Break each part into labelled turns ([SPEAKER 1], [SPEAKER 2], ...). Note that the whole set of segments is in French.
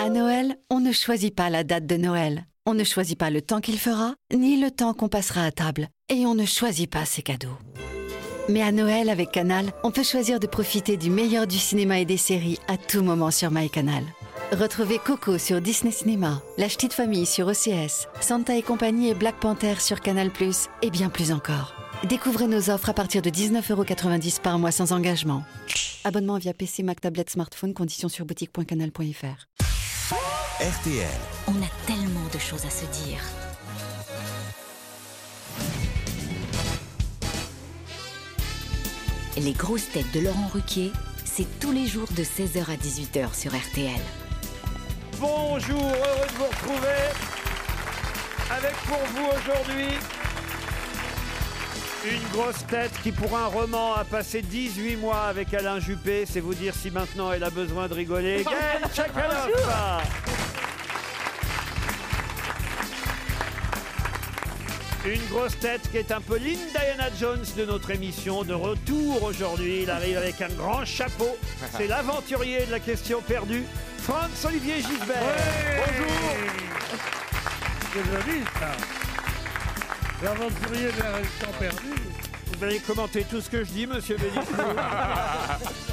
[SPEAKER 1] À Noël, on ne choisit pas la date de Noël. On ne choisit pas le temps qu'il fera, ni le temps qu'on passera à table. Et on ne choisit pas ses cadeaux. Mais à Noël, avec Canal, on peut choisir de profiter du meilleur du cinéma et des séries à tout moment sur MyCanal. Retrouvez Coco sur Disney Cinéma, La Ch'tite Famille sur OCS, Santa et compagnie et Black Panther sur Canal+, et bien plus encore. Découvrez nos offres à partir de 19,90€ par mois sans engagement. Abonnement via PC, Mac, tablette, smartphone, conditions sur boutique.canal.fr.
[SPEAKER 2] RTL,
[SPEAKER 3] On a tellement de choses à se dire. Les grosses têtes de Laurent Ruquier, c'est tous les jours de 16h à 18h sur RTL.
[SPEAKER 4] Bonjour, heureux de vous retrouver. Avec pour vous aujourd'hui une grosse tête qui pour un roman a passé 18 mois avec Alain Juppé. C'est vous dire si maintenant elle a besoin de rigoler. Gaëlle Tchakaloff Une grosse tête qui est un peu l'Indiana Jones de notre émission. De retour aujourd'hui, il arrive avec un grand chapeau. C'est l'aventurier de la question perdue, Franz-Olivier Gisbert. Bonjour
[SPEAKER 5] C'est joli, ça. L'aventurier de la région perdue.
[SPEAKER 4] Vous allez commenter tout ce que je dis, monsieur Bénichou.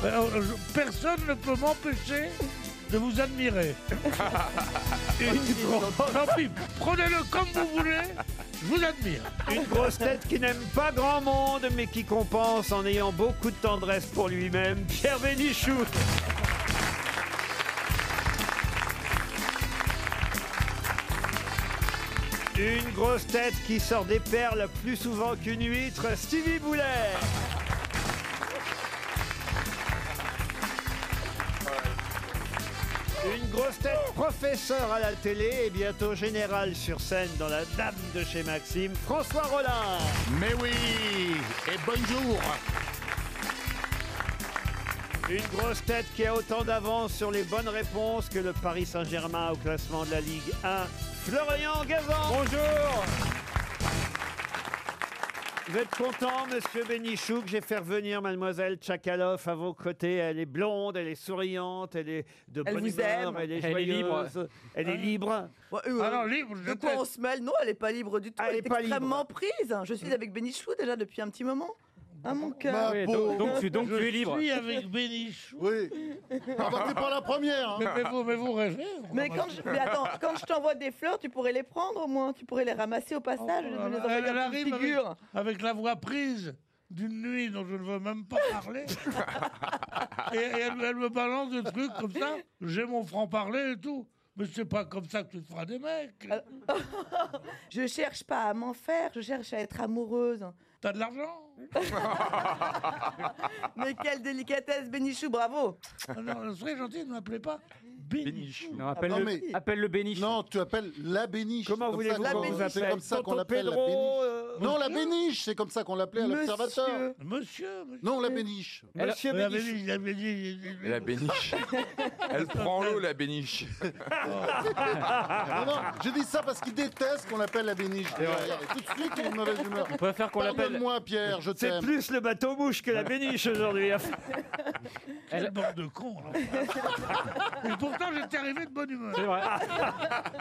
[SPEAKER 5] Alors, je- Euh, Personne ne peut m'empêcher de vous admirer. Une grosse- Tant pis, prenez-le comme vous voulez, je vous admire.
[SPEAKER 4] Une grosse tête qui n'aime pas grand monde, mais qui compense en ayant beaucoup de tendresse pour lui-même, Pierre Bénichou. Une grosse tête qui sort des perles plus souvent qu'une huître, Stevie Boulet. Une grosse tête professeur à la télé et bientôt général sur scène dans La Dame de chez Maxime, François Rollin.
[SPEAKER 6] Mais oui Et bonjour
[SPEAKER 4] Une grosse tête qui a autant d'avance sur les bonnes réponses que le Paris Saint-Germain au classement de la Ligue 1. Florian Gazan Bonjour Vous êtes content, monsieur Bénichou, que j'ai fait venir mademoiselle Tchakaloff à vos côtés. Elle est blonde, elle est souriante, elle est de
[SPEAKER 7] Elle
[SPEAKER 4] bonne
[SPEAKER 7] vous
[SPEAKER 4] humeur,
[SPEAKER 7] aime. Hein Ah.
[SPEAKER 4] elle est
[SPEAKER 8] Elle est
[SPEAKER 4] joyeuse.
[SPEAKER 8] libre.
[SPEAKER 4] Elle est libre.
[SPEAKER 7] Ouais, euh,
[SPEAKER 5] Alors, Ah libre, je
[SPEAKER 7] de quoi
[SPEAKER 5] t'aime.
[SPEAKER 7] on se mêle Non, elle n'est pas libre du tout.
[SPEAKER 4] Elle
[SPEAKER 7] Elle,
[SPEAKER 4] est
[SPEAKER 7] est
[SPEAKER 4] pas
[SPEAKER 7] extrêmement prise. Je suis avec Benichou déjà depuis un petit moment. Ah mon cœur.
[SPEAKER 8] Oui, donc, donc tu, donc
[SPEAKER 5] Je
[SPEAKER 8] tu es libre.
[SPEAKER 5] suis avec Bénichou.
[SPEAKER 6] Oui Ah bah, t'es pas la première hein.
[SPEAKER 5] Mais, mais vous, mais vous rêvez
[SPEAKER 7] Mais quand je, mais attends, quand je t'envoie des fleurs, tu pourrais les prendre au moins. Tu pourrais les ramasser au passage.
[SPEAKER 5] Oh,
[SPEAKER 7] je les
[SPEAKER 5] elle-
[SPEAKER 7] envoie
[SPEAKER 5] elle
[SPEAKER 7] dans une
[SPEAKER 5] arrive avec-
[SPEAKER 7] figure.
[SPEAKER 5] Avec la voix prise d'une nuit dont je ne veux même pas parler. et et elle, elle me balance des trucs comme ça. J'ai mon franc-parler et tout. Mais c'est pas comme ça que tu te feras des mecs.
[SPEAKER 7] Alors- Je cherche pas à m'en faire. Je cherche à être amoureuse.
[SPEAKER 5] T'as de l'argent
[SPEAKER 7] Mais quelle délicatesse, Benichou, bravo.
[SPEAKER 5] Ah Non, soyez gentil, ne m'appelez pas Bénichou.
[SPEAKER 8] Non, appelle,
[SPEAKER 6] Ah,
[SPEAKER 8] le,
[SPEAKER 6] mais-
[SPEAKER 8] appelle le béniche.
[SPEAKER 6] Non, tu appelles la béniche.
[SPEAKER 4] Comment
[SPEAKER 6] Comme ça
[SPEAKER 4] voulez-vous
[SPEAKER 6] qu'on-
[SPEAKER 4] qu'on vous
[SPEAKER 6] C'est
[SPEAKER 4] appelle
[SPEAKER 6] comme ça qu'on
[SPEAKER 4] Tonton
[SPEAKER 6] l'appelle la
[SPEAKER 4] Pedro,
[SPEAKER 6] béniche.
[SPEAKER 4] euh,
[SPEAKER 6] Non, la béniche, c'est comme ça qu'on l'appelait à l'observateur.
[SPEAKER 7] Monsieur.
[SPEAKER 5] Monsieur, monsieur.
[SPEAKER 6] Non, la béniche.
[SPEAKER 4] Monsieur
[SPEAKER 5] La
[SPEAKER 4] Bénichou.
[SPEAKER 5] Béniche, la Béniche.
[SPEAKER 9] La béniche. Elle prend l'eau, la béniche.
[SPEAKER 6] Non, non, je dis ça parce qu'il déteste qu'on l'appelle la béniche. Derrière, et Tout de suite, il est de mauvaise humeur.
[SPEAKER 8] On préfère qu'on l'appelle.
[SPEAKER 6] Pardonne-moi, Pierre, je
[SPEAKER 4] C'est
[SPEAKER 6] t'aime.
[SPEAKER 4] plus le bateau mouche que la béniche aujourd'hui.
[SPEAKER 5] Quel bord de con. alors. et pourtant, j'étais arrivé de bonne humeur.
[SPEAKER 8] C'est vrai.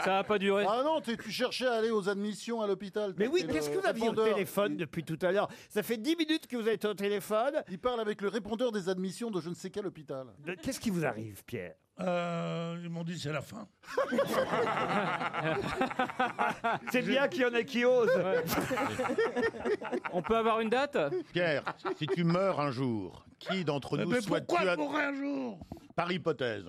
[SPEAKER 8] Ça va pas durer.
[SPEAKER 6] Ah non, t'es- tu cherchais à aller aux admissions à l'hôpital.
[SPEAKER 4] Mais oui,
[SPEAKER 6] T'étais
[SPEAKER 4] qu'est-ce que
[SPEAKER 6] le
[SPEAKER 4] vous aviez au
[SPEAKER 6] répondeur.
[SPEAKER 4] téléphone depuis tout à l'heure Ça fait 10 minutes que vous êtes au téléphone.
[SPEAKER 6] Il parle avec le répondeur des admissions de je ne sais quel hôpital.
[SPEAKER 4] Le- Qu'est-ce qui vous arrive, Pierre
[SPEAKER 5] Euh, ils m'ont dit c'est la fin.
[SPEAKER 4] C'est bien qu'il y en ait qui osent.
[SPEAKER 8] On peut avoir une date
[SPEAKER 10] Pierre, si tu meurs un jour, qui d'entre nous
[SPEAKER 5] mais
[SPEAKER 10] souhaite
[SPEAKER 5] Eh ben, pourquoi
[SPEAKER 10] à...
[SPEAKER 5] mourir un jour
[SPEAKER 10] par hypothèse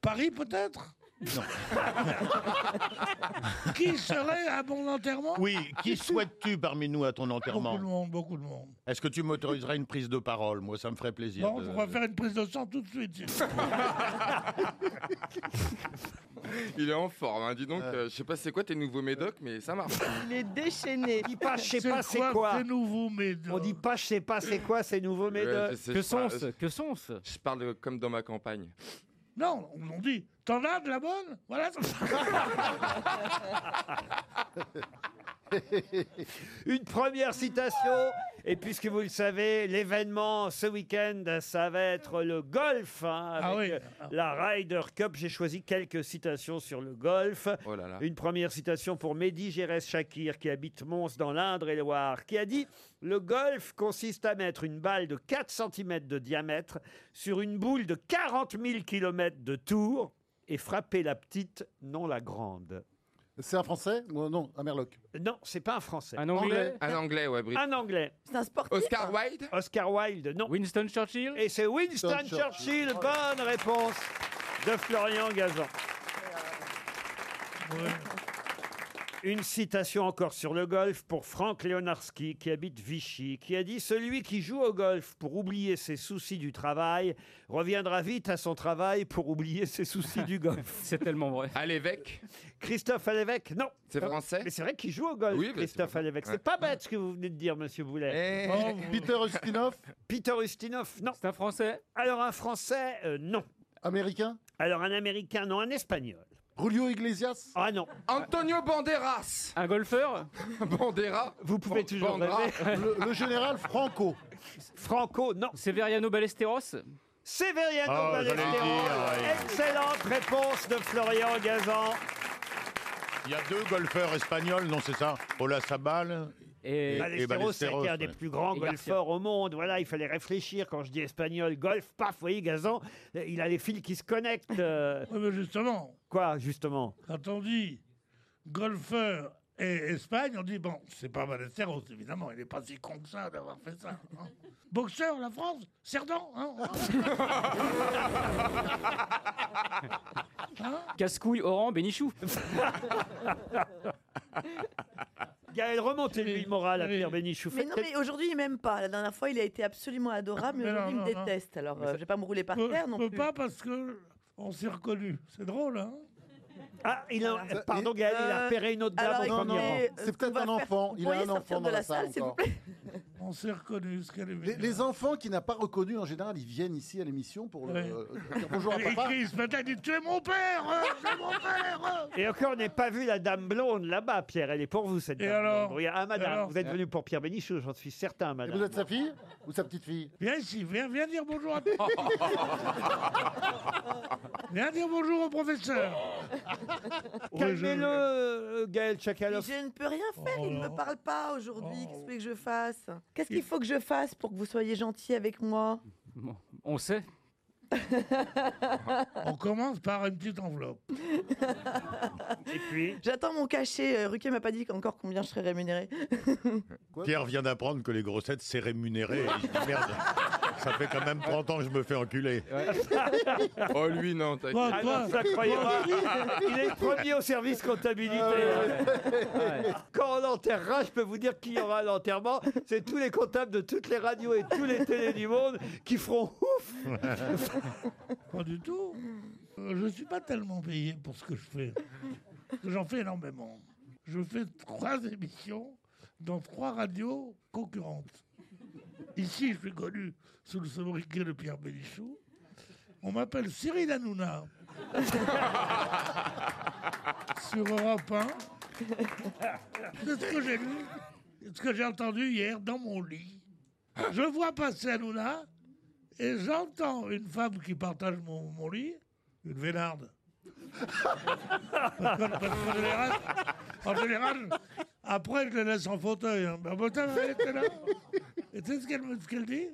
[SPEAKER 5] Paris peut-être Non. Qui serait à mon enterrement
[SPEAKER 10] Oui, qui souhaites-tu parmi nous à ton
[SPEAKER 5] Beaucoup
[SPEAKER 10] enterrement
[SPEAKER 5] de monde, beaucoup de monde.
[SPEAKER 10] Est-ce que tu m'autoriserais une prise de parole Moi, ça me ferait plaisir.
[SPEAKER 5] Bon,
[SPEAKER 10] de-
[SPEAKER 5] on va faire une prise de sang tout de suite. sinon.
[SPEAKER 9] Il est en forme, hein. dis donc. euh, je sais pas c'est quoi tes nouveaux médocs, mais ça marche.
[SPEAKER 7] Il est déchaîné.
[SPEAKER 4] On dit pas, je sais pas, c'est quoi
[SPEAKER 5] C'est nouveau, mais
[SPEAKER 4] On dit pas, je sais pas, c'est quoi ces nouveaux
[SPEAKER 9] Ouais, je
[SPEAKER 4] médocs
[SPEAKER 9] sais,
[SPEAKER 8] Que
[SPEAKER 9] je parle-
[SPEAKER 8] sont-ce Que sont-ce
[SPEAKER 9] Je parle euh, comme dans ma campagne.
[SPEAKER 5] non, on on dit. T'en as de la bonne Voilà.
[SPEAKER 4] Une première citation Et puisque vous le savez, l'événement ce week-end, ça va être le golf. hein,
[SPEAKER 5] Ah
[SPEAKER 4] avec
[SPEAKER 5] oui.
[SPEAKER 4] euh, la Ryder Cup. J'ai choisi quelques citations sur le golf.
[SPEAKER 9] Oh
[SPEAKER 4] Une première citation pour Mehdi Gérès Shakir, qui habite Mons dans l'Indre-et-Loire, qui a dit Le golf consiste à mettre une balle de 4 cm de diamètre sur une boule de 40 000 km de tour et frapper la petite, non la grande.
[SPEAKER 6] C'est un Français ou Non, un Merloc.
[SPEAKER 4] Non, c'est pas un Français.
[SPEAKER 6] Un Anglais
[SPEAKER 9] Un Anglais, ouais, Brit.
[SPEAKER 4] Un Anglais.
[SPEAKER 7] C'est un sportif. hein.
[SPEAKER 9] Oscar Wilde
[SPEAKER 4] Oscar Wilde, non.
[SPEAKER 8] Winston Churchill
[SPEAKER 4] Et c'est Winston
[SPEAKER 6] Winston
[SPEAKER 4] Churchill.
[SPEAKER 6] Churchill.
[SPEAKER 4] Bonne réponse de Florian Gazan. Une citation encore sur le golf pour Franck Leonarski, qui habite Vichy, qui a dit Celui qui joue au golf pour oublier ses soucis du travail reviendra vite à son travail pour oublier ses soucis du golf.
[SPEAKER 8] C'est tellement vrai.
[SPEAKER 9] À l'évêque
[SPEAKER 4] Christophe Alévêque, non.
[SPEAKER 9] C'est français
[SPEAKER 4] Mais c'est vrai qu'il joue au golf,
[SPEAKER 9] Oui, mais c'est
[SPEAKER 4] Christophe
[SPEAKER 9] pas-
[SPEAKER 4] Alévêque.
[SPEAKER 9] Ouais.
[SPEAKER 4] C'est pas bête ce que vous venez de dire, monsieur Boulet.
[SPEAKER 9] Eh,
[SPEAKER 5] Oh,
[SPEAKER 6] Peter Ustinov,
[SPEAKER 4] Peter Ustinov, non.
[SPEAKER 8] C'est un Français
[SPEAKER 4] Alors un Français, euh, non.
[SPEAKER 6] américain.
[SPEAKER 4] Alors un Américain, non. Un Espagnol.
[SPEAKER 6] Julio Iglesias.
[SPEAKER 4] Ah non.
[SPEAKER 9] Antonio Banderas
[SPEAKER 8] Un golfeur
[SPEAKER 9] Bandera
[SPEAKER 4] Vous pouvez
[SPEAKER 9] Ban-
[SPEAKER 4] toujours
[SPEAKER 9] Bandera.
[SPEAKER 4] rêver.
[SPEAKER 6] Le, le général Franco.
[SPEAKER 4] Franco, non.
[SPEAKER 8] Severiano Ballesteros
[SPEAKER 4] Severiano
[SPEAKER 10] Oh,
[SPEAKER 4] Ballesteros.
[SPEAKER 10] j'allais le dire, oui.
[SPEAKER 4] Excellente réponse de Florian Gazan.
[SPEAKER 10] Il y a deux golfeurs espagnols, non, c'est ça Ola Sabal.
[SPEAKER 8] Et
[SPEAKER 4] Ballesteros, ça a été un
[SPEAKER 10] Ballesteros,
[SPEAKER 4] des
[SPEAKER 10] ouais.
[SPEAKER 4] plus grands
[SPEAKER 8] Et
[SPEAKER 4] golfeurs au monde. Voilà, il fallait réfléchir quand je dis espagnol, golf, paf, vous voyez, Gazan, il a les fils qui se connectent. euh,
[SPEAKER 5] Oui, mais justement,
[SPEAKER 4] quoi, justement
[SPEAKER 5] quand on dit golfeur et Espagne, on dit bon, c'est pas Ballesteros, évidemment, il n'est pas si con que ça d'avoir fait ça. hein. Boxeur, la France, Cerdan, hein,
[SPEAKER 8] Casse-couille, Oran, Bénichou.
[SPEAKER 5] Hein
[SPEAKER 4] Gaël, remontez-lui le moral à
[SPEAKER 5] Oui.
[SPEAKER 4] Pierre Bénichou.
[SPEAKER 7] Mais non,
[SPEAKER 4] Faites-
[SPEAKER 7] mais aujourd'hui, il m'aime pas. La dernière fois, il a été absolument adorable, Ah, mais
[SPEAKER 5] Mais non,
[SPEAKER 7] aujourd'hui, il me
[SPEAKER 5] non, non.
[SPEAKER 7] déteste. Alors, euh, je vais pas me rouler par
[SPEAKER 5] Je
[SPEAKER 7] terre
[SPEAKER 5] je
[SPEAKER 7] non
[SPEAKER 5] peux
[SPEAKER 7] plus.
[SPEAKER 5] pas parce que on s'est reconnus. C'est drôle, hein
[SPEAKER 4] Ah, il a- pardon, Gaël, il a
[SPEAKER 7] Euh,
[SPEAKER 4] repéré une autre dame
[SPEAKER 7] alors,
[SPEAKER 4] au
[SPEAKER 6] Non,
[SPEAKER 4] premier rang.
[SPEAKER 6] non,
[SPEAKER 7] Mais, euh, ce
[SPEAKER 6] Oh, c'est
[SPEAKER 7] qu'on
[SPEAKER 6] peut-être
[SPEAKER 7] va
[SPEAKER 6] un
[SPEAKER 7] faire,
[SPEAKER 6] enfant.
[SPEAKER 7] vous
[SPEAKER 6] Il a
[SPEAKER 7] pourriez
[SPEAKER 6] un
[SPEAKER 7] sortir
[SPEAKER 6] enfant
[SPEAKER 7] de
[SPEAKER 6] dans
[SPEAKER 7] la
[SPEAKER 6] la salle
[SPEAKER 7] salle, s'il vous
[SPEAKER 6] encore.
[SPEAKER 5] On s'est reconnus, ce qu'elle est
[SPEAKER 6] Les,
[SPEAKER 5] mignonne.
[SPEAKER 6] les enfants qu'il n'a pas reconnus, en général, ils viennent ici à l'émission pour le,
[SPEAKER 5] Ouais.
[SPEAKER 6] euh, dire bonjour à
[SPEAKER 5] Elle
[SPEAKER 6] papa.
[SPEAKER 5] écrit ce matin, elle dit Tu es mon père hein, Tu es mon père hein.
[SPEAKER 4] Et encore, on n'a pas vu la dame blonde là-bas, Pierre. Elle est pour vous, cette
[SPEAKER 5] Et
[SPEAKER 4] dame
[SPEAKER 5] alors
[SPEAKER 4] blonde. Oui, Ah, madame,
[SPEAKER 5] Alors
[SPEAKER 4] vous êtes venu pour Pierre Bénichou, j'en suis certain,
[SPEAKER 6] Et
[SPEAKER 4] madame.
[SPEAKER 6] vous êtes sa fille ou sa petite fille
[SPEAKER 5] Viens ici, viens, viens dire bonjour à toi. viens dire bonjour au professeur. Oui, je-
[SPEAKER 4] Calmez-le, euh, Gaël
[SPEAKER 7] Mais
[SPEAKER 4] Tchakalov.
[SPEAKER 7] je ne peux rien faire, il ne
[SPEAKER 5] Oh.
[SPEAKER 7] me parle pas aujourd'hui.
[SPEAKER 5] Oh.
[SPEAKER 7] Qu'est-ce que vous voulez que je fasse Qu'est-ce
[SPEAKER 4] Il-
[SPEAKER 7] qu'il faut que je fasse pour que vous soyez gentil avec moi
[SPEAKER 8] Bon, on sait.
[SPEAKER 5] On commence par une petite enveloppe.
[SPEAKER 4] Et puis,
[SPEAKER 7] J'attends mon cachet. euh, Ruquier m'a pas dit encore combien je serais rémunéré.
[SPEAKER 10] Pierre vient d'apprendre que les grossettes, c'est rémunéré. Et il se dit, merde, ça fait quand même 30 ans que je me fais enculer.
[SPEAKER 9] Oh, lui, non,
[SPEAKER 5] Toi,
[SPEAKER 9] t'inquiète.
[SPEAKER 4] ah
[SPEAKER 5] toi,
[SPEAKER 4] non, ça, croyez-moi, il est le premier au service comptabilité. Ah, Quand on enterrera, je peux vous dire qu'il y aura l'enterrement. C'est tous les comptables de toutes les radios et tous les télés du monde qui feront ouf.
[SPEAKER 5] pas du tout. Euh, Je suis pas tellement payé pour ce que je fais. J'en fais énormément. Je fais trois émissions dans trois radios concurrentes. Ici, je suis connu sous le sobriquet de Pierre Bénichou. On m'appelle Cyril Hanouna. Sur Europe 1. C'est ce que j'ai lu, c'est ce que j'ai entendu hier dans mon lit. Je vois passer Hanouna et j'entends une femme qui partage mon, mon lit, une vénarde. Parce que- parce qu'en général, en général, après, je les laisse en fauteuil. hein. Ben, putain, elle était là. Et tu sais ce qu'elle me- ce qu'elle dit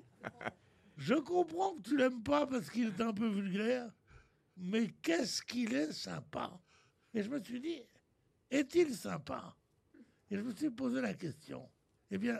[SPEAKER 5] Je comprends que tu l'aimes pas parce qu'il est un peu vulgaire, mais qu'est-ce qu'il est sympa Et je me suis dit, est-il sympa Et je me suis posé la question. Eh bien,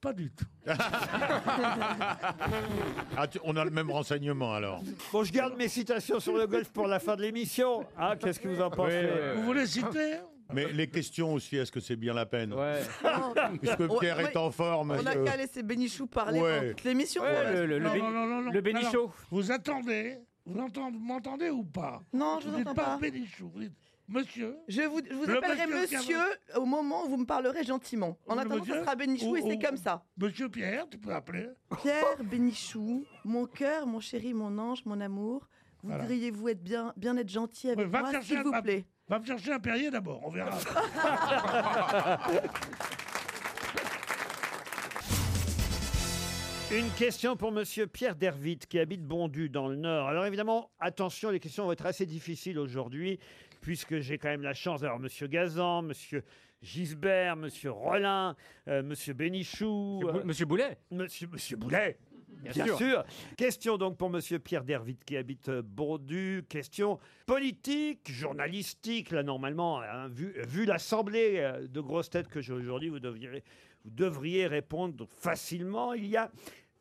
[SPEAKER 5] pas du tout.
[SPEAKER 10] Ah, tu- on a le même renseignement alors.
[SPEAKER 4] Bon, je garde mes citations sur le golf pour la fin de l'émission. Ah, Qu'est-ce que vous en pensez
[SPEAKER 5] Vous voulez citer hein
[SPEAKER 10] Mais les questions aussi, est-ce que c'est bien la peine
[SPEAKER 8] Ouais.
[SPEAKER 7] Non,
[SPEAKER 10] Puisque
[SPEAKER 7] Ouais,
[SPEAKER 10] Pierre est
[SPEAKER 7] ouais.
[SPEAKER 10] en forme.
[SPEAKER 7] On n'a
[SPEAKER 10] euh,
[SPEAKER 7] qu'à laisser Bénichou parler
[SPEAKER 10] Ouais.
[SPEAKER 7] pendant toute l'émission.
[SPEAKER 8] Ouais,
[SPEAKER 7] voilà.
[SPEAKER 8] le, le, le
[SPEAKER 5] Non,
[SPEAKER 8] Bé-
[SPEAKER 5] non, non, non, non.
[SPEAKER 8] le Bénichou.
[SPEAKER 5] Alors, vous attendez Vous entend- m'entendez ou pas
[SPEAKER 7] Non, je
[SPEAKER 5] Vous
[SPEAKER 7] vous
[SPEAKER 5] dites
[SPEAKER 7] entends
[SPEAKER 5] pas
[SPEAKER 7] pas.
[SPEAKER 5] Bénichou, vous dites monsieur.
[SPEAKER 7] Je vous, je vous
[SPEAKER 5] Le
[SPEAKER 7] appellerai
[SPEAKER 5] monsieur
[SPEAKER 7] monsieur, au moment où vous me parlerez gentiment. En
[SPEAKER 5] Le
[SPEAKER 7] attendant,
[SPEAKER 5] monsieur
[SPEAKER 7] ça sera Bénichou
[SPEAKER 5] ou-
[SPEAKER 7] et c'est
[SPEAKER 5] ou-
[SPEAKER 7] comme ça.
[SPEAKER 5] Monsieur Pierre, tu peux appeler.
[SPEAKER 7] Pierre Bénichou, mon cœur, mon chéri, mon ange, mon amour,
[SPEAKER 5] Voilà.
[SPEAKER 7] voudriez-vous être bien, bien être gentil avec
[SPEAKER 5] Ouais, va
[SPEAKER 7] moi,
[SPEAKER 5] chercher
[SPEAKER 7] s'il
[SPEAKER 5] un
[SPEAKER 7] vous
[SPEAKER 5] pape.
[SPEAKER 7] plaît
[SPEAKER 5] Va me chercher un Perrier d'abord, on verra.
[SPEAKER 4] Une question pour Monsieur Pierre Dervite qui habite Bondu dans le Nord. Alors évidemment, attention, les questions vont être assez difficiles aujourd'hui puisque j'ai quand même la chance d'avoir Monsieur Gazan, Monsieur Gisbert, Monsieur Rollin, euh, Monsieur Bénichou, euh,
[SPEAKER 8] Monsieur Bou- Monsieur Boulet.
[SPEAKER 4] Monsieur Monsieur Boulet.
[SPEAKER 8] Bien
[SPEAKER 4] Bien,
[SPEAKER 8] sûr.
[SPEAKER 4] sûr. Question donc pour Monsieur Pierre Dervite qui habite euh, Bondu. Question politique, journalistique. Là normalement, hein, vu, vu l'assemblée euh, de grosses têtes que j'ai aujourd'hui, vous devriez, vous devriez répondre facilement. Il y a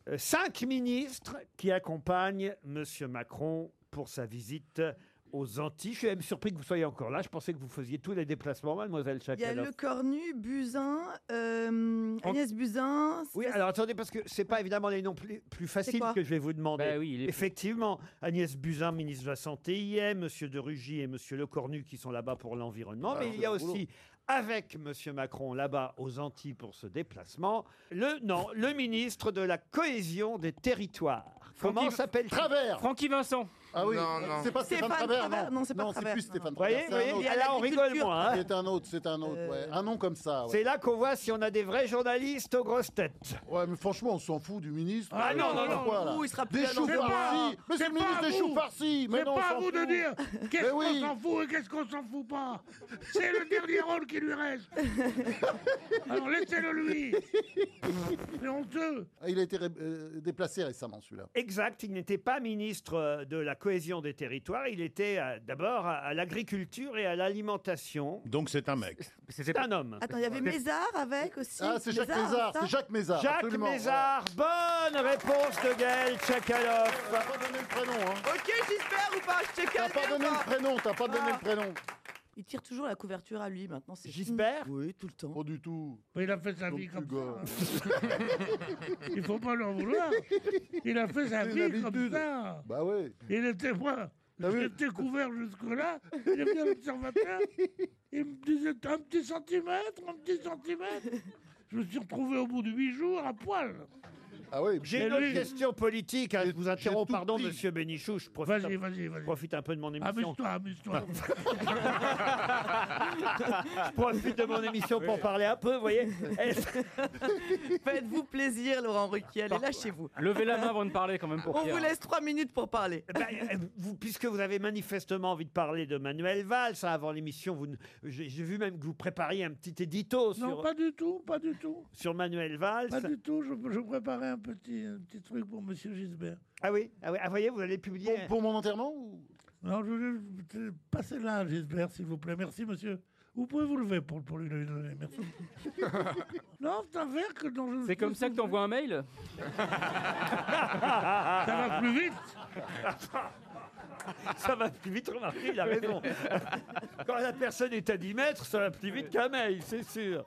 [SPEAKER 4] euh, cinq ministres qui accompagnent Monsieur Macron pour sa visite aux Antilles. Je suis même surpris que vous soyez encore là. Je pensais que vous faisiez tous les déplacements, Mademoiselle
[SPEAKER 7] Il y a
[SPEAKER 4] Chakaloff.
[SPEAKER 7] Le Cornu, Buzyn, euh, Agnès Buzyn.
[SPEAKER 4] Oui, alors attendez, parce que c'est pas évidemment les noms plus, plus
[SPEAKER 7] C'est
[SPEAKER 4] faciles
[SPEAKER 7] quoi
[SPEAKER 4] que je vais vous demander.
[SPEAKER 8] Bah oui, il est-
[SPEAKER 4] Effectivement, Agnès Buzyn, ministre de la Santé, y est, Monsieur de Rugy et Monsieur Lecornu qui sont là-bas pour l'environnement.
[SPEAKER 8] Bah,
[SPEAKER 6] Ah,
[SPEAKER 4] mais
[SPEAKER 6] c'est
[SPEAKER 4] il y a
[SPEAKER 6] le boulot.
[SPEAKER 4] aussi, avec Monsieur Macron là-bas aux Antilles pour ce déplacement, le, non, le ministre de la cohésion des territoires. Comment
[SPEAKER 8] Francky-
[SPEAKER 4] s'appelle-t-il
[SPEAKER 6] Travers
[SPEAKER 8] Francky Vincent.
[SPEAKER 6] Ah oui,
[SPEAKER 9] Non, non.
[SPEAKER 6] c'est pas Stéphane,
[SPEAKER 7] Stéphane
[SPEAKER 6] Travers,
[SPEAKER 7] Travers, non, c'est pas Travers,
[SPEAKER 6] plus
[SPEAKER 7] non,
[SPEAKER 6] Stéphane
[SPEAKER 7] non.
[SPEAKER 4] Vous
[SPEAKER 6] Travers.
[SPEAKER 4] voyez,
[SPEAKER 6] c'est un
[SPEAKER 4] voyez,
[SPEAKER 6] autre.
[SPEAKER 7] Il y a
[SPEAKER 4] là on rigole
[SPEAKER 7] l'agriculture.
[SPEAKER 4] moins. hein.
[SPEAKER 6] C'est un autre, c'est un autre. ouais.
[SPEAKER 7] Euh.
[SPEAKER 6] Un nom comme ça. Ouais.
[SPEAKER 4] C'est là qu'on voit si on a des vrais journalistes aux grosses têtes.
[SPEAKER 6] Ouais, mais franchement, on s'en fout du ministre. Euh,
[SPEAKER 5] Ah non, non, non,
[SPEAKER 6] Pourquoi, là
[SPEAKER 7] vous, il sera plus
[SPEAKER 6] Des
[SPEAKER 7] à
[SPEAKER 6] choux
[SPEAKER 5] l'antenne.
[SPEAKER 6] par-ci. Mais
[SPEAKER 5] C'est
[SPEAKER 6] c'est
[SPEAKER 5] pas
[SPEAKER 6] le
[SPEAKER 5] à
[SPEAKER 6] ministre des
[SPEAKER 5] vous.
[SPEAKER 6] choux par-ci. Mais
[SPEAKER 5] C'est
[SPEAKER 6] non, on
[SPEAKER 5] pas à
[SPEAKER 6] s'en
[SPEAKER 5] vous de
[SPEAKER 6] fout.
[SPEAKER 5] dire qu'est-ce
[SPEAKER 6] Mais
[SPEAKER 5] qu'on
[SPEAKER 6] oui.
[SPEAKER 5] s'en fout et qu'est-ce qu'on s'en fout pas. C'est le dernier rôle qui lui reste. Alors laissez-le lui. C'est honteux.
[SPEAKER 6] Ah, Il a été ré- euh, déplacé récemment, celui-là.
[SPEAKER 4] Exact, il n'était pas ministre euh, de la cohésion des territoires, il était euh, d'abord à- à l'agriculture et à l'alimentation.
[SPEAKER 10] Donc c'est un mec.
[SPEAKER 8] C'était
[SPEAKER 4] C'est un homme.
[SPEAKER 7] Attends, il y avait Mézard avec aussi.
[SPEAKER 6] Ah, c'est Jacques
[SPEAKER 7] Mézard,
[SPEAKER 6] Mézard.
[SPEAKER 7] ça
[SPEAKER 6] C'est Jacques Mézard.
[SPEAKER 4] Jacques
[SPEAKER 6] absolument,
[SPEAKER 4] Mézard, bonne réponse de Gaël Tchakaloff.
[SPEAKER 6] voilà. T'as pas donné le prénom, hein.
[SPEAKER 7] Ok, j'espère ou pas Je te
[SPEAKER 6] T'as
[SPEAKER 7] calme
[SPEAKER 6] pas donné le prénom, t'as pas donné
[SPEAKER 7] Ah.
[SPEAKER 6] le prénom.
[SPEAKER 7] Il tire toujours la couverture à lui maintenant. c'est fini.
[SPEAKER 4] Gisbert
[SPEAKER 7] Oui, tout le temps.
[SPEAKER 6] Pas du tout.
[SPEAKER 5] Mais il a fait sa vie
[SPEAKER 6] Donc,
[SPEAKER 5] comme
[SPEAKER 6] tu
[SPEAKER 5] ça. Il faut pas l'en vouloir. Il a fait sa
[SPEAKER 6] C'est
[SPEAKER 5] vie comme
[SPEAKER 6] l'habitude.
[SPEAKER 5] ça.
[SPEAKER 6] Bah oui.
[SPEAKER 5] Il était moi.
[SPEAKER 6] Ah oui.
[SPEAKER 5] J'étais couvert jusque-là. Il est bien observateur. Il me disait un petit centimètre, un petit centimètre. Je me suis retrouvé au bout de huit jours à poil.
[SPEAKER 6] Ah oui.
[SPEAKER 4] J'ai
[SPEAKER 5] Et
[SPEAKER 4] une autre
[SPEAKER 5] lui-
[SPEAKER 4] question politique, hein, je
[SPEAKER 6] J'ai-
[SPEAKER 4] vous
[SPEAKER 6] j'ai
[SPEAKER 4] interromps,
[SPEAKER 6] tout
[SPEAKER 4] pardon
[SPEAKER 6] pris.
[SPEAKER 4] monsieur Bénichou, je profite,
[SPEAKER 5] Vas-y,
[SPEAKER 4] un,
[SPEAKER 5] vas-y,
[SPEAKER 4] je
[SPEAKER 5] vas-y.
[SPEAKER 4] profite un peu de mon émission.
[SPEAKER 5] Amuse-toi, amuse-toi.
[SPEAKER 4] Je profite de mon émission pour parler un peu, vous voyez. Est-ce-
[SPEAKER 7] Faites-vous plaisir, Laurent Ruquier. Allez, là chez vous.
[SPEAKER 8] Levez la main avant de parler quand même pour
[SPEAKER 7] On
[SPEAKER 8] Pierre.
[SPEAKER 7] vous laisse trois minutes pour parler.
[SPEAKER 4] Ben, euh, vous- puisque vous avez manifestement envie de parler de Manuel Valls hein, avant l'émission, vous ne- j'ai j'ai vu même que vous prépariez un petit édito
[SPEAKER 5] Non,
[SPEAKER 4] sur,
[SPEAKER 5] pas du tout, pas du tout.
[SPEAKER 4] sur Manuel Valls.
[SPEAKER 5] Pas du tout. Je, je préparais un petit, un petit truc pour Monsieur Gisbert.
[SPEAKER 4] Ah oui, ah oui, ah, voyez, vous allez publier.
[SPEAKER 6] Pour, pour mon enterrement ou-
[SPEAKER 5] Non, je voulais passer là, Gisbert, s'il vous plaît. Merci, monsieur. Vous pouvez vous lever pour, pour lui donner. Merci. non, c'est un verre que dont je.
[SPEAKER 8] C'est comme ça que t'envoies un mail
[SPEAKER 5] Ça va plus vite.
[SPEAKER 4] Ça va plus vite, remarquez, il a raison. Quand la personne est à 10 mètres, ça va plus vite qu'un mail, c'est sûr.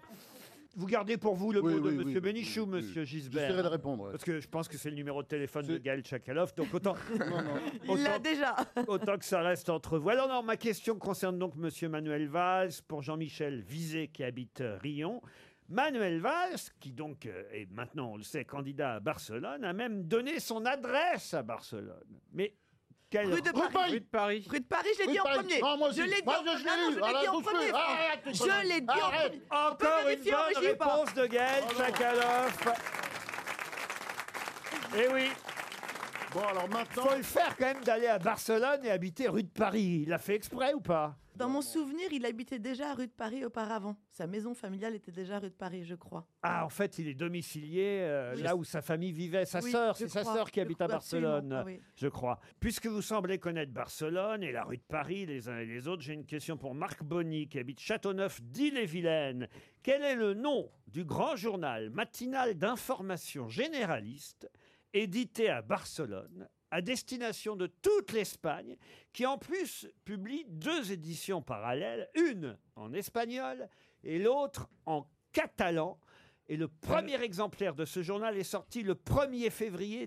[SPEAKER 4] Vous gardez pour vous le
[SPEAKER 6] Oui,
[SPEAKER 4] mot de
[SPEAKER 6] oui,
[SPEAKER 4] M.
[SPEAKER 6] oui,
[SPEAKER 4] Bénichou,
[SPEAKER 6] oui, oui.
[SPEAKER 4] Monsieur
[SPEAKER 6] J'essaierai de
[SPEAKER 4] Gisbert.
[SPEAKER 6] répondre. ouais.
[SPEAKER 4] Parce que je pense que c'est le numéro de téléphone de
[SPEAKER 6] C'est-
[SPEAKER 4] Gaël Tchakaloff, donc autant,
[SPEAKER 6] Non, non.
[SPEAKER 7] Il l'a déjà.
[SPEAKER 4] autant que ça reste entre vous. Alors non, ma question concerne donc Monsieur Manuel Valls pour Jean-Michel Vizet qui habite euh, Rion. Manuel Valls, qui donc euh, est maintenant, on le sait, candidat à Barcelone, a même donné son adresse à Barcelone. Mais quelle
[SPEAKER 7] Rue de
[SPEAKER 6] Rue de
[SPEAKER 7] Paris.
[SPEAKER 8] Rue
[SPEAKER 6] Paris.
[SPEAKER 8] de Paris.
[SPEAKER 7] Rue de Paris, je l'ai
[SPEAKER 6] Rue
[SPEAKER 7] dit
[SPEAKER 6] de
[SPEAKER 7] en
[SPEAKER 6] Paris.
[SPEAKER 7] premier.
[SPEAKER 6] Non, moi,
[SPEAKER 7] je
[SPEAKER 6] je-
[SPEAKER 7] l'ai dit
[SPEAKER 6] moi,
[SPEAKER 7] en
[SPEAKER 6] je
[SPEAKER 7] premier.
[SPEAKER 6] l'ai
[SPEAKER 7] Non, non,
[SPEAKER 6] lu.
[SPEAKER 7] je
[SPEAKER 6] Arrête,
[SPEAKER 7] l'ai dit en
[SPEAKER 6] doucement.
[SPEAKER 7] premier. frère.
[SPEAKER 6] Arrête, tes
[SPEAKER 7] Je
[SPEAKER 6] conneries.
[SPEAKER 7] l'ai dit en
[SPEAKER 6] Arrête.
[SPEAKER 7] premier.
[SPEAKER 4] Encore
[SPEAKER 7] peut
[SPEAKER 4] une
[SPEAKER 7] vérifier, on
[SPEAKER 4] bonne
[SPEAKER 7] réagit pas.
[SPEAKER 4] réponse de Gaël
[SPEAKER 6] Oh
[SPEAKER 4] Tchakaloff. Eh oui,
[SPEAKER 6] Bon, alors maintenant.
[SPEAKER 4] faut le faire quand même d'aller à Barcelone et habiter rue de Paris. Il l'a fait exprès ou pas
[SPEAKER 7] Dans mon souvenir, il habitait déjà à rue de Paris auparavant. Sa maison familiale était déjà rue de Paris, je crois.
[SPEAKER 4] Ah, en fait, il est domicilié euh,
[SPEAKER 7] Oui.
[SPEAKER 4] là où sa famille vivait. Sa
[SPEAKER 7] Oui,
[SPEAKER 4] sœur,
[SPEAKER 7] je
[SPEAKER 4] c'est sa
[SPEAKER 7] crois.
[SPEAKER 4] sœur qui
[SPEAKER 7] Je
[SPEAKER 4] habite à
[SPEAKER 7] crois absolument.
[SPEAKER 4] Barcelone,
[SPEAKER 7] Ah oui.
[SPEAKER 4] je crois. Puisque vous semblez connaître Barcelone et la rue de Paris, les uns et les autres, j'ai une question pour Marc Bonny qui habite Châteauneuf d'Ille-et-Vilaine. Quel est le nom du grand journal matinal d'information généraliste édité à Barcelone à destination de toute l'Espagne, qui en plus publie deux éditions parallèles, une en espagnol et l'autre en catalan. Et le premier exemplaire de ce journal est sorti le 1er février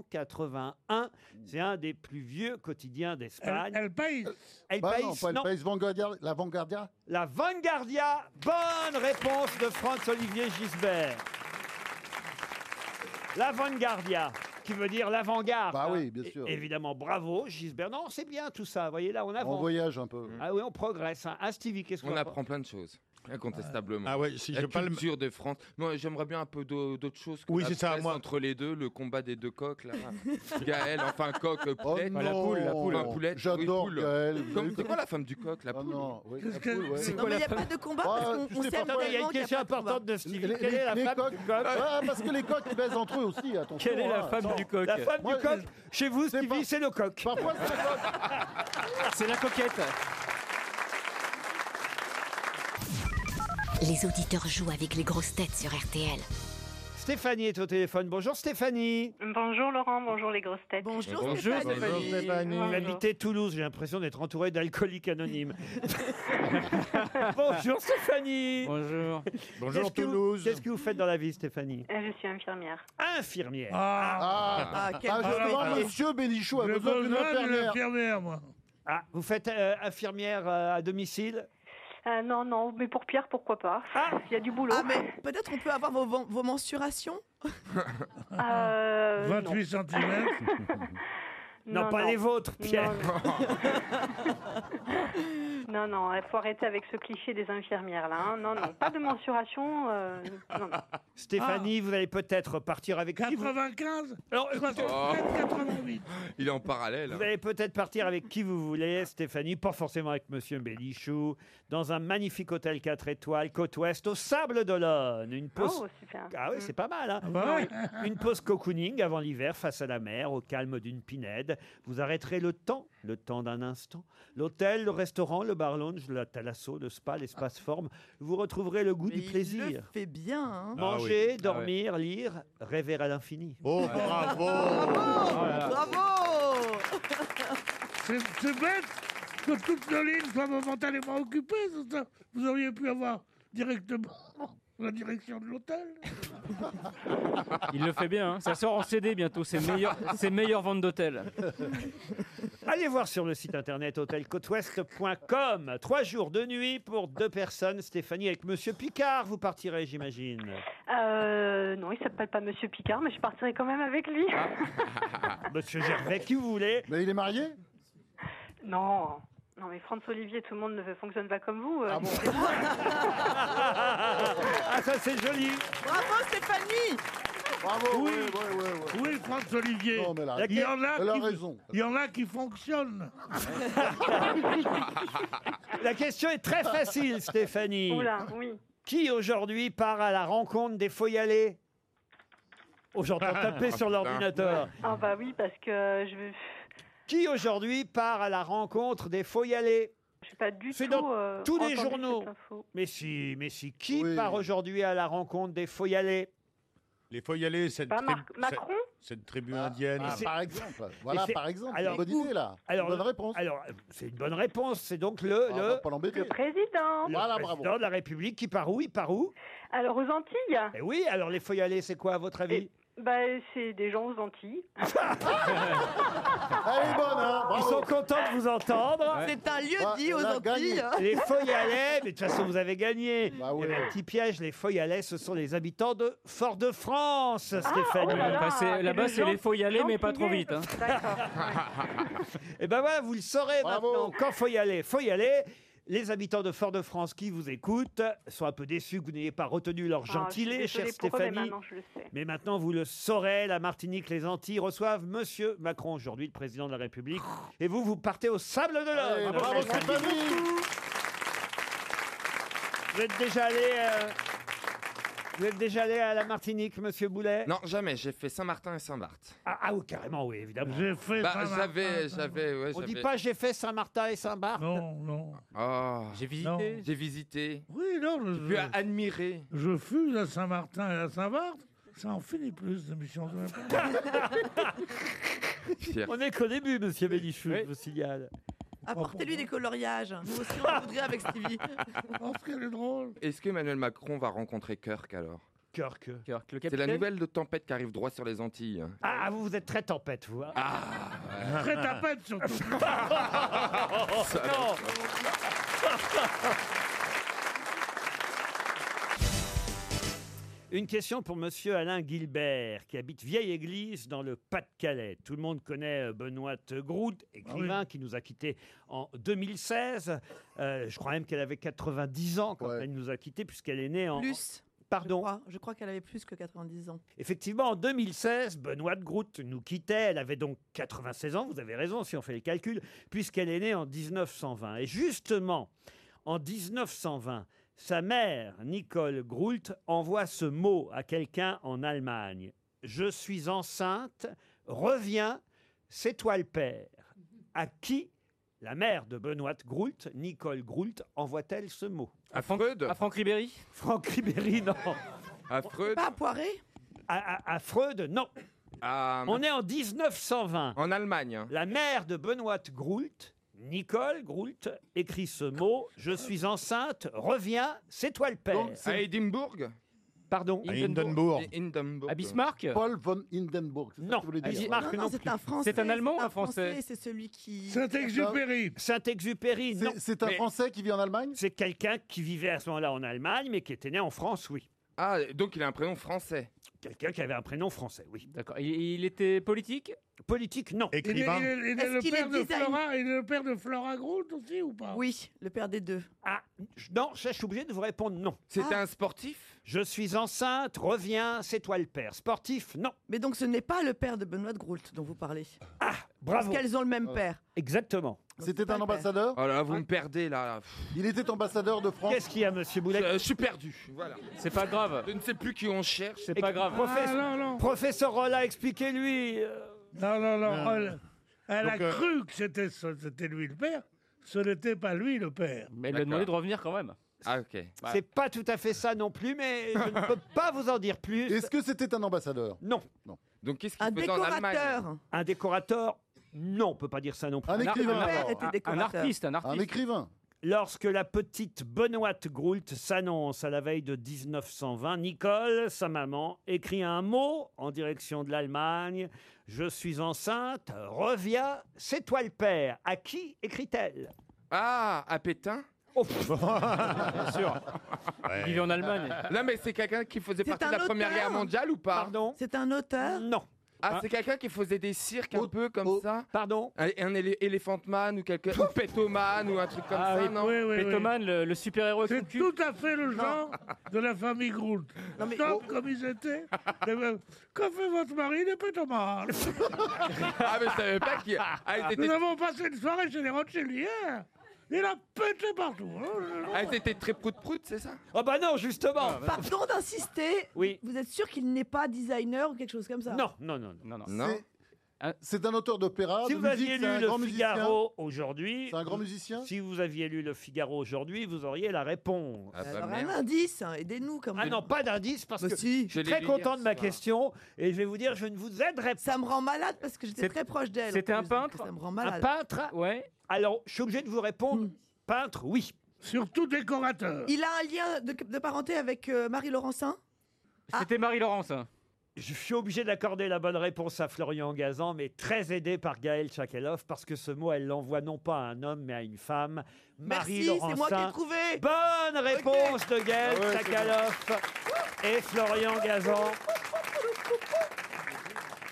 [SPEAKER 4] 1881. C'est un des plus vieux quotidiens
[SPEAKER 5] Elle,
[SPEAKER 4] d'Espagne.
[SPEAKER 5] elle paye.
[SPEAKER 4] El
[SPEAKER 6] Bah
[SPEAKER 4] País,
[SPEAKER 6] non, pas
[SPEAKER 4] non.
[SPEAKER 6] le Pays Vanguardia, la Vanguardia.
[SPEAKER 4] La Vanguardia, bonne réponse de Franz-Olivier Gisbert. La Vanguardia. qui veut dire l'avant-garde.
[SPEAKER 6] Bah
[SPEAKER 4] hein.
[SPEAKER 6] oui, bien sûr.
[SPEAKER 4] É- Évidemment, bravo Gisbert. Non, c'est bien tout ça. Vous voyez, là, on avance.
[SPEAKER 6] On voyage un peu.
[SPEAKER 4] Ah oui, on progresse. hein. Ah, Stevie, qu'est-ce qu'on
[SPEAKER 9] On apprend plein de choses, incontestablement.
[SPEAKER 10] Ah ouais, si
[SPEAKER 9] la
[SPEAKER 10] j'ai pas le-
[SPEAKER 9] culture de France. Moi, j'aimerais bien un peu d'au- d'autres choses. que
[SPEAKER 10] Oui,
[SPEAKER 9] la
[SPEAKER 10] c'est ça,
[SPEAKER 9] presse
[SPEAKER 10] moi.
[SPEAKER 9] Entre les deux, le combat des deux coqs, là. Gaël, enfin, coq, euh,
[SPEAKER 6] Oh
[SPEAKER 9] poulette.
[SPEAKER 6] non,
[SPEAKER 8] la poule, la poule.
[SPEAKER 9] Enfin, poulette, oui,
[SPEAKER 6] J'adore
[SPEAKER 9] poule.
[SPEAKER 6] Gaël. vous avez
[SPEAKER 9] Comme-
[SPEAKER 6] vu
[SPEAKER 9] C'est quoi la femme du coq, la
[SPEAKER 6] Ah
[SPEAKER 9] poule
[SPEAKER 6] non, oui, la
[SPEAKER 5] que-
[SPEAKER 6] poule, ouais.
[SPEAKER 5] c'est
[SPEAKER 7] Non, mais il n'y a pas de combat parce
[SPEAKER 6] Ah,
[SPEAKER 7] qu'on
[SPEAKER 6] tu
[SPEAKER 7] on
[SPEAKER 6] sais
[SPEAKER 7] s'aime
[SPEAKER 6] parfois,
[SPEAKER 4] Il y a
[SPEAKER 7] tellement
[SPEAKER 4] une
[SPEAKER 7] qu'il y a
[SPEAKER 4] question
[SPEAKER 7] pas de combat.
[SPEAKER 4] importante de
[SPEAKER 6] Les-
[SPEAKER 4] Stevie.
[SPEAKER 6] les-
[SPEAKER 4] Quelle est la
[SPEAKER 6] les
[SPEAKER 4] femme
[SPEAKER 6] coqs-
[SPEAKER 4] du coq
[SPEAKER 6] Ah, parce que les coqs ils baisent entre eux aussi, attention.
[SPEAKER 8] Quelle est la
[SPEAKER 6] hein.
[SPEAKER 8] femme du coq
[SPEAKER 4] La femme
[SPEAKER 6] Moi,
[SPEAKER 4] du coq. Chez vous,
[SPEAKER 6] c'est
[SPEAKER 4] Stevie,
[SPEAKER 6] pas-
[SPEAKER 4] c'est le coq.
[SPEAKER 6] Parfois c'est les coqs.
[SPEAKER 4] Ah,
[SPEAKER 8] C'est la coquette.
[SPEAKER 3] Les auditeurs jouent avec les grosses têtes sur RTL.
[SPEAKER 4] Stéphanie est au téléphone. Bonjour Stéphanie.
[SPEAKER 11] Bonjour Laurent, bonjour les grosses têtes.
[SPEAKER 7] Bonjour,
[SPEAKER 9] Bonjour,
[SPEAKER 7] Stéphanie.
[SPEAKER 9] Stéphanie.
[SPEAKER 4] Vous
[SPEAKER 11] Bonjour.
[SPEAKER 4] habitez Toulouse, j'ai l'impression d'être entouré d'alcooliques anonymes. Bonjour Stéphanie.
[SPEAKER 10] Bonjour
[SPEAKER 8] Bonjour.
[SPEAKER 4] Qu'est-ce que vous-
[SPEAKER 10] Toulouse.
[SPEAKER 4] Qu'est-ce que vous faites dans la vie Stéphanie
[SPEAKER 11] Euh, Je suis infirmière.
[SPEAKER 4] Infirmière.
[SPEAKER 5] Ah,
[SPEAKER 6] Ah,
[SPEAKER 7] Ah, quel
[SPEAKER 6] Ah,
[SPEAKER 7] beau
[SPEAKER 6] je vois
[SPEAKER 7] métier.
[SPEAKER 6] monsieur Bénichou a
[SPEAKER 5] j'ai
[SPEAKER 6] besoin d'une
[SPEAKER 5] besoin de
[SPEAKER 6] infirmière.
[SPEAKER 5] l'infirmière, moi.
[SPEAKER 4] Ah, vous faites euh, infirmière euh, à domicile
[SPEAKER 11] Euh, non, non, mais pour Pierre, pourquoi pas
[SPEAKER 4] Ah.
[SPEAKER 11] Il y a du boulot.
[SPEAKER 7] Ah, mais peut-être on peut avoir vos, vos- vos mensurations
[SPEAKER 11] Euh,
[SPEAKER 5] 28 cm.
[SPEAKER 11] non,
[SPEAKER 4] pas
[SPEAKER 11] non.
[SPEAKER 4] les vôtres, Pierre.
[SPEAKER 11] Non, non, il faut arrêter avec ce cliché des infirmières là. hein. Non, non, pas de mensuration. euh, non, non.
[SPEAKER 4] Stéphanie, vous allez peut-être partir avec qui vous...
[SPEAKER 5] 95
[SPEAKER 4] Alors, écoutez,
[SPEAKER 5] 67, 88.
[SPEAKER 9] Oh. Il est en parallèle.
[SPEAKER 4] Vous
[SPEAKER 9] hein.
[SPEAKER 4] allez peut-être partir avec qui vous voulez, Stéphanie, pas forcément avec Monsieur Bélichou, dans un magnifique hôtel 4 étoiles, côte ouest, au Sable d'Olonne. Une pause.
[SPEAKER 11] Oh, super.
[SPEAKER 4] Ah oui, c'est pas mal. hein.
[SPEAKER 7] Ah
[SPEAKER 5] bah ouais.
[SPEAKER 4] Une pause cocooning avant l'hiver face à la mer, au calme d'une pinède. Vous arrêterez le temps, le temps d'un instant. L'hôtel, le restaurant, le bar lounge, la thalasso, le spa, l'espace forme. Vous retrouverez le goût
[SPEAKER 7] Ah. Mais
[SPEAKER 4] du
[SPEAKER 7] il le
[SPEAKER 4] plaisir.
[SPEAKER 7] fait bien. hein.
[SPEAKER 10] Ah oui.
[SPEAKER 4] Manger, dormir, lire, rêver à l'infini.
[SPEAKER 10] Oh, bravo Oh
[SPEAKER 12] Oh
[SPEAKER 7] Bravo
[SPEAKER 5] C'est c'est bête que toutes nos lignes soient momentanément occupées. c'est ça. Vous auriez pu avoir directement la direction de l'hôtel.
[SPEAKER 8] Il le fait bien. hein. Ça sort en CD bientôt. C'est meilleur. C'est meilleure vente d'hôtel.
[SPEAKER 4] Allez voir sur le site internet hôtelcôtouest.com. Trois jours de nuit pour deux personnes. Stéphanie avec Monsieur Picard, vous partirez, j'imagine.
[SPEAKER 11] Euh, non, il s'appelle pas Monsieur Picard, mais je partirai quand même avec lui.
[SPEAKER 4] Monsieur Gervais, qui vous voulez.
[SPEAKER 6] Mais il est marié
[SPEAKER 11] Non. Non, mais François Olivier, tout le monde ne veut- fonctionne pas comme vous. euh.
[SPEAKER 6] Ah bon
[SPEAKER 4] Ah, ça, c'est joli.
[SPEAKER 7] Bravo Stéphanie
[SPEAKER 6] Bravo
[SPEAKER 5] Oui.
[SPEAKER 6] Oui, oui, oui. oui.
[SPEAKER 5] Oui, Franck Olivier.
[SPEAKER 6] Non, mais elle a
[SPEAKER 5] Il y
[SPEAKER 6] raison.
[SPEAKER 5] en a
[SPEAKER 6] Elle a
[SPEAKER 5] qui-
[SPEAKER 6] raison.
[SPEAKER 5] Il y en a qui fonctionnent.
[SPEAKER 4] La question est très facile, Stéphanie.
[SPEAKER 11] Oula, oui.
[SPEAKER 4] Qui aujourd'hui part à la rencontre des foyalés Oh, j'entends taper sur l'ordinateur.
[SPEAKER 11] Ah bah oui, parce que je ne
[SPEAKER 4] Qui aujourd'hui part à la rencontre des foyalés
[SPEAKER 11] suis pas du
[SPEAKER 4] C'est
[SPEAKER 11] tout.
[SPEAKER 4] dans
[SPEAKER 11] euh,
[SPEAKER 4] tous les
[SPEAKER 11] entendu
[SPEAKER 4] journaux.
[SPEAKER 11] cette info.
[SPEAKER 4] Mais si, mais si, qui
[SPEAKER 6] Oui.
[SPEAKER 4] part aujourd'hui à la rencontre des foyalés
[SPEAKER 10] Les faut y aller, cette,
[SPEAKER 11] Pas
[SPEAKER 10] tri-
[SPEAKER 11] Mar- Macron
[SPEAKER 10] cette, cette tribu indienne.
[SPEAKER 6] Ah,
[SPEAKER 4] c'est-
[SPEAKER 6] par exemple, voilà,
[SPEAKER 4] c'est-
[SPEAKER 6] par exemple,
[SPEAKER 4] alors,
[SPEAKER 6] une bonne idée là.
[SPEAKER 4] alors,
[SPEAKER 6] une bonne réponse.
[SPEAKER 4] Alors, c'est une bonne réponse. C'est donc le,
[SPEAKER 6] Ah, on va
[SPEAKER 4] le,
[SPEAKER 6] pas l'embêter.
[SPEAKER 11] Le président.
[SPEAKER 4] le
[SPEAKER 7] Bah,
[SPEAKER 6] Voilà,
[SPEAKER 4] président
[SPEAKER 6] bravo.
[SPEAKER 4] de la République qui part où Il part où
[SPEAKER 11] Alors aux Antilles,
[SPEAKER 4] Eh oui, alors les foyalés, c'est quoi à votre avis
[SPEAKER 11] bah, c'est des gens aux Antilles.
[SPEAKER 6] Elle est bonne, hein
[SPEAKER 4] Ils
[SPEAKER 6] bravo.
[SPEAKER 4] sont contents de vous entendre.
[SPEAKER 7] C'est un lieu
[SPEAKER 6] Ah,
[SPEAKER 7] dit aux
[SPEAKER 6] elle a
[SPEAKER 7] Antilles.
[SPEAKER 6] gagné.
[SPEAKER 7] hein.
[SPEAKER 4] Les Foyalais, mais de toute façon, vous avez gagné.
[SPEAKER 6] Bah
[SPEAKER 4] Il y
[SPEAKER 6] ouais.
[SPEAKER 4] avait un petit piège, les Foyalais, ce sont les habitants de Fort-de-France,
[SPEAKER 11] oh là
[SPEAKER 4] Stéphanie.
[SPEAKER 11] là.
[SPEAKER 8] Bah, c'est-
[SPEAKER 11] c'est
[SPEAKER 8] Là-bas,
[SPEAKER 11] le
[SPEAKER 8] c'est
[SPEAKER 11] gen-
[SPEAKER 8] les faut y aller, mais pas trop
[SPEAKER 11] Gentillet.
[SPEAKER 8] vite. hein.
[SPEAKER 11] D'accord.
[SPEAKER 4] Et ben voilà, vous le saurez
[SPEAKER 6] Bravo.
[SPEAKER 4] maintenant. Quand Foyalais, Foyalais, les habitants de Fort-de-France qui vous écoutent sont un peu déçus que vous n'ayez pas retenu leur
[SPEAKER 11] Ah, je suis
[SPEAKER 4] gentilé, chère
[SPEAKER 11] désolée pour eux, mais
[SPEAKER 4] Stéphanie.
[SPEAKER 11] maintenant, je le sais.
[SPEAKER 4] Mais maintenant, vous le saurez, la Martinique, les Antilles reçoivent Monsieur Macron aujourd'hui, le président de la République. Et vous, vous partez au sable de
[SPEAKER 6] Allez,
[SPEAKER 4] l'homme.
[SPEAKER 6] bravo Stéphanie
[SPEAKER 4] Vous êtes déjà allé. euh, Vous êtes déjà allé à la Martinique, Monsieur Boulet
[SPEAKER 9] Non, jamais. J'ai fait Saint-Martin et Saint-Barth.
[SPEAKER 4] Ah, ah oui, carrément, oui, évidemment.
[SPEAKER 5] J'ai fait.
[SPEAKER 9] Bah,
[SPEAKER 5] Saint-Martin.
[SPEAKER 9] j'avais, j'avais, ouais,
[SPEAKER 4] On dit
[SPEAKER 9] j'avais-
[SPEAKER 4] pas j'ai fait Saint-Martin et Saint-Barth.
[SPEAKER 5] Non, non.
[SPEAKER 9] Oh,
[SPEAKER 8] J'ai
[SPEAKER 5] Non.
[SPEAKER 8] visité.
[SPEAKER 9] J'ai visité.
[SPEAKER 5] Oui, non.
[SPEAKER 9] J'ai
[SPEAKER 5] Je,
[SPEAKER 9] pu admirer.
[SPEAKER 5] je fuse à Saint-Martin et à Saint-Barth. Ça en finit plus, l'émission de la
[SPEAKER 9] Pierre.
[SPEAKER 4] On est qu'au début, monsieur Bénichou,
[SPEAKER 8] Oui.
[SPEAKER 4] je vous signale.
[SPEAKER 7] Apportez-lui des coloriages. Nous aussi, on en voudrait avec Stevie.
[SPEAKER 5] Oh, qu'elle est drôle.
[SPEAKER 9] Est-ce que Emmanuel Macron va rencontrer Kirk alors
[SPEAKER 4] Kirk.
[SPEAKER 8] Kirk, le
[SPEAKER 9] C'est la
[SPEAKER 8] capitaine.
[SPEAKER 9] nouvelle de tempête qui arrive droit sur les Antilles. Ah.
[SPEAKER 4] Ah, vous, vous êtes très tempête, vous. hein.
[SPEAKER 5] Très tapette, surtout.
[SPEAKER 4] non Une question pour monsieur Alain Gilbert, qui habite Vieille Église dans le Pas-de-Calais. Tout le monde connaît euh, Benoît Groult, écrivain qui nous a quittés en 2016. Euh, je crois même qu'elle avait 90 ans quand elle nous a quittés, puisqu'elle est née en.
[SPEAKER 7] Plus.
[SPEAKER 4] Pardon
[SPEAKER 7] Je crois, je crois qu'elle avait plus que 90 ans.
[SPEAKER 4] Effectivement, en 2016, Benoît de Groot nous quittait. Elle avait donc 96 ans, vous avez raison si on fait le calcul, puisqu'elle est née en 1920. Et justement, en 1920, sa mère, Nicole Groult, envoie ce mot à quelqu'un en Allemagne. Je suis enceinte, reviens, c'est toi le père. À qui la mère de Benoît de Groult, Nicole Groult, envoie-t-elle ce mot À Freud À Franck Ribéry Franck Ribéry, non. À Freud
[SPEAKER 7] Pas à Poiré
[SPEAKER 4] à, à- à Freud, non. On est en 1920.
[SPEAKER 9] En Allemagne.
[SPEAKER 4] La mère de Benoît Groult, Nicole Groult, écrit ce mot Je suis enceinte, reviens, c'est toi le père.
[SPEAKER 9] Donc, c'est- À Édimbourg
[SPEAKER 4] Pardon
[SPEAKER 9] À Hindenburg. À Hindenburg. À Bismarck
[SPEAKER 6] Paul von Hindenburg. c'est ça
[SPEAKER 4] Non,
[SPEAKER 6] que tu voulais
[SPEAKER 4] à
[SPEAKER 6] dire.
[SPEAKER 4] Bismarck, non,
[SPEAKER 7] c'est
[SPEAKER 4] plus.
[SPEAKER 7] un Français.
[SPEAKER 4] C'est un Allemand
[SPEAKER 7] c'est
[SPEAKER 4] ou un Français
[SPEAKER 7] C'est celui qui.
[SPEAKER 4] Saint-Exupéry, non.
[SPEAKER 6] C'est un Français qui vit en Allemagne
[SPEAKER 4] C'est quelqu'un qui vivait à ce moment-là en Allemagne, mais qui était né en France, oui.
[SPEAKER 9] Ah, donc il a un prénom français.
[SPEAKER 4] Quelqu'un qui avait un prénom français, oui.
[SPEAKER 8] D'accord. Il, il était politique
[SPEAKER 4] Politique, non.
[SPEAKER 5] Il est, il est- il est
[SPEAKER 7] Est-ce
[SPEAKER 5] le
[SPEAKER 7] qu'il est
[SPEAKER 5] père de
[SPEAKER 7] design-
[SPEAKER 5] Flora, il est le père de Flora Groult aussi ou pas
[SPEAKER 7] Oui, le père des deux.
[SPEAKER 4] Ah, je- non, ça, je suis obligé de vous répondre non.
[SPEAKER 9] C'était
[SPEAKER 7] Ah.
[SPEAKER 9] un sportif
[SPEAKER 4] Je suis enceinte, reviens, c'est toi le père. Sportif, non.
[SPEAKER 7] Mais donc ce n'est pas le père de Benoît de Groult dont vous parlez.
[SPEAKER 4] Bravo.
[SPEAKER 7] Parce qu'elles ont le même
[SPEAKER 6] Ah.
[SPEAKER 7] père.
[SPEAKER 4] Exactement.
[SPEAKER 6] C'était un ambassadeur Hein
[SPEAKER 9] Oh là là, vous me perdez là.
[SPEAKER 6] Il était ambassadeur de France.
[SPEAKER 4] Qu'est-ce qu'il y a, monsieur Boulet
[SPEAKER 9] Euh, je suis perdu. Voilà.
[SPEAKER 8] C'est Ah. pas grave.
[SPEAKER 9] Je ne sais plus qui on cherche.
[SPEAKER 8] C'est pas grave. Ah,
[SPEAKER 4] Professe-
[SPEAKER 5] Ah, non, non.
[SPEAKER 4] Professeur Rolla, expliquez-lui. euh,
[SPEAKER 5] Non, non, non.
[SPEAKER 10] Non.
[SPEAKER 5] Elle, elle
[SPEAKER 10] Donc,
[SPEAKER 5] a
[SPEAKER 10] euh,
[SPEAKER 5] cru que c'était ce- c'était lui le père. Ce n'était pas lui le père.
[SPEAKER 8] Mais il lui a demandé de revenir quand même.
[SPEAKER 9] Ah, ok.
[SPEAKER 8] Ouais.
[SPEAKER 4] C'est pas tout à fait ça non plus, mais je ne peux pas vous en dire plus.
[SPEAKER 6] Est-ce que c'était un ambassadeur
[SPEAKER 4] Non.
[SPEAKER 9] Donc qu'est-ce qu'il
[SPEAKER 7] Un
[SPEAKER 9] faisait en Allemagne
[SPEAKER 7] décorateur.
[SPEAKER 4] Un décorateur Non, on peut pas dire ça non plus.
[SPEAKER 6] Un écrivain
[SPEAKER 7] Le
[SPEAKER 6] alors.
[SPEAKER 7] père était
[SPEAKER 8] Un- Un
[SPEAKER 7] décorateur.
[SPEAKER 8] artiste,
[SPEAKER 6] Un
[SPEAKER 8] un artiste.
[SPEAKER 6] écrivain
[SPEAKER 4] Lorsque la petite Benoît Groult s'annonce à la veille de 1920, Nicole, sa maman, écrit un mot en direction de l'Allemagne. Je suis enceinte, reviens, c'est toi le père. À qui écrit-elle
[SPEAKER 9] Ah, à Pétain
[SPEAKER 4] Oh, pff,
[SPEAKER 8] Bien sûr. Il vivait en Allemagne.
[SPEAKER 9] Là, mais c'est quelqu'un qui faisait
[SPEAKER 7] C'est
[SPEAKER 9] partie
[SPEAKER 7] un
[SPEAKER 9] de la Première
[SPEAKER 7] auteur.
[SPEAKER 9] Guerre mondiale ou pas
[SPEAKER 4] Pardon
[SPEAKER 7] C'est un auteur.
[SPEAKER 4] Non. Hein
[SPEAKER 9] Ah, c'est quelqu'un qui faisait des cirques un peu comme ça
[SPEAKER 4] Pardon
[SPEAKER 9] Un, un élé- Elephant Man ou quelqu'un. ou Petoman ou un truc comme
[SPEAKER 8] Ah
[SPEAKER 9] ça,
[SPEAKER 8] oui,
[SPEAKER 9] non
[SPEAKER 5] Oui, oui, oui.
[SPEAKER 8] Pétoman, le, le super-héros avec
[SPEAKER 5] C'est
[SPEAKER 8] son cul.
[SPEAKER 5] tout à fait le genre de la famille Groult. Comme, comme ils étaient. les mêmes. Qu'a fait votre mari n'est pas Thomas
[SPEAKER 9] Ah, mais je savais pas qui. Ah, ils
[SPEAKER 5] Nous
[SPEAKER 9] étaient,
[SPEAKER 5] avons passé une soirée chez les Rothschild hier. Il a pété partout. hein.
[SPEAKER 9] ah, ils étaient très prout-prout, c'est ça
[SPEAKER 4] Oh bah non,
[SPEAKER 5] Ah,
[SPEAKER 4] justement
[SPEAKER 7] Pardon d'insister.
[SPEAKER 4] Oui.
[SPEAKER 7] Vous êtes sûr qu'il n'est pas designer ou quelque chose comme ça
[SPEAKER 4] Non, non, non. non.
[SPEAKER 8] Non, non.
[SPEAKER 9] Non.
[SPEAKER 6] C'est- C'est un auteur d'opéra,
[SPEAKER 4] Si
[SPEAKER 6] de
[SPEAKER 4] vous aviez
[SPEAKER 6] Ah, musique, c'est
[SPEAKER 4] lu
[SPEAKER 6] un grand
[SPEAKER 4] Le
[SPEAKER 6] musicien.
[SPEAKER 4] Figaro aujourd'hui,
[SPEAKER 6] C'est un grand musicien
[SPEAKER 4] si vous aviez lu Le Figaro aujourd'hui, vous auriez la réponse.
[SPEAKER 9] Ah, bah
[SPEAKER 7] Alors un
[SPEAKER 9] merde.
[SPEAKER 7] indice, hein, aidez-nous quand
[SPEAKER 4] Ah
[SPEAKER 7] même.
[SPEAKER 4] non, pas d'indice parce
[SPEAKER 7] Mais
[SPEAKER 4] que
[SPEAKER 7] Bah,
[SPEAKER 4] je suis
[SPEAKER 7] si.
[SPEAKER 9] Je l'ai
[SPEAKER 4] très
[SPEAKER 9] lu
[SPEAKER 4] content
[SPEAKER 9] hier
[SPEAKER 4] de ma
[SPEAKER 9] soir.
[SPEAKER 4] question et je vais vous dire, je ne vous aiderai pas.
[SPEAKER 7] Ça me rend malade parce que j'étais
[SPEAKER 8] C'est-
[SPEAKER 7] très proche d'elle. en
[SPEAKER 8] c'était un
[SPEAKER 7] plus, donc
[SPEAKER 8] peintre
[SPEAKER 7] Ça me rend
[SPEAKER 4] Un
[SPEAKER 7] malade. Hmm.
[SPEAKER 4] peintre
[SPEAKER 8] Ouais.
[SPEAKER 4] Alors, je suis obligé de vous répondre. Peintre, oui.
[SPEAKER 5] Surtout décorateur.
[SPEAKER 7] Il a un lien de, de parenté avec euh, Marie Laurencin
[SPEAKER 8] C'était Marie-Laurence. hein.
[SPEAKER 4] Ah. Je suis obligé d'accorder la bonne réponse à Florian Gazan, mais très aidé par Gaël Tchakelov, parce que ce mot, elle l'envoie non pas à un homme, mais à une femme. Marie
[SPEAKER 7] Merci, c'est moi qui ai
[SPEAKER 4] Laurencin.
[SPEAKER 7] trouvé.
[SPEAKER 4] Bonne réponse de Gaël
[SPEAKER 6] Ah ouais, c'est
[SPEAKER 4] Tchakalov et Florian Gazan.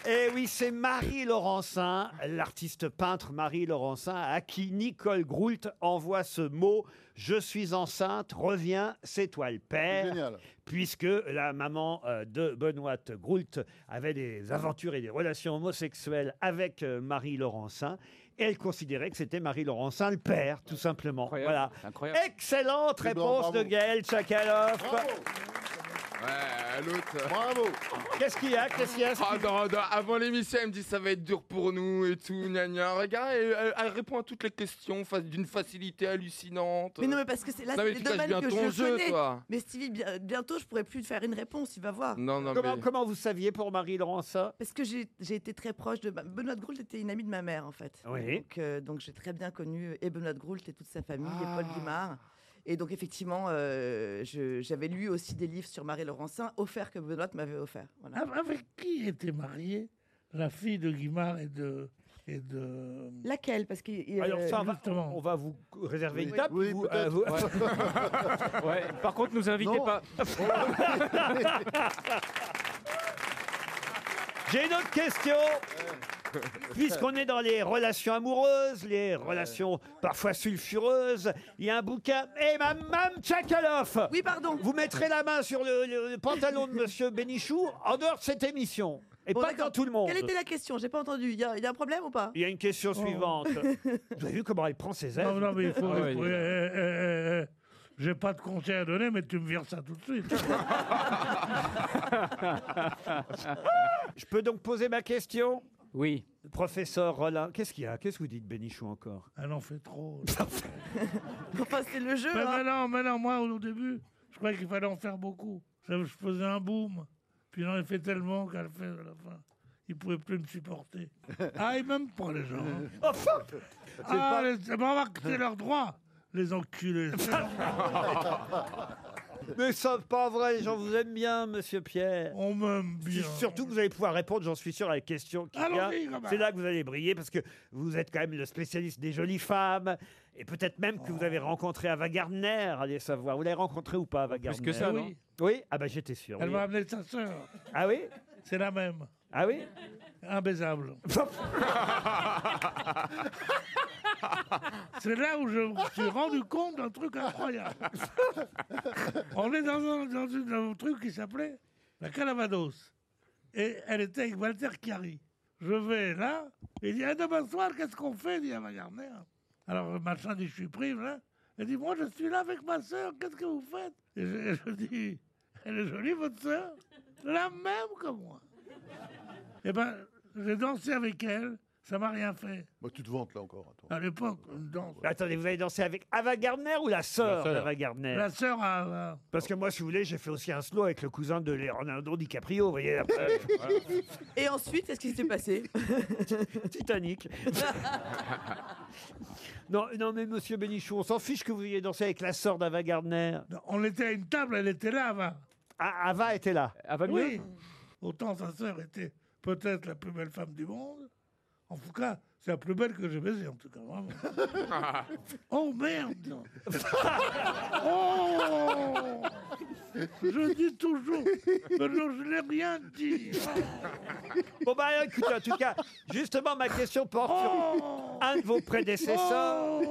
[SPEAKER 4] Et oui, c'est Marie Laurencin, l'artiste peintre Marie Laurencin, à qui Nicole Groult envoie ce mot Je suis enceinte, reviens, c'est toi le
[SPEAKER 6] C'est
[SPEAKER 4] père.
[SPEAKER 6] Génial.
[SPEAKER 4] Puisque la maman euh, de Benoît Groult avait des aventures et des relations homosexuelles avec euh, Marie Laurencin. Et elle considérait que c'était Marie Laurencin le père, tout simplement.
[SPEAKER 8] Incroyable.
[SPEAKER 4] Voilà.
[SPEAKER 8] Incroyable.
[SPEAKER 4] Excellente
[SPEAKER 6] Eh ben,
[SPEAKER 4] réponse de
[SPEAKER 6] bravo.
[SPEAKER 4] Gaël Tchakalov.
[SPEAKER 6] Bravo,
[SPEAKER 9] Ouais, l'autre.
[SPEAKER 6] bravo.
[SPEAKER 4] Qu'est-ce qu'il y a Qu'est-ce qu'il y a
[SPEAKER 9] Ah, non, non, avant l'émission, elle me dit ça va être dur pour nous et tout, gna gna. Regarde, elle, elle- elle répond à toutes les questions fa- d'une facilité hallucinante.
[SPEAKER 7] Mais non, mais parce que c'est là,
[SPEAKER 9] Non, mais
[SPEAKER 7] c'est des
[SPEAKER 9] Euh, tu caches
[SPEAKER 7] domaines
[SPEAKER 9] bien
[SPEAKER 7] que je
[SPEAKER 9] ton jeu,
[SPEAKER 7] connais.
[SPEAKER 9] toi.
[SPEAKER 7] Mais Stevie, bien- bientôt, je pourrais plus te faire une réponse, tu vas voir.
[SPEAKER 9] non, non,
[SPEAKER 4] Comment,
[SPEAKER 9] mais.
[SPEAKER 4] comment vous saviez pour Marie hein Laurencin
[SPEAKER 7] Parce que j'ai j'ai été très proche de... ma- Benoît de Groult était une amie de ma mère, en fait.
[SPEAKER 4] Oui.
[SPEAKER 7] Donc, euh, donc j'ai très bien connu et Benoît de Groult et toute sa famille, et
[SPEAKER 4] Ah.
[SPEAKER 7] Paul Guimard. Et donc, effectivement, euh, je- j'avais lu aussi des livres sur Marie Laurencin, offerts que
[SPEAKER 5] Ah,
[SPEAKER 7] Benoît m'avait offerts. Voilà.
[SPEAKER 5] Avec qui était mariée la fille de Guimard et de, et de.
[SPEAKER 7] Laquelle Parce que euh,
[SPEAKER 4] Alors ça, on va, on va vous réserver une
[SPEAKER 7] Oui.
[SPEAKER 4] table.
[SPEAKER 7] Oui,
[SPEAKER 4] vous-
[SPEAKER 7] peut-être.
[SPEAKER 5] euh,
[SPEAKER 4] vous-
[SPEAKER 8] Ouais, Eh, par contre, nous invitez
[SPEAKER 4] Non.
[SPEAKER 8] pas.
[SPEAKER 4] J'ai une autre question. Puisqu'on est dans les relations amoureuses, les relations parfois sulfureuses, il y a un bouquin. Eh, ma Mme Tchakaloff
[SPEAKER 7] Oui, pardon.
[SPEAKER 4] Vous mettrez la main sur le, le- le pantalon de Monsieur Bénichou en dehors de cette émission. Et
[SPEAKER 7] Bon,
[SPEAKER 4] pas
[SPEAKER 7] d'accord.
[SPEAKER 4] dans tout le monde.
[SPEAKER 7] Quelle était la question J'ai pas entendu. Il y, a- il y a un problème ou pas Oh.
[SPEAKER 4] Il y a une question suivante. Vous avez vu comment elle prend ses ailes
[SPEAKER 5] Non, non, mais il faut.
[SPEAKER 4] Ah ouais,
[SPEAKER 5] il faut- eh, eh, eh, eh, J'ai pas de conseil à donner, mais tu me vires ça tout de suite.
[SPEAKER 4] Je peux donc poser ma question
[SPEAKER 8] Oui.
[SPEAKER 4] Professeur Rollin, qu'est-ce qu'il y a Qu'est-ce que vous dites, Bénichou, encore
[SPEAKER 5] Ah, Elle en fait trop.
[SPEAKER 7] enfin, c'est le jeu.
[SPEAKER 5] Mais,
[SPEAKER 7] hein.
[SPEAKER 5] mais non, mais non, moi, au début, je croyais qu'il fallait en faire beaucoup. Je, je faisais un boom. Puis j'en ai fait tellement qu'à la fin, à la fin, ils pouvaient plus me supporter. Ah, ils m'aiment pas, les gens. hein.
[SPEAKER 7] Oh.
[SPEAKER 5] Ah, les- mais remarque, c'est leur droit, les enculés.
[SPEAKER 4] Ah, Mais ça, pas vrai, les gens vous aiment bien, monsieur Pierre.
[SPEAKER 5] On m'aime bien.
[SPEAKER 4] Surtout que vous allez pouvoir répondre, j'en suis sûr, à la question qui vient.
[SPEAKER 5] Allons-y, Robin.
[SPEAKER 4] C'est là que vous allez briller parce que vous êtes quand même le spécialiste des jolies femmes. Et peut-être même que vous avez rencontré Ava Gardner, allez savoir. Vous l'avez rencontré ou pas, Ava Gardner
[SPEAKER 5] que ça, non
[SPEAKER 4] oui. Oui Ah bah j'étais sûr.
[SPEAKER 5] Elle
[SPEAKER 4] oui.
[SPEAKER 5] m'a amené sa sœur.
[SPEAKER 4] Ah oui
[SPEAKER 5] C'est la même.
[SPEAKER 4] Ah oui
[SPEAKER 5] Imbaisable. C'est là où je me suis rendu compte d'un truc incroyable. On est dans un, dans une- dans un truc qui s'appelait la Calavados. Et elle était avec Walter Chiari. Je vais là, il dit, Ah, demain soir, qu'est-ce qu'on fait Il dit, Ah, ma grand-mère. Alors, le machin dit, je suis pris, là. hein. Elle dit, moi, je suis là avec ma sœur, qu'est-ce que vous faites Et je, et je dis, elle est jolie, votre sœur La même que moi. Eh ben, j'ai dansé avec elle, ça m'a rien fait.
[SPEAKER 6] Bah, tu te vantes là encore. Attends.
[SPEAKER 5] À l'époque, une danse.
[SPEAKER 4] Attendez, vous allez danser avec Ava Gardner ou la sœur
[SPEAKER 5] sœur.
[SPEAKER 4] d'Ava Gardner
[SPEAKER 5] La sœur euh, a...
[SPEAKER 4] Parce que moi, si vous voulez, j'ai fait aussi un slow avec le cousin de Leonardo DiCaprio, vous voyez. après, voilà.
[SPEAKER 7] Et ensuite, qu'est-ce qui s'est passé
[SPEAKER 4] Titanic. non, non, mais monsieur Bénichou, on s'en fiche que vous ayez dansé avec la sœur d'Ava Gardner.
[SPEAKER 5] On était à une table, elle était là, Ava.
[SPEAKER 4] Ah, Ava était là.
[SPEAKER 8] Ava
[SPEAKER 5] Oui. Autant sa sœur était peut-être la plus belle femme du monde. En tout cas, c'est la plus belle que j'ai baisée, en tout cas, vraiment. oh merde Oh Je dis toujours, mais non, je n'ai rien dit.
[SPEAKER 4] Bon, bah écoutez, en tout cas, justement, ma question porte sur
[SPEAKER 5] Oh.
[SPEAKER 4] un de vos prédécesseurs.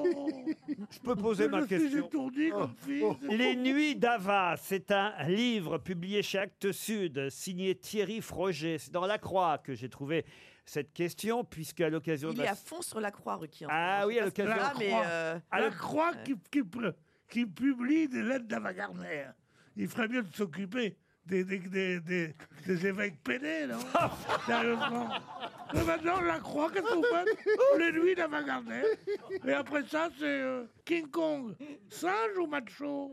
[SPEAKER 4] Je peux poser ma question. Oh. Les Nuits d'Ava, c'est un livre publié chez Actes Sud, signé Thierry Froger. C'est dans La Croix que j'ai trouvé cette question, puisque à l'occasion de
[SPEAKER 7] Il est
[SPEAKER 4] la...
[SPEAKER 7] à fond sur la croix, Ruki. en ce
[SPEAKER 4] Ah
[SPEAKER 7] moment.
[SPEAKER 4] oui, à
[SPEAKER 7] Je sais pas ce que
[SPEAKER 4] l'occasion-
[SPEAKER 7] là,
[SPEAKER 4] La
[SPEAKER 7] mais
[SPEAKER 4] croix.
[SPEAKER 7] euh,
[SPEAKER 4] À la
[SPEAKER 5] La croix qui, qui pre- qui publie des lettres d'avant-garde. Il ferait mieux de s'occuper des, des, des, des- des évêques pédés, non Sérieusement. Mais maintenant, la croix, qu'est-ce qu'on fait Les nuits d'avant-garde. Et après ça, c'est euh, King Kong. Singe ou macho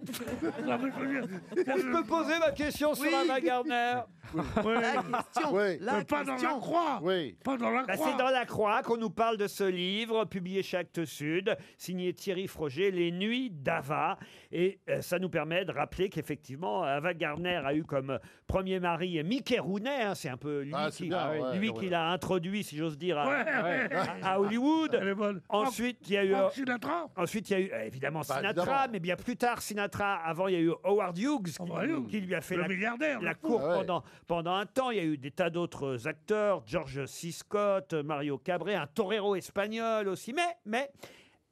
[SPEAKER 5] Non, mais je veux dire,
[SPEAKER 4] Je peux poser ma question sur
[SPEAKER 7] Oui.
[SPEAKER 4] Ava Gardner
[SPEAKER 5] ouais,
[SPEAKER 7] la question.
[SPEAKER 6] Ouais.
[SPEAKER 7] La
[SPEAKER 5] mais pas dans la
[SPEAKER 7] question.
[SPEAKER 5] croix
[SPEAKER 6] Oui.
[SPEAKER 5] Pas dans la
[SPEAKER 4] Bah,
[SPEAKER 5] croix
[SPEAKER 4] c'est dans la croix qu'on nous parle de ce livre, publié chez Actes Sud, signé Thierry Froger, Les Nuits d'Ava. Et euh, ça nous permet de rappeler qu'effectivement, euh, Ava Gardner a eu comme premier mari Mickey Rooney, hein, c'est un peu lui
[SPEAKER 6] Ah, c'est
[SPEAKER 4] qui,
[SPEAKER 6] bien,
[SPEAKER 4] ah oui,
[SPEAKER 6] ouais,
[SPEAKER 4] lui
[SPEAKER 6] ouais.
[SPEAKER 4] qui l'a introduit, si j'ose dire, à,
[SPEAKER 5] Ouais, ouais.
[SPEAKER 4] à- à Hollywood.
[SPEAKER 5] Elle est bonne.
[SPEAKER 4] Ensuite, il y a eu... euh,
[SPEAKER 5] Frank Sinatra
[SPEAKER 4] Ensuite, il y a eu euh, évidemment
[SPEAKER 6] Bah,
[SPEAKER 4] Sinatra,
[SPEAKER 6] évidemment.
[SPEAKER 4] mais bien plus tard, Sinatra, avant, il y a eu Howard Hughes qui,
[SPEAKER 5] Howard Hughes.
[SPEAKER 4] qui lui a fait
[SPEAKER 5] Oh, bah Le
[SPEAKER 4] la,
[SPEAKER 5] milliardaire,
[SPEAKER 4] la
[SPEAKER 5] le fou.
[SPEAKER 4] cour
[SPEAKER 6] Ah ouais.
[SPEAKER 4] pendant, pendant un temps. Il y a eu des tas d'autres acteurs, George C. Scott, Mario Cabré, un torero espagnol aussi. Mais, mais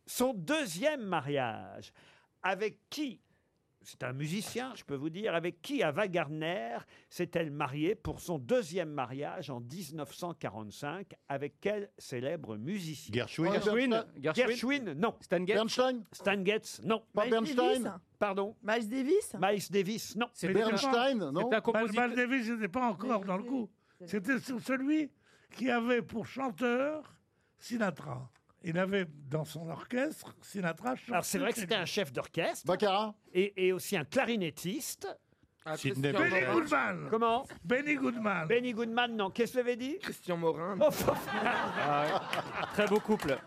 [SPEAKER 4] son deuxième mariage, avec qui c'est un musicien, je peux vous dire, avec qui Ava Gardner s'est-elle mariée pour son deuxième mariage en 1945 Avec quel célèbre musicien
[SPEAKER 10] Gershwin.
[SPEAKER 8] Gershwin Gershwin
[SPEAKER 4] Gershwin Non.
[SPEAKER 8] Stan Getz
[SPEAKER 6] Bernstein Bah,
[SPEAKER 4] Stan Getz Non.
[SPEAKER 6] Pas
[SPEAKER 7] Miles
[SPEAKER 6] Bernstein
[SPEAKER 7] Davis hein.
[SPEAKER 4] Pardon
[SPEAKER 7] Miles Davis
[SPEAKER 4] Miles Davis, non.
[SPEAKER 8] C'est
[SPEAKER 6] Bernstein,
[SPEAKER 8] un-
[SPEAKER 6] non
[SPEAKER 8] c'est un
[SPEAKER 5] Mal-
[SPEAKER 8] compositeur.
[SPEAKER 5] Mal Davis n'était pas encore dans le coup. C'était sur celui qui avait pour chanteur Sinatra. Il avait dans son orchestre Sinatra. chantait
[SPEAKER 4] Alors c'est vrai que c'était un
[SPEAKER 5] chez
[SPEAKER 4] chef d'orchestre
[SPEAKER 6] Baccarat
[SPEAKER 4] et, et aussi un clarinettiste.
[SPEAKER 9] Ah,
[SPEAKER 10] Sidney
[SPEAKER 9] Christian
[SPEAKER 5] lui. Benny
[SPEAKER 9] Morin.
[SPEAKER 5] Goodman.
[SPEAKER 4] Comment
[SPEAKER 5] Benny Goodman.
[SPEAKER 4] Benny Goodman, non. Qu'est-ce que j'avais dit
[SPEAKER 9] Christian Morin.
[SPEAKER 4] Oh, pff,
[SPEAKER 8] Ah Très beau couple.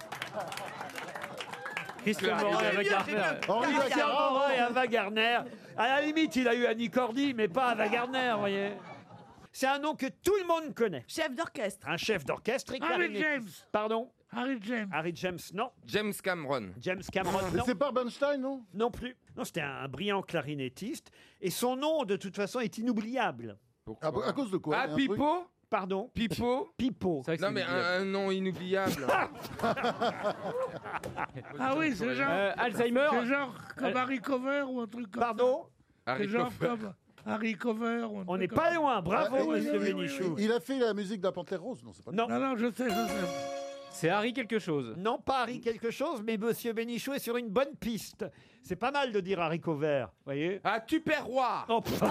[SPEAKER 8] Christian
[SPEAKER 9] Claire,
[SPEAKER 8] Morin
[SPEAKER 9] il
[SPEAKER 8] et
[SPEAKER 9] est
[SPEAKER 8] Ava
[SPEAKER 7] bien,
[SPEAKER 8] Gardner.
[SPEAKER 6] Henri
[SPEAKER 7] Baccarat.
[SPEAKER 4] Pierre
[SPEAKER 6] Baccarat
[SPEAKER 4] Morin et Ava Gardner. À la limite, il a eu Annie Cordy, mais pas Ava Gardner, vous voyez. C'est un nom que tout le monde connaît.
[SPEAKER 7] Chef d'orchestre.
[SPEAKER 4] Un chef d'orchestre et
[SPEAKER 5] Ah, mais
[SPEAKER 4] clarinettiste.
[SPEAKER 5] James.
[SPEAKER 4] Pardon
[SPEAKER 5] Harry James.
[SPEAKER 4] Harry James, non.
[SPEAKER 9] James Cameron.
[SPEAKER 4] James Cameron,
[SPEAKER 6] Mais
[SPEAKER 4] non.
[SPEAKER 6] c'est pas Bernstein, non
[SPEAKER 4] Non plus. Non, c'était un brillant clarinettiste. Et son nom, de toute façon, est inoubliable.
[SPEAKER 6] Ah, à cause de quoi Ah, Il y a un truc
[SPEAKER 9] Pipo
[SPEAKER 4] Pardon
[SPEAKER 9] Pipo
[SPEAKER 4] Pipo.
[SPEAKER 9] Non, mais un, un nom inoubliable.
[SPEAKER 5] Ah oui, c'est genre.
[SPEAKER 9] Euh, Alzheimer
[SPEAKER 5] C'est genre comme
[SPEAKER 9] Al-
[SPEAKER 5] Harry Cover ou un truc comme
[SPEAKER 4] Pardon
[SPEAKER 5] ça.
[SPEAKER 9] Harry
[SPEAKER 5] C'est genre
[SPEAKER 9] Cover.
[SPEAKER 5] comme Harry Cover. Ou un
[SPEAKER 4] On
[SPEAKER 5] truc
[SPEAKER 4] n'est
[SPEAKER 5] comme
[SPEAKER 4] pas
[SPEAKER 5] ça.
[SPEAKER 4] loin.
[SPEAKER 6] Ah,
[SPEAKER 4] Bravo,
[SPEAKER 6] oui,
[SPEAKER 4] monsieur
[SPEAKER 6] oui, oui,
[SPEAKER 4] Bénichou.
[SPEAKER 6] oui. Il a fait la musique de la Panthère Rose, non, c'est pas
[SPEAKER 4] Non.
[SPEAKER 5] Non, non, je sais, je sais.
[SPEAKER 8] C'est Harry quelque chose.
[SPEAKER 4] Non, pas Harry quelque chose, mais Monsieur Bénichou est sur une bonne piste. C'est pas mal de dire haricot vert, voyez
[SPEAKER 9] Ah, Tupperware
[SPEAKER 4] Oh, pff.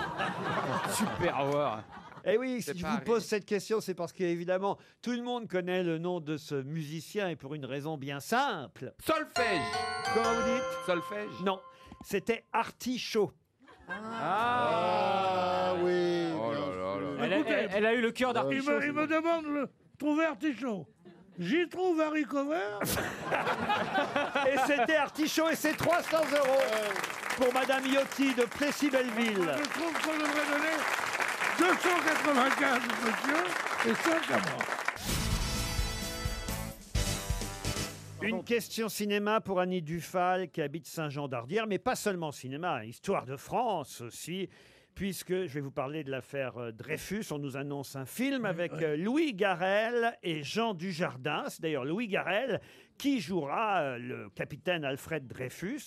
[SPEAKER 8] Super avoir.
[SPEAKER 4] Eh oui, si
[SPEAKER 9] C'est
[SPEAKER 4] je
[SPEAKER 9] pas
[SPEAKER 4] vous
[SPEAKER 9] Harry.
[SPEAKER 4] pose cette question, c'est parce qu'évidemment, tout le monde connaît le nom de ce musicien et pour une raison bien simple.
[SPEAKER 9] Solfège
[SPEAKER 4] Comment vous dites
[SPEAKER 9] Solfège
[SPEAKER 4] Non, c'était artichaut.
[SPEAKER 6] Ah oui.
[SPEAKER 9] Ah, Oh là là là.
[SPEAKER 8] Elle a,
[SPEAKER 5] Écoutez.
[SPEAKER 8] elle- elle a eu le cœur
[SPEAKER 5] euh, Il
[SPEAKER 8] d'artichaut.
[SPEAKER 5] me, il me demande de trouver Artichaut. J'y trouve Harry Cover.
[SPEAKER 4] Et c'était artichaut et c'est 300 euros pour Madame Yotti de Plessis-Belleville.
[SPEAKER 5] Je trouve qu'on devrait donner 295 monsieur et 5 à moi.
[SPEAKER 4] Une question cinéma pour Annie Dufal qui habite Saint-Jean-d'Ardière, mais pas seulement cinéma, histoire de France aussi, puisque je vais vous parler de l'affaire euh, Dreyfus. On nous annonce un film avec euh, Louis Garel et Jean Dujardin. C'est d'ailleurs Louis Garel qui jouera euh, le capitaine Alfred Dreyfus.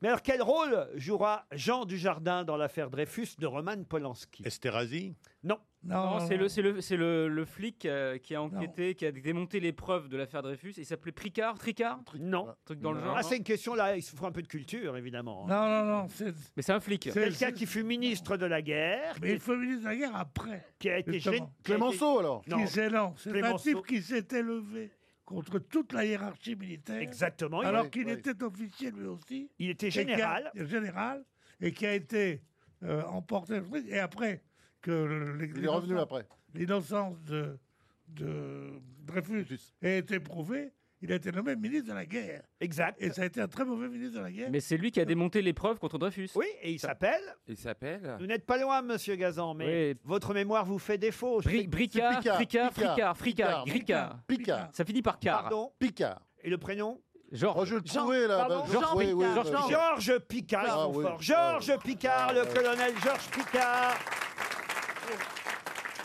[SPEAKER 4] Mais alors quel rôle jouera Jean Dujardin dans l'affaire Dreyfus de Roman Polanski
[SPEAKER 10] Esterhazy
[SPEAKER 4] Non,
[SPEAKER 8] Non, c'est le,
[SPEAKER 5] non.
[SPEAKER 8] c'est le, c'est le, le flic euh, qui a enquêté, qui a démonté les preuves de l'affaire Dreyfus. Il s'appelait Tricard, Tricard, un
[SPEAKER 4] non.
[SPEAKER 8] truc dans le genre.
[SPEAKER 4] Ah,
[SPEAKER 8] non
[SPEAKER 4] c'est une question là, il se faut un peu de culture évidemment.
[SPEAKER 5] Non, non, non. C'est,
[SPEAKER 8] Mais c'est un flic.
[SPEAKER 5] c'est-
[SPEAKER 4] Quelqu'un qui fut ministre de la guerre,
[SPEAKER 5] Mais
[SPEAKER 4] qui,
[SPEAKER 5] il faut ministre de la guerre après.
[SPEAKER 4] qui a été
[SPEAKER 5] Justement.
[SPEAKER 4] gén- qui a été-
[SPEAKER 6] Clémenceau, alors
[SPEAKER 4] Non.
[SPEAKER 5] Qui s'est- non, c'est un
[SPEAKER 4] Clémenceau.
[SPEAKER 5] type qui s'était levé contre toute la hiérarchie militaire.
[SPEAKER 13] Ah
[SPEAKER 4] Exactement. Il-
[SPEAKER 5] Alors
[SPEAKER 6] Oui,
[SPEAKER 5] qu'il
[SPEAKER 6] oui.
[SPEAKER 5] était officier lui aussi.
[SPEAKER 4] Il était
[SPEAKER 5] et qui a-
[SPEAKER 4] général.
[SPEAKER 5] général, et qui a été euh, emporté. Et après, que le- le-
[SPEAKER 6] Il est revenu
[SPEAKER 5] l'innocence-
[SPEAKER 6] après.
[SPEAKER 5] L'innocence de, de Dreyfus a été prouvée, il a été nommé ministre de la guerre.
[SPEAKER 4] Exact.
[SPEAKER 5] Et ça a été un très mauvais ministre de la guerre.
[SPEAKER 8] Mais c'est lui qui a démonté les preuves contre Dreyfus.
[SPEAKER 4] Oui, et il s'appelle.
[SPEAKER 9] Il s'appelle
[SPEAKER 4] Vous n'êtes pas loin, monsieur Gazan, mais
[SPEAKER 8] Oui.
[SPEAKER 4] votre mémoire vous fait défaut. Je sais
[SPEAKER 8] Bri-
[SPEAKER 4] que-
[SPEAKER 8] Bricard,
[SPEAKER 6] Picard, Picard,
[SPEAKER 8] Tricard, Fricard, Fricard,
[SPEAKER 6] Picard,
[SPEAKER 8] Gricard.
[SPEAKER 6] Picard.
[SPEAKER 8] Ça finit par car.
[SPEAKER 4] Pardon.
[SPEAKER 6] Picard.
[SPEAKER 4] Et le prénom
[SPEAKER 6] Oh,
[SPEAKER 8] Genre.
[SPEAKER 6] je le
[SPEAKER 4] Jean-
[SPEAKER 6] trouvais, là.
[SPEAKER 4] pardon,
[SPEAKER 6] bah,
[SPEAKER 8] Jean
[SPEAKER 6] oui,
[SPEAKER 8] Picard,
[SPEAKER 6] oui,
[SPEAKER 8] Georges
[SPEAKER 6] oui.
[SPEAKER 8] Picard.
[SPEAKER 4] Georges Picard,
[SPEAKER 6] Ah,
[SPEAKER 4] ils sont
[SPEAKER 6] oui.
[SPEAKER 4] forts. Georges
[SPEAKER 6] Ah,
[SPEAKER 4] Picard,
[SPEAKER 6] ah,
[SPEAKER 4] le
[SPEAKER 6] ouais.
[SPEAKER 4] colonel Georges Picard.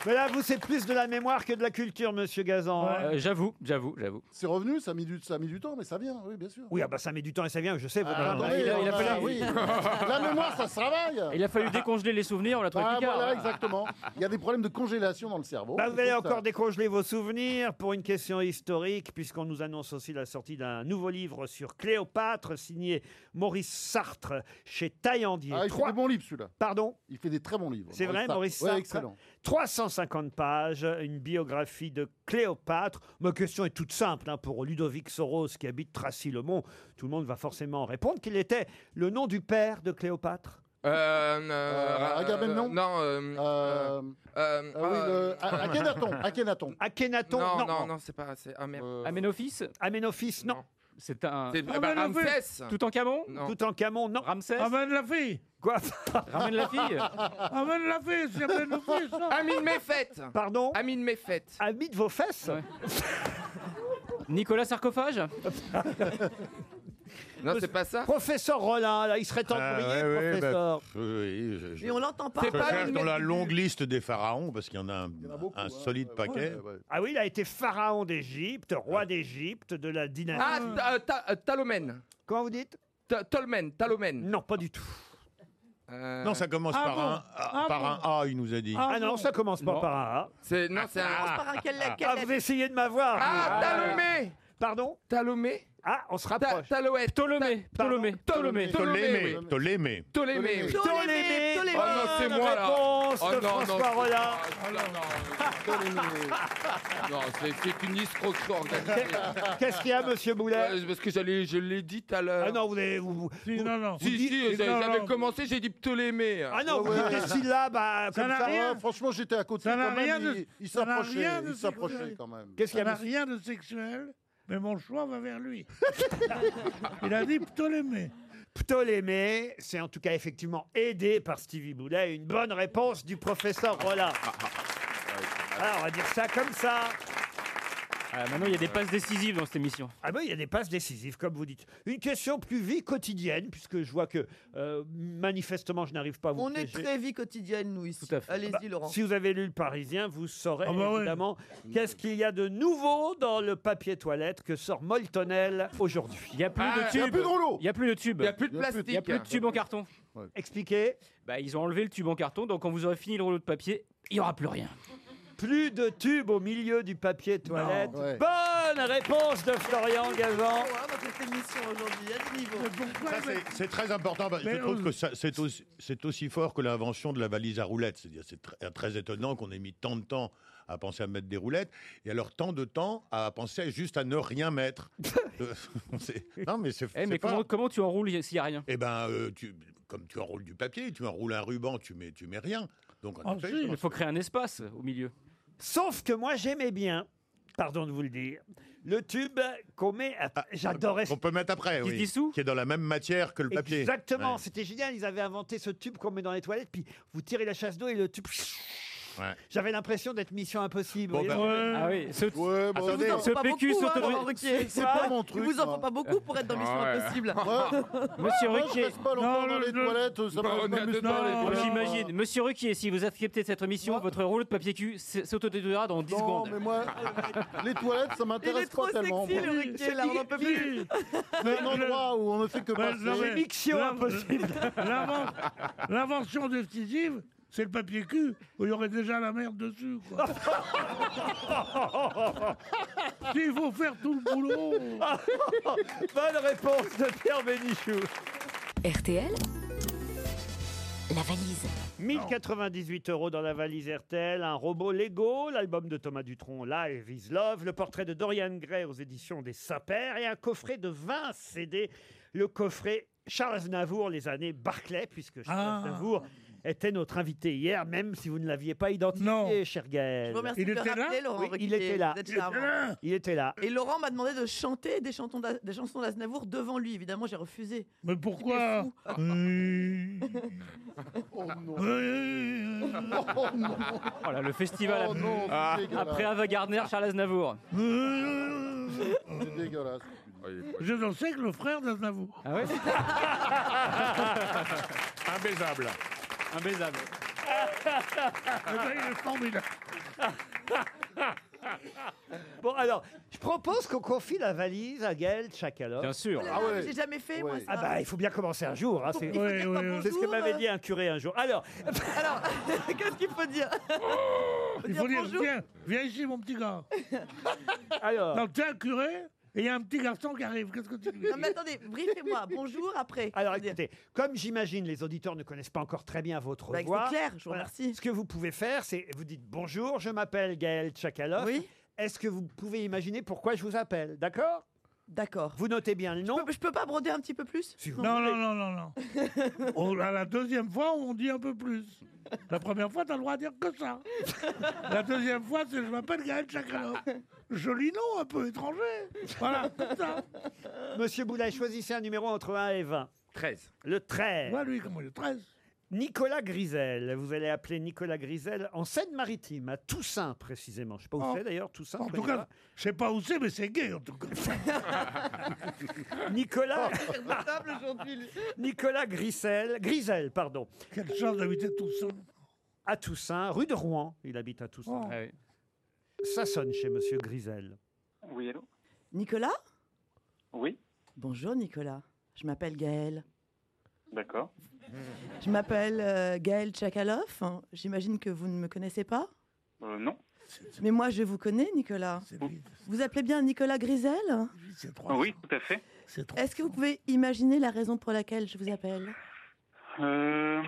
[SPEAKER 4] Mais là, vous, c'est plus de la mémoire que de la culture, monsieur Gazan. hein.
[SPEAKER 8] Euh, j'avoue, j'avoue, j'avoue.
[SPEAKER 6] C'est revenu, ça a, mis du, ça a mis du temps, mais ça vient, oui, bien sûr.
[SPEAKER 4] Oui, ah bah ça met du temps et ça vient, je sais. votre
[SPEAKER 6] Ah,
[SPEAKER 4] mémoire.
[SPEAKER 8] oui, il a- il a
[SPEAKER 6] on
[SPEAKER 8] fallu-
[SPEAKER 6] oui. La mémoire, ça se travaille.
[SPEAKER 8] Il a fallu décongeler les souvenirs, on l'a trouvé
[SPEAKER 6] Ah,
[SPEAKER 8] Picard.
[SPEAKER 6] voilà, exactement. Il y a des problèmes de congélation dans le cerveau.
[SPEAKER 4] Bah, vous allez
[SPEAKER 6] Oh, Ça-
[SPEAKER 4] encore décongeler vos souvenirs pour une question historique, puisqu'on nous annonce aussi la sortie d'un nouveau livre sur Cléopâtre, signé Maurice Sartre chez Taillandier.
[SPEAKER 6] Ah, il fait
[SPEAKER 4] Trois-
[SPEAKER 6] des bons livres, celui-là.
[SPEAKER 4] Pardon
[SPEAKER 6] Il fait des très bons livres.
[SPEAKER 4] C'est vrai, Maurice
[SPEAKER 6] Ouais,
[SPEAKER 4] Sartre
[SPEAKER 6] excellent.
[SPEAKER 4] 350 pages, une biographie de Cléopâtre. Ma question est toute simple hein, pour Ludovic Soros qui habite Tracy-le-Mont. Tout le monde va forcément répondre qu'il était le nom du père de Cléopâtre.
[SPEAKER 9] Euh, euh, euh,
[SPEAKER 6] Agamemnon
[SPEAKER 9] Non, euh,
[SPEAKER 6] Euh,
[SPEAKER 9] euh,
[SPEAKER 6] ah oui,
[SPEAKER 9] euh,
[SPEAKER 6] le- A- Akhenaton, Akhenaton.
[SPEAKER 4] Akhenaton
[SPEAKER 9] non, non, non, c'est pas. C'est... Ah merde.
[SPEAKER 6] Euh,
[SPEAKER 8] Amenophis,
[SPEAKER 4] Aménophis, non.
[SPEAKER 9] Non.
[SPEAKER 8] c'est un.
[SPEAKER 9] C'est
[SPEAKER 5] Ah,
[SPEAKER 9] bah,
[SPEAKER 5] mais le fait-
[SPEAKER 9] Ramsès
[SPEAKER 8] Tout en camon
[SPEAKER 9] Non.
[SPEAKER 4] Toutankhamon, non.
[SPEAKER 8] Ramsès
[SPEAKER 5] Amène la fille
[SPEAKER 4] Quoi
[SPEAKER 8] Ramène la fille
[SPEAKER 5] Amène la fille C'est amène le fils ça.
[SPEAKER 9] Amine Méfette
[SPEAKER 4] Pardon
[SPEAKER 9] Amine Méfette
[SPEAKER 4] Ami de vos fesses
[SPEAKER 8] Ouais. Nicolas Sarcophage
[SPEAKER 9] Non, c'est pas ça
[SPEAKER 4] Professeur Rollin, là, il serait temps de
[SPEAKER 10] Ah,
[SPEAKER 4] briller,
[SPEAKER 10] ouais, ouais, bah,
[SPEAKER 4] professeur.
[SPEAKER 10] pff, oui, je- je-
[SPEAKER 7] Mais on l'entend pas.
[SPEAKER 9] C'est
[SPEAKER 10] je
[SPEAKER 9] pas
[SPEAKER 10] cherche
[SPEAKER 9] une
[SPEAKER 10] dans la
[SPEAKER 9] médecine.
[SPEAKER 10] longue liste des pharaons, parce qu'il y en a un,
[SPEAKER 6] Il y en a beaucoup,
[SPEAKER 10] un
[SPEAKER 6] hein.
[SPEAKER 10] solide
[SPEAKER 6] Ouais,
[SPEAKER 10] paquet.
[SPEAKER 6] ouais, ouais.
[SPEAKER 4] Ah oui, il a été pharaon d'Égypte, roi d'Égypte, de la dynastie.
[SPEAKER 9] Ah, ta- euh, ta- euh, Talomène
[SPEAKER 4] Comment vous dites
[SPEAKER 9] Ta- Tolmen, Talomène.
[SPEAKER 4] Non, pas du tout.
[SPEAKER 9] Euh,
[SPEAKER 10] Non, ça commence
[SPEAKER 5] Ah
[SPEAKER 10] par,
[SPEAKER 5] bon
[SPEAKER 10] un,
[SPEAKER 5] Ah
[SPEAKER 10] par
[SPEAKER 5] bon
[SPEAKER 10] un A, il nous a dit.
[SPEAKER 5] Ah
[SPEAKER 4] Ah, non,
[SPEAKER 5] bon
[SPEAKER 4] ça commence pas
[SPEAKER 8] Non.
[SPEAKER 4] par un A.
[SPEAKER 9] c'est, non, c'est
[SPEAKER 7] On
[SPEAKER 9] un.
[SPEAKER 7] se par un quel- quel-
[SPEAKER 4] Ah, vous essayez de m'avoir.
[SPEAKER 9] Ah,
[SPEAKER 4] vous.
[SPEAKER 9] Talomé
[SPEAKER 4] Pardon
[SPEAKER 9] Talomé
[SPEAKER 4] Ah, on se
[SPEAKER 9] Ta-
[SPEAKER 4] rapproche.
[SPEAKER 9] Taloët
[SPEAKER 8] Ptolémée Ptolémée
[SPEAKER 10] Ptolémée,
[SPEAKER 8] Ptolémée
[SPEAKER 9] Ptolémée.
[SPEAKER 10] Ptolémée.
[SPEAKER 9] Ptolémée, oui.
[SPEAKER 7] Ptolémée,
[SPEAKER 4] Ptolémée,
[SPEAKER 7] Ptolémée.
[SPEAKER 9] Oh non, c'est
[SPEAKER 4] bonne
[SPEAKER 9] moi là
[SPEAKER 4] réponse
[SPEAKER 9] Oh
[SPEAKER 4] de
[SPEAKER 9] non, non,
[SPEAKER 4] François
[SPEAKER 9] c'est-
[SPEAKER 4] Rollin.
[SPEAKER 9] Oh, non, non, non. Non, c'est, c'est une escroquerie organisée.
[SPEAKER 4] Qu'est-ce qu'il y a, monsieur Boulet
[SPEAKER 9] Ouais, Euh, parce que j'allais, je l'ai dit tout à l'heure.
[SPEAKER 4] Ah non, vous avez- vous- vous-
[SPEAKER 5] Si, non, non.
[SPEAKER 9] Si, si,
[SPEAKER 5] Non,
[SPEAKER 9] j'avais
[SPEAKER 5] non.
[SPEAKER 9] commencé, j'ai dit Ptolémée.
[SPEAKER 4] Ah non, vous
[SPEAKER 6] Ouais,
[SPEAKER 4] dites
[SPEAKER 6] ouais.
[SPEAKER 4] des syllabes ah,
[SPEAKER 5] Ça
[SPEAKER 4] comme
[SPEAKER 5] n'a
[SPEAKER 4] ça.
[SPEAKER 5] rien.
[SPEAKER 6] Ah, franchement, j'étais à côté
[SPEAKER 5] Ça n'a
[SPEAKER 6] quand même.
[SPEAKER 5] rien de-
[SPEAKER 6] il- il
[SPEAKER 5] ça n'a rien
[SPEAKER 6] s'approchait,
[SPEAKER 5] de
[SPEAKER 6] il
[SPEAKER 5] sexuel.
[SPEAKER 6] s'approchait quand même.
[SPEAKER 4] Qu'est-ce qu'il y
[SPEAKER 5] Ça
[SPEAKER 4] a,
[SPEAKER 5] n'a
[SPEAKER 4] monsieur
[SPEAKER 5] rien de sexuel, mais mon choix va vers lui. Il a dit Ptolémée.
[SPEAKER 4] Ptolémée, c'est en tout cas effectivement aidé par Stevie Boulet. Une bonne réponse
[SPEAKER 8] Ah,
[SPEAKER 4] Ah, du professeur Rollin. Alors, on va dire ça comme ça.
[SPEAKER 8] Ah, maintenant, il y a des passes décisives dans cette émission.
[SPEAKER 4] Ah ben, il y a des passes décisives, comme vous dites. Une question plus vie quotidienne, puisque je vois que euh, manifestement, je n'arrive pas à vous
[SPEAKER 7] On est
[SPEAKER 4] piéger.
[SPEAKER 7] très vie quotidienne, nous, ici. Allez-y,
[SPEAKER 4] Bah,
[SPEAKER 7] Laurent.
[SPEAKER 4] Si vous avez lu le Parisien, vous saurez
[SPEAKER 7] Ah bah ouais.
[SPEAKER 4] évidemment qu'est-ce qu'il y a de nouveau dans le papier toilette que sort Moltonel aujourd'hui. Il n'y a
[SPEAKER 8] plus de Ah, il y a tubes. plus de rouleaux. Il n'y a plus de tubes. Il y a plus de Il y a plus de- plastique. il y a plus de tubes en carton.
[SPEAKER 4] Expliquez.
[SPEAKER 8] Bah, ils ont enlevé le tube en carton, donc quand vous aurez fini le rouleau de papier, il n'y aura plus rien.
[SPEAKER 4] Plus de tubes au milieu du papier toilette.
[SPEAKER 8] Ouais.
[SPEAKER 4] Bonne réponse de Florian
[SPEAKER 7] Oh,
[SPEAKER 4] Gazan.
[SPEAKER 7] hein,
[SPEAKER 10] Ça, c'est- C'est très important. parce que je
[SPEAKER 5] Mais
[SPEAKER 10] trouve
[SPEAKER 5] on-
[SPEAKER 10] que ça- c'est aussi, c'est aussi fort que l'invention de la valise à roulettes. C'est-à-dire, c'est tr- euh, très étonnant qu'on ait mis tant de temps à penser à mettre des roulettes et alors tant de temps à penser juste à ne rien mettre. Euh, c'est- non, mais c'est.
[SPEAKER 8] Eh, mais comment- tu enroules s'il n'y a rien
[SPEAKER 10] Eh ben, euh, tu, comme tu enroules du papier, tu enroules un ruban, tu mets, tu mets rien. Donc,
[SPEAKER 4] Ah,
[SPEAKER 10] en effet, je
[SPEAKER 8] il
[SPEAKER 10] pense
[SPEAKER 8] faut
[SPEAKER 10] que-
[SPEAKER 8] créer un espace au milieu.
[SPEAKER 4] Sauf que moi, j'aimais bien, pardon de vous le dire, le tube qu'on met. à-
[SPEAKER 8] Ah,
[SPEAKER 4] J'adorais.
[SPEAKER 10] Qu'on peut mettre après,
[SPEAKER 4] Qui se
[SPEAKER 10] Eh oui.
[SPEAKER 4] dissout
[SPEAKER 10] Qui est dans la même matière que le papier.
[SPEAKER 4] Exactement,
[SPEAKER 10] Ouais.
[SPEAKER 4] c'était génial. Ils avaient inventé ce tube qu'on met dans les toilettes, puis vous tirez la chasse d'eau et le tube.
[SPEAKER 10] Ouais.
[SPEAKER 4] J'avais l'impression d'être Mission Impossible.
[SPEAKER 10] Bon,
[SPEAKER 4] vous
[SPEAKER 10] bah,
[SPEAKER 7] ben,
[SPEAKER 4] voyez.
[SPEAKER 10] ouais.
[SPEAKER 8] Ah oui, ce-
[SPEAKER 10] Ouais, bon,
[SPEAKER 7] Vous en faut pas beaucoup, hein, Laurent Ruquier.
[SPEAKER 6] C'est pas mon truc,
[SPEAKER 7] Il vous en
[SPEAKER 6] moi.
[SPEAKER 7] faut pas beaucoup pour être dans Mission
[SPEAKER 6] Ah ouais.
[SPEAKER 7] Impossible.
[SPEAKER 8] Monsieur
[SPEAKER 6] Moi, je
[SPEAKER 8] Ruquier.
[SPEAKER 6] reste pas longtemps dans les
[SPEAKER 8] Bah,
[SPEAKER 6] toilettes. Ça peut
[SPEAKER 8] Moi, J'imagine. Monsieur Ruquier, si vous acceptez cette émission, votre rouleau de papier cul s- s'autodétruira dans 10
[SPEAKER 6] Non,
[SPEAKER 8] secondes.
[SPEAKER 6] mais moi, les toilettes, ça m'intéresse pas tellement. moi. C'est un endroit où on ne fait que
[SPEAKER 5] Ouais,
[SPEAKER 6] passer.
[SPEAKER 5] non, mais l'in- l'inven- L'invention décisive, c'est le papier cul, où il y aurait déjà la merde dessus. quoi. S'il faut faire tout le boulot.
[SPEAKER 4] Bonne réponse de Pierre Bénichou.
[SPEAKER 3] RTL La valise.
[SPEAKER 4] 1098 euros dans la valise RTL, un robot Lego, l'album de Thomas Dutronc Live is Love, le portrait de Dorian Gray aux éditions des Saint-Pères et un coffret de 20 CD, le coffret Charles Navour, les années Barclay, puisque Charles
[SPEAKER 5] Ah.
[SPEAKER 4] Navour était notre invité hier, même si vous ne l'aviez pas identifié, cher Gaël.
[SPEAKER 7] Je vous remercie de le rappeler, Laurent
[SPEAKER 4] Oui, il
[SPEAKER 7] Ruquier.
[SPEAKER 4] était là.
[SPEAKER 7] Vous êtes charmant.
[SPEAKER 4] Il était là.
[SPEAKER 7] Et Laurent m'a demandé de chanter des chansons d'A- des chansons d'Aznavour devant lui. Évidemment, j'ai refusé.
[SPEAKER 5] Mais pourquoi
[SPEAKER 8] Voilà, le festival
[SPEAKER 6] Oh
[SPEAKER 8] ap-
[SPEAKER 6] non, c'est
[SPEAKER 8] Ah.
[SPEAKER 6] dégueulasse.
[SPEAKER 8] après Ava Gardner, Charles Aznavour.
[SPEAKER 6] C'est dégueulasse.
[SPEAKER 5] Je n'en sais que le frère d'Aznavour.
[SPEAKER 8] Ah ouais
[SPEAKER 10] Imbaisable.
[SPEAKER 8] Imbaisable.
[SPEAKER 5] il est formidable.
[SPEAKER 4] Bon, alors, je propose qu'on confie la valise à Gaël Chakalov.
[SPEAKER 8] Bien sûr.
[SPEAKER 7] Ah ouais. J'ai jamais fait, moi, ça.
[SPEAKER 4] Ah bah, il faut bien commencer un jour. hein, c'est
[SPEAKER 7] Il faut dire pas bonjour,
[SPEAKER 4] c'est ce que m'avait
[SPEAKER 7] euh.
[SPEAKER 4] dit un curé un jour. Alors,
[SPEAKER 7] Alors, qu'est-ce qu'il faut dire
[SPEAKER 5] Il faut dire, viens, viens ici, mon petit gars.
[SPEAKER 4] Alors.
[SPEAKER 5] Donc, t'es un curé et il y a un petit garçon qui arrive. Qu'est-ce que tu lui dis
[SPEAKER 7] Non, mais attendez, briefez-moi. Bonjour après.
[SPEAKER 4] Alors écoutez, comme j'imagine les auditeurs ne connaissent pas encore très bien votre
[SPEAKER 7] Bah, c'est
[SPEAKER 4] voix,
[SPEAKER 7] clair, je vous
[SPEAKER 4] voilà. Ce que vous pouvez faire, c'est vous dites bonjour, je m'appelle Gaël Tchakalov.
[SPEAKER 7] Oui.
[SPEAKER 4] Est-ce que vous pouvez imaginer pourquoi je vous appelle D'accord
[SPEAKER 7] D'accord.
[SPEAKER 4] Vous notez bien le nom.
[SPEAKER 7] Je peux, je peux pas broder un petit peu plus
[SPEAKER 5] Non, non, non, non, non. On- à la deuxième fois, on dit un peu plus. La première fois, t'as le droit à dire que ça. La deuxième fois, c'est je m'appelle Gaël Chakalov. Joli nom, un peu étranger. Voilà, comme ça.
[SPEAKER 4] Monsieur Boulay, choisissez un numéro entre 1 et 20.
[SPEAKER 9] 13.
[SPEAKER 4] Le 13.
[SPEAKER 5] Voilà, lui, comment il est 13.
[SPEAKER 4] Nicolas Grisel. Vous allez appeler Nicolas Grisel en Seine-Maritime, à Toussaint précisément. Je sais pas où
[SPEAKER 5] Oh.
[SPEAKER 4] c'est d'ailleurs, Toussaint.
[SPEAKER 5] En
[SPEAKER 4] je
[SPEAKER 5] tout
[SPEAKER 4] connais
[SPEAKER 5] cas, je sais pas où c'est, mais c'est gay, en tout cas.
[SPEAKER 4] pas. Nicolas,
[SPEAKER 7] Table aujourd'hui. lui.
[SPEAKER 4] Nicolas Grisel. Grisel, pardon.
[SPEAKER 5] Quelle chance d'habiter tout seul.
[SPEAKER 4] À Toussaint, rue de Rouen. Il habite à Toussaint.
[SPEAKER 5] Oh.
[SPEAKER 8] Ah
[SPEAKER 4] Ça sonne chez Monsieur Grisel.
[SPEAKER 14] Oui, allô
[SPEAKER 7] Nicolas
[SPEAKER 14] Oui,
[SPEAKER 7] Bonjour Nicolas. Je m'appelle Gaël.
[SPEAKER 14] d'accord.
[SPEAKER 7] Je m'appelle euh, Gaël Tchakalov. Hein, J'imagine que vous ne me connaissez pas.
[SPEAKER 14] Euh, non
[SPEAKER 7] Mais moi, je vous connais, Nicolas. Vous appelez bien Nicolas Grisel
[SPEAKER 14] Oui, tout à fait.
[SPEAKER 7] Est-ce que vous pouvez imaginer la raison pour laquelle je vous appelle
[SPEAKER 14] Euh,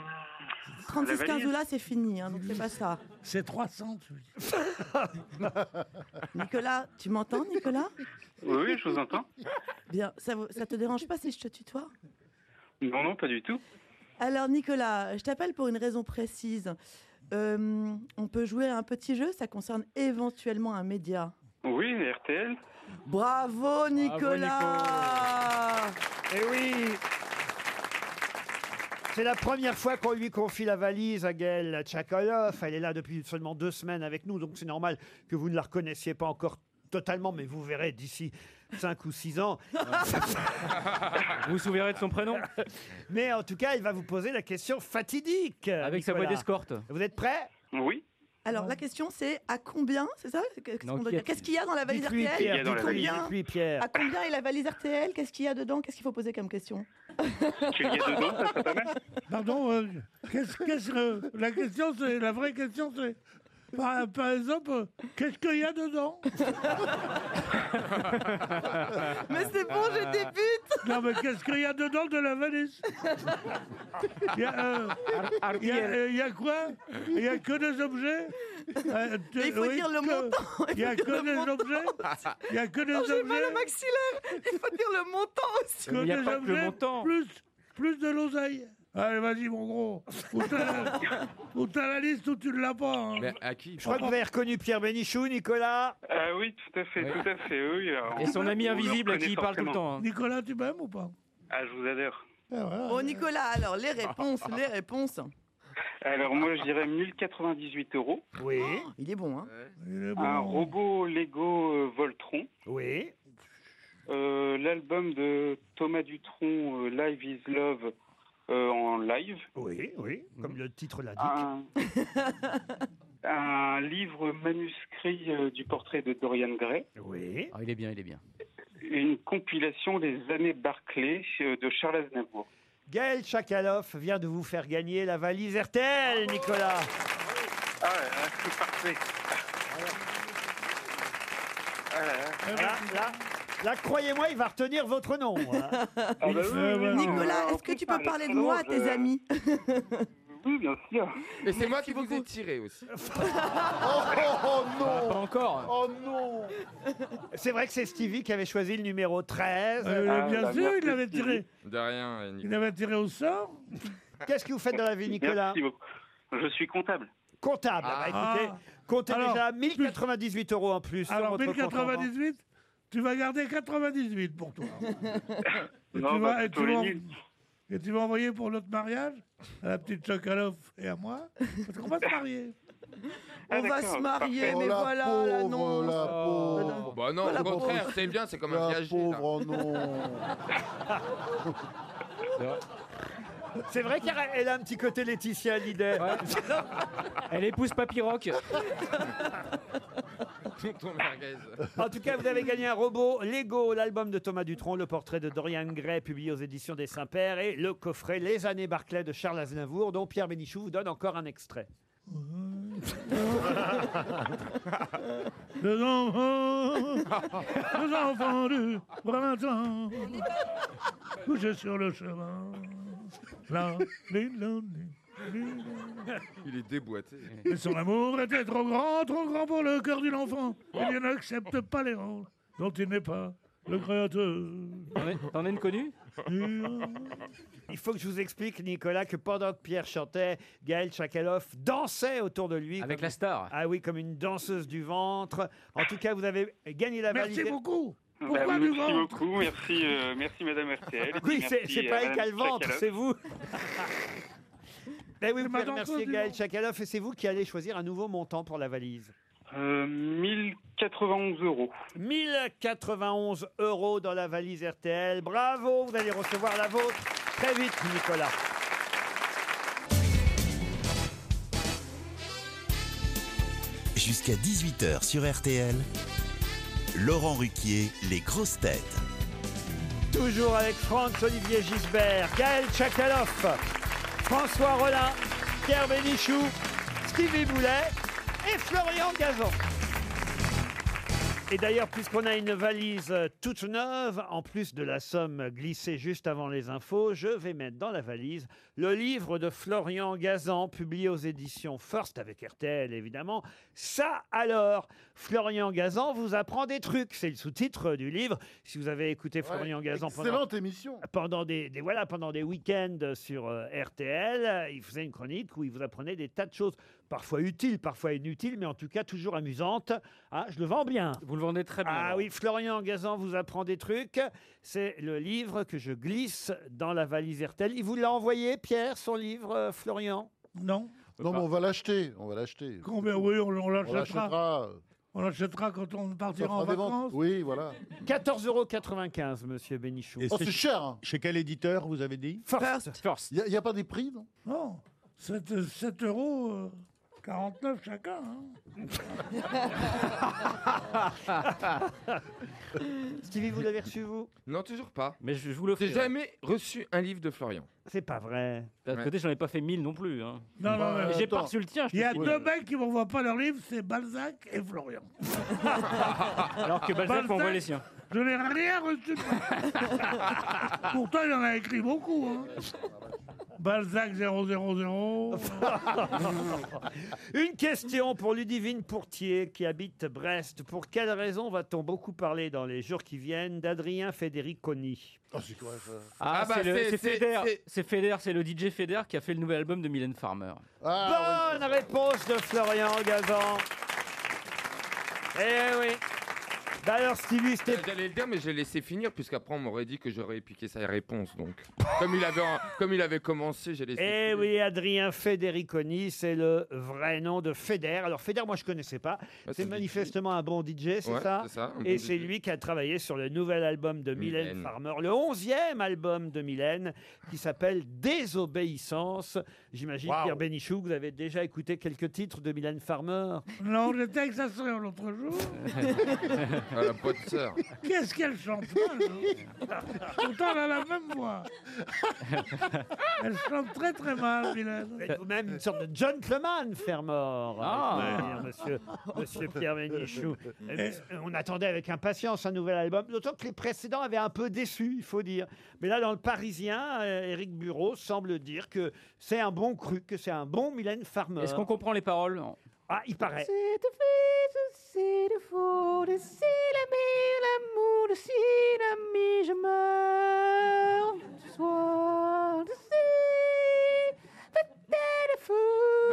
[SPEAKER 7] 36
[SPEAKER 14] la valise.
[SPEAKER 7] 15 là, c'est fini, hein, donc c'est pas ça.
[SPEAKER 5] C'est 300, tu dis.
[SPEAKER 7] Nicolas, tu m'entends, Nicolas
[SPEAKER 14] Oui, oui, je vous entends.
[SPEAKER 7] Bien, ça, vous- ça te dérange pas si je te tutoie
[SPEAKER 14] Non, non, pas du tout.
[SPEAKER 7] Alors, Nicolas, je t'appelle pour une raison précise. Euh, on peut jouer à un petit jeu, ça concerne éventuellement un média.
[SPEAKER 14] Oui, RTL.
[SPEAKER 7] Bravo, Nicolas
[SPEAKER 4] Eh oui c'est la première fois qu'on lui confie la valise à Gaël Tchakaloff. Elle est là depuis seulement deux semaines avec nous, donc c'est normal que vous ne la reconnaissiez pas encore totalement, mais vous verrez d'ici 5 ou 6 ans.
[SPEAKER 8] Vous vous souvenez de son prénom
[SPEAKER 4] Mais en tout cas, il va vous poser la question fatidique. Avec
[SPEAKER 8] sa voix d'escorte.
[SPEAKER 4] Vous êtes prêts
[SPEAKER 14] Oui.
[SPEAKER 7] Alors la question c'est à combien, c'est ça Qu'est-ce
[SPEAKER 4] Non,
[SPEAKER 7] qu'on doit
[SPEAKER 4] qui
[SPEAKER 7] dire
[SPEAKER 4] a-
[SPEAKER 7] Qu'est-ce qu'il y a dans la valise
[SPEAKER 4] Dites-lui, Pierre,
[SPEAKER 7] RTL
[SPEAKER 4] Dites-lui,
[SPEAKER 7] À combien-
[SPEAKER 4] dites-lui, Pierre.
[SPEAKER 7] À combien est la valise RTL Qu'est-ce qu'il y a dedans Qu'est-ce qu'il faut poser comme question
[SPEAKER 5] Pardon, euh, qu'est-ce qu'est-ce que- la question, c'est la vraie question, c'est par, par exemple, euh, qu'est-ce qu'il y a dedans
[SPEAKER 7] Mais c'est bon, je débute.
[SPEAKER 5] Non, mais qu'est-ce qu'il y a dedans de la valise Il y a, euh, il y a- euh, il y a quoi Il y a que des objets Euh,
[SPEAKER 7] Mais il faut dire le
[SPEAKER 5] que-
[SPEAKER 7] montant, il
[SPEAKER 5] Il y a
[SPEAKER 7] faut dire
[SPEAKER 5] que
[SPEAKER 7] le
[SPEAKER 5] des
[SPEAKER 7] montant.
[SPEAKER 5] objets Il y a que des
[SPEAKER 7] Non,
[SPEAKER 5] objets
[SPEAKER 7] J'ai mal au maxillaire. Il faut dire le montant aussi.
[SPEAKER 5] que des objets, Plus, plus de l'oseille. Allez, vas-y, mon gros. Ou t'as la, ou t'as la liste ou tu ne l'as pas. hein.
[SPEAKER 9] Mais à qui
[SPEAKER 4] Je crois que vous avez reconnu Pierre Bénichou, Nicolas.
[SPEAKER 14] Euh, oui, tout à fait,
[SPEAKER 4] Oui.
[SPEAKER 14] tout à fait. Oui, alors,
[SPEAKER 4] Et son
[SPEAKER 14] on-
[SPEAKER 4] ami
[SPEAKER 14] on le
[SPEAKER 4] invisible à
[SPEAKER 14] reconnaît
[SPEAKER 4] qui il parle tout le
[SPEAKER 14] forcément.
[SPEAKER 4] temps, hein.
[SPEAKER 5] Nicolas, tu m'aimes ou pas
[SPEAKER 14] Ah, je vous adore.
[SPEAKER 7] Bon, Oh, Nicolas, alors les réponses, les réponses.
[SPEAKER 14] Alors moi, je dirais 1098 euros.
[SPEAKER 4] Oui.
[SPEAKER 7] Il est bon, hein
[SPEAKER 14] Un
[SPEAKER 7] bon.
[SPEAKER 14] robot Lego euh, Voltron.
[SPEAKER 4] Oui.
[SPEAKER 14] Euh, L'album de Thomas Dutronc, euh, Live is Love, euh, en live.
[SPEAKER 4] Oui, oui, comme le titre l'indique.
[SPEAKER 7] Ah.
[SPEAKER 14] Un, un livre manuscrit euh, du portrait de Dorian Gray.
[SPEAKER 4] Oui.
[SPEAKER 8] Ah, il est bien, il est bien.
[SPEAKER 14] Une compilation des années Barclay euh, de Charles Aznavour.
[SPEAKER 4] Gaël Chakaloff vient de vous faire gagner la valise RTL, Nicolas.
[SPEAKER 14] Ah, là, c'est parfait. Ah là là.
[SPEAKER 4] Là, là, là, croyez-moi, il va retenir votre nom. hein.
[SPEAKER 14] Ah bah oui, oui, oui,
[SPEAKER 7] Nicolas,
[SPEAKER 14] non,
[SPEAKER 7] est-ce que
[SPEAKER 14] en
[SPEAKER 7] tu
[SPEAKER 14] plus,
[SPEAKER 7] peux parler de
[SPEAKER 14] pardon,
[SPEAKER 7] moi à tes
[SPEAKER 4] euh,
[SPEAKER 14] je-
[SPEAKER 7] amis
[SPEAKER 14] Oui, bien sûr.
[SPEAKER 9] Et c'est moi qui vous ai tiré aussi.
[SPEAKER 4] Oh, non
[SPEAKER 8] Pas encore.
[SPEAKER 6] Oh non
[SPEAKER 4] C'est vrai que c'est Stevie qui avait choisi le numéro Ah, bah, 13.
[SPEAKER 5] Euh, bien sûr, il l'avait tiré.
[SPEAKER 9] De rien, euh, Nicolas.
[SPEAKER 5] Il avait tiré au sort.
[SPEAKER 4] Qu'est-ce que vous faites dans la vie, Nicolas
[SPEAKER 14] Merci beaucoup. Je suis comptable.
[SPEAKER 4] Comptable. Bah, écoutez, comptez
[SPEAKER 5] Ah. Alors,
[SPEAKER 4] déjà 1098 euros en plus. sur
[SPEAKER 5] Alors,
[SPEAKER 4] votre compte en banque.
[SPEAKER 5] 1098, tu vas garder 98 pour toi. Et
[SPEAKER 14] Non,
[SPEAKER 5] tu
[SPEAKER 14] bah,
[SPEAKER 5] vas- et
[SPEAKER 14] plutôt
[SPEAKER 5] tu
[SPEAKER 14] les
[SPEAKER 5] vas-
[SPEAKER 14] nuls.
[SPEAKER 5] Et tu vas envoyer pour notre mariage à la petite Chocolov et à moi Parce qu'on va se marier.
[SPEAKER 14] Ah,
[SPEAKER 4] Ah,
[SPEAKER 7] On va se marier,
[SPEAKER 9] Oh,
[SPEAKER 4] Oh,
[SPEAKER 7] mais voilà, là non.
[SPEAKER 5] Ah,
[SPEAKER 9] Bah non,
[SPEAKER 7] Voilà,
[SPEAKER 9] au contraire,
[SPEAKER 7] pauvre.
[SPEAKER 9] c'est bien, c'est comme un viager. là.
[SPEAKER 4] Oh. C'est vrai qu'elle a un petit côté Laetitia hein. Hallyday.
[SPEAKER 8] Elle épouse Papyroc.
[SPEAKER 9] Tonton merguez.
[SPEAKER 4] En tout cas, vous avez gagné un robot Lego, l'album de Thomas Dutronc, le portrait de Dorian Gray publié aux éditions des Saints-Pères et le coffret Les années Barclay de Charles Aznavour dont Pierre Bénichou vous donne encore un extrait.
[SPEAKER 5] Les enfants, les enfants du printemps, couchés sur le chemin. Là, li, là, li, li, là.
[SPEAKER 9] Il est déboîté.
[SPEAKER 5] Mais son amour était trop grand, trop grand pour le cœur de l'enfant. Il n'accepte pas les rôles dont il n'est pas le créateur.
[SPEAKER 8] T'en es une connue
[SPEAKER 4] Il faut que je vous explique, Nicolas, que pendant que Pierre chantait, Gaël Chakaloff dansait autour de lui. Avec la
[SPEAKER 8] star.
[SPEAKER 4] Ah oui, comme une danseuse du ventre. En tout cas, vous avez gagné la
[SPEAKER 5] Merci
[SPEAKER 4] valise.
[SPEAKER 5] beaucoup.
[SPEAKER 14] Bah,
[SPEAKER 5] Pourquoi du
[SPEAKER 14] merci
[SPEAKER 5] ventre
[SPEAKER 14] beaucoup, merci, euh, merci Madame RTL. et puis
[SPEAKER 4] Oui, c'est
[SPEAKER 14] merci,
[SPEAKER 4] c'est
[SPEAKER 14] euh,
[SPEAKER 4] pas elle
[SPEAKER 14] Madame
[SPEAKER 4] qui a le ventre,
[SPEAKER 14] Chakalov.
[SPEAKER 4] c'est vous. Ben oui, vous
[SPEAKER 5] ma
[SPEAKER 4] pouvez remercier
[SPEAKER 5] danseuse du
[SPEAKER 4] Gaël
[SPEAKER 5] ventre.
[SPEAKER 4] Chakaloff et c'est vous qui allez choisir un nouveau montant pour la valise.
[SPEAKER 14] Euh, 1091 euros.
[SPEAKER 4] 1091 euros dans la valise RTL. Bravo, vous allez recevoir la vôtre très vite, Nicolas.
[SPEAKER 2] Jusqu'à 18h sur RTL, Laurent Ruquier, les grosses têtes.
[SPEAKER 4] Toujours avec Franck Olivier Gisbert, Gaël Tchakaloff, François Rollin, Pierre Bénichou, Stevie Boulet et Florian Gazan. Et d'ailleurs, puisqu'on a une valise euh, toute neuve, en plus de la somme glissée juste avant les infos, je vais mettre dans la valise le livre de Florian Gazan, publié aux éditions First, avec RTL évidemment. Ça alors, Florian Gazan vous apprend des trucs. C'est le sous-titre euh, du livre. Si vous avez écouté Florian Gazan pendant,
[SPEAKER 6] Excellente émission.
[SPEAKER 4] pendant des, des- voilà, pendant des week-ends sur euh, RTL, euh, il faisait une chronique où il vous apprenait des tas de choses, parfois utiles, parfois inutiles, mais en tout cas toujours amusantes. Ah, je le vends bien.
[SPEAKER 8] Vous le vendez très bien.
[SPEAKER 4] Ah
[SPEAKER 8] alors.
[SPEAKER 4] oui, Florian Gazan vous apprend des trucs. C'est le livre que je glisse dans la valise RTL. Il vous l'a envoyé, Pierre, son livre, euh, Florian
[SPEAKER 5] Non.
[SPEAKER 6] Non, mais on va l'acheter, on va l'acheter.
[SPEAKER 5] Combien Oui, on, on
[SPEAKER 6] On
[SPEAKER 5] l'achètera.
[SPEAKER 6] l'achètera.
[SPEAKER 5] On On l'achètera quand on partira en
[SPEAKER 6] fera des ventes.
[SPEAKER 5] vacances.
[SPEAKER 6] Oui, voilà. Oh,
[SPEAKER 4] 14,95 euros, monsieur Bénichou.
[SPEAKER 10] Et chez-
[SPEAKER 6] hein.
[SPEAKER 10] Chez quel éditeur, vous avez dit
[SPEAKER 4] First.
[SPEAKER 6] Il n'y a, pas des prix, non
[SPEAKER 5] Non, 7, 7 euros euh, 49 chacun. hein.
[SPEAKER 4] Stevie, vous l'avez reçu, vous
[SPEAKER 9] Non, toujours pas.
[SPEAKER 8] Mais je, je vous l'offre.
[SPEAKER 9] J'ai jamais reçu un livre de Florian.
[SPEAKER 4] C'est pas vrai.
[SPEAKER 8] D'un autre
[SPEAKER 9] Ouais.
[SPEAKER 8] côté, j'en ai pas fait mille non plus. hein.
[SPEAKER 5] Non, non, mais
[SPEAKER 8] J'ai
[SPEAKER 5] attends.
[SPEAKER 8] pas reçu le tien. je te
[SPEAKER 5] Il y a
[SPEAKER 8] dis.
[SPEAKER 5] deux mecs qui m'envoient pas leur livre, c'est Balzac et Florian.
[SPEAKER 8] Alors que Balzac m'envoie les siens.
[SPEAKER 5] Je n'ai rien reçu. de Balzac. Pourtant, il en a écrit beaucoup. hein. Balzac 000.
[SPEAKER 4] Une question pour Ludivine Pourtier qui habite Brest. Pour quelle raison va-t-on beaucoup parler dans les jours qui viennent d'Adrien Federiconi
[SPEAKER 8] Ah,
[SPEAKER 4] Ah bah,
[SPEAKER 8] c'est le-
[SPEAKER 4] c'est-
[SPEAKER 8] c'est
[SPEAKER 4] c'est-
[SPEAKER 8] Feder.
[SPEAKER 4] c'est-
[SPEAKER 8] C'est Feder, c'est le DJ Feder qui a fait le nouvel album de Mylène Farmer.
[SPEAKER 4] Bonne réponse de Florian Gazan. Eh oui. Bah alors, Stevie, c'était.
[SPEAKER 9] J'allais le dire, mais j'ai laissé finir, puisqu'après, on m'aurait dit que j'aurais piqué sa réponse. Donc, comme il avait, comme il avait commencé, j'ai laissé.
[SPEAKER 4] Eh oui, Adrien Federiconi, c'est le vrai nom de Feder. Alors Feder, moi je connaissais
[SPEAKER 9] Ah,
[SPEAKER 4] pas. c'est manifestement un bon DJ, c'est
[SPEAKER 9] Ouais,
[SPEAKER 4] ça,
[SPEAKER 9] c'est ça, un
[SPEAKER 4] Et
[SPEAKER 9] bon
[SPEAKER 4] c'est
[SPEAKER 9] DJ.
[SPEAKER 4] lui qui a travaillé sur le nouvel album de Mylène,
[SPEAKER 9] Mylène.
[SPEAKER 4] Farmer, le onzième album de Mylène, qui s'appelle Désobéissance. J'imagine, Pierre Bénichou, que vous avez déjà écouté quelques titres de Mylène Farmer.
[SPEAKER 5] Non, j'étais avec sa sœur l'autre jour.
[SPEAKER 9] Ah, la pote sœur.
[SPEAKER 5] Qu'est-ce qu'elle chante mal, hein. Pourtant, elle a la même voix. Elle chante très très mal, Mylène.
[SPEAKER 4] Vous êtes vous-même une sorte de gentleman, Fermor.
[SPEAKER 5] Ah.
[SPEAKER 4] monsieur, monsieur Pierre Bénichou. Euh, On attendait avec impatience un nouvel album, d'autant que les précédents avaient un peu déçu, il faut dire. Mais là, dans le Parisien, euh, Éric Bureau semble dire que c'est un bon cru, que c'est un bon Mylène Farmer.
[SPEAKER 8] Est-ce qu'on comprend les paroles
[SPEAKER 4] Ah, il paraît.
[SPEAKER 12] C'est de frise, c'est de faute, c'est l'ami, l'amour, c'est l'ami, je meurs ce soir, c'est de fou.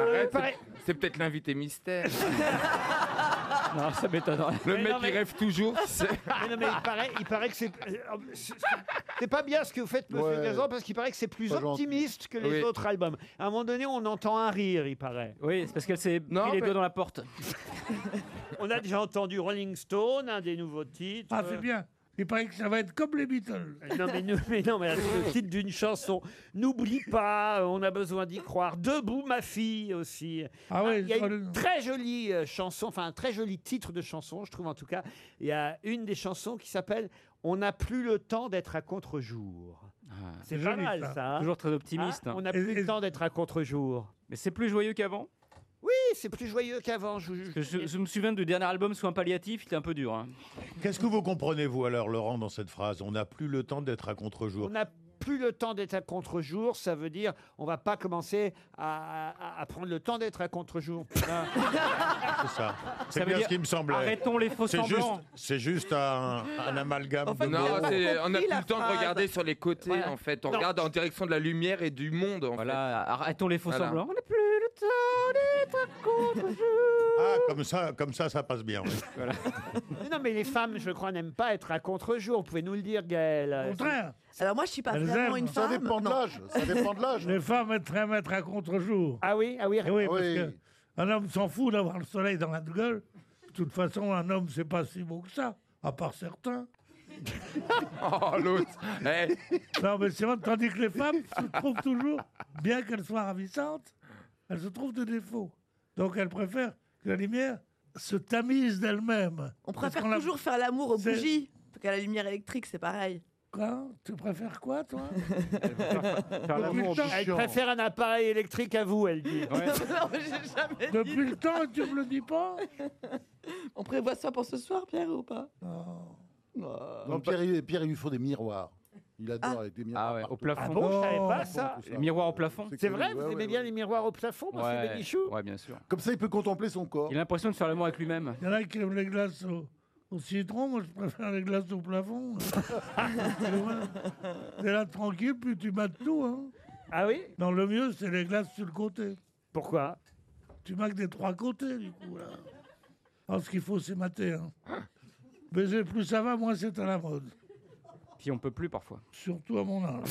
[SPEAKER 4] Euh,
[SPEAKER 9] Arrête, c'est- c'est peut-être l'invité mystère.
[SPEAKER 8] non, ça m'étonne.
[SPEAKER 9] Le
[SPEAKER 4] Mais
[SPEAKER 9] mec,
[SPEAKER 4] non, mais-
[SPEAKER 9] il rêve toujours. c'est-
[SPEAKER 4] Mais non, mais il paraît, il paraît que c'est. euh, c'est- C'est pas bien ce que vous faites, monsieur
[SPEAKER 9] Ouais.
[SPEAKER 4] Gazan, parce qu'il paraît que c'est plus
[SPEAKER 9] Pas gentil.
[SPEAKER 4] optimiste que les
[SPEAKER 8] Oui.
[SPEAKER 4] autres albums. À un moment donné, on entend un rire, il paraît.
[SPEAKER 8] Oui, c'est parce qu'elle s'est pris
[SPEAKER 4] mais-
[SPEAKER 8] les doigts dans la porte.
[SPEAKER 4] On a déjà entendu Rolling Stone, un des nouveaux titres.
[SPEAKER 5] Ah, c'est bien. Il paraît que ça va être comme les Beatles.
[SPEAKER 4] Euh, Non mais, nous- mais non mais là, c'est le titre d'une chanson. N'oublie pas, on a besoin d'y croire. Debout ma fille aussi.
[SPEAKER 5] Ah ouais,
[SPEAKER 4] il y a
[SPEAKER 5] sur
[SPEAKER 4] une
[SPEAKER 5] le-
[SPEAKER 4] très jolie euh, chanson, enfin un très joli titre de chanson, je trouve en tout cas. Il y a une des chansons qui s'appelle On n'a plus le temps d'être à contre-jour. C'est
[SPEAKER 8] C'est
[SPEAKER 4] pas
[SPEAKER 8] joli,
[SPEAKER 4] mal
[SPEAKER 8] ça.
[SPEAKER 4] ça. hein.
[SPEAKER 8] Ah. Toujours très optimiste,
[SPEAKER 4] Ah,
[SPEAKER 8] hein.
[SPEAKER 4] On n'a plus le temps d'être à contre-jour.
[SPEAKER 8] Mais c'est plus joyeux qu'avant
[SPEAKER 4] Oui, c'est plus joyeux qu'avant. Je, je-
[SPEAKER 8] Parce que je- je me souviens du dernier album, Soins palliatifs, il était un peu dur. hein.
[SPEAKER 10] Qu'est-ce que vous comprenez, vous, alors, Laurent, dans cette phrase On n'a plus le temps d'être à contre-jour.
[SPEAKER 4] On n'a plus le temps d'être à contre-jour, ça veut dire on va pas commencer à, à- à prendre le temps d'être à contre-jour.
[SPEAKER 10] C'est ça.
[SPEAKER 4] Ça
[SPEAKER 10] C'est
[SPEAKER 4] veut
[SPEAKER 10] bien
[SPEAKER 4] dire-
[SPEAKER 10] ce qui me semblait.
[SPEAKER 4] arrêtons les faux
[SPEAKER 10] C'est
[SPEAKER 4] semblants.
[SPEAKER 10] juste- C'est juste un, un amalgame. de
[SPEAKER 9] non,
[SPEAKER 10] mots.
[SPEAKER 9] c'est- on a plus le temps de
[SPEAKER 10] phrase.
[SPEAKER 9] regarder sur les côtés,
[SPEAKER 10] Voilà.
[SPEAKER 9] en fait. On
[SPEAKER 10] Non.
[SPEAKER 9] regarde en direction de la lumière et du monde, en
[SPEAKER 8] voilà, Arrêtons les faux semblants.
[SPEAKER 12] On n'a plus le temps d'être contre jour.
[SPEAKER 10] Ah, comme ça, comme ça, ça passe bien.
[SPEAKER 4] Mais non, mais les femmes, je crois, n'aiment pas être à contre-jour. Vous pouvez nous le dire, Gaël.
[SPEAKER 7] Alors moi, je suis pas
[SPEAKER 4] Elles
[SPEAKER 7] vraiment
[SPEAKER 4] aiment.
[SPEAKER 7] une
[SPEAKER 4] Ça
[SPEAKER 7] femme.
[SPEAKER 4] dépend de
[SPEAKER 7] non.
[SPEAKER 4] l'âge, ça dépend de l'âge.
[SPEAKER 5] Les femmes aiment très mettre à contre-jour. Eh
[SPEAKER 4] Ah oui, ah oui.
[SPEAKER 5] oui,
[SPEAKER 4] Ah
[SPEAKER 5] parce
[SPEAKER 4] oui.
[SPEAKER 5] que un homme s'en fout d'avoir le soleil dans la gueule. De toute façon, un homme, c'est pas si beau que ça, à part certains.
[SPEAKER 9] Oh, l'autre
[SPEAKER 4] Eh.
[SPEAKER 5] Non, mais c'est vrai, tandis que les femmes se trouvent toujours, bien qu'elles soient ravissantes, elles se trouvent de défauts. Donc elles préfèrent que la lumière se tamise d'elle-même.
[SPEAKER 7] On préfère toujours faire l'amour aux bougies qu'à la lumière électrique, c'est pareil.
[SPEAKER 5] Quoi Tu préfères quoi, toi
[SPEAKER 8] Faire l'amour aux
[SPEAKER 4] Elle
[SPEAKER 8] bougies.
[SPEAKER 4] préfère un appareil électrique à vous, elle dit.
[SPEAKER 5] Depuis le temps, tu me le dis pas
[SPEAKER 7] On prévoit ça pour ce soir, Pierre, ou pas
[SPEAKER 6] Non, Pierre, il, Pierre, il lui faut des miroirs. Il adore avec des miroirs. Ah
[SPEAKER 8] au plafond.
[SPEAKER 4] Ah bon, je savais
[SPEAKER 6] Oh,
[SPEAKER 4] pas ça. bah,
[SPEAKER 8] Les miroirs au plafond.
[SPEAKER 4] C'est vrai, vous aimez bien les miroirs au plafond, monsieur
[SPEAKER 8] Ouais,
[SPEAKER 4] Bénichou
[SPEAKER 8] ouais, bien sûr.
[SPEAKER 6] Comme ça, il peut contempler son corps.
[SPEAKER 8] Il a l'impression de faire l'amour avec lui-même.
[SPEAKER 5] Il y en a qui aiment les glaces au, au citron, moi je préfère les glaces au plafond. Tu vois, T'es là tranquille, puis tu mates tout. hein.
[SPEAKER 4] Ah oui
[SPEAKER 5] Non, le mieux, c'est les glaces sur le côté.
[SPEAKER 4] Pourquoi
[SPEAKER 5] Tu mates des trois côtés, du coup. Là. Alors, ce qu'il faut, c'est mater. Hein. Baiser, plus ça va, moins c'est à la mode.
[SPEAKER 8] Puis on peut plus parfois.
[SPEAKER 5] Surtout à mon âge.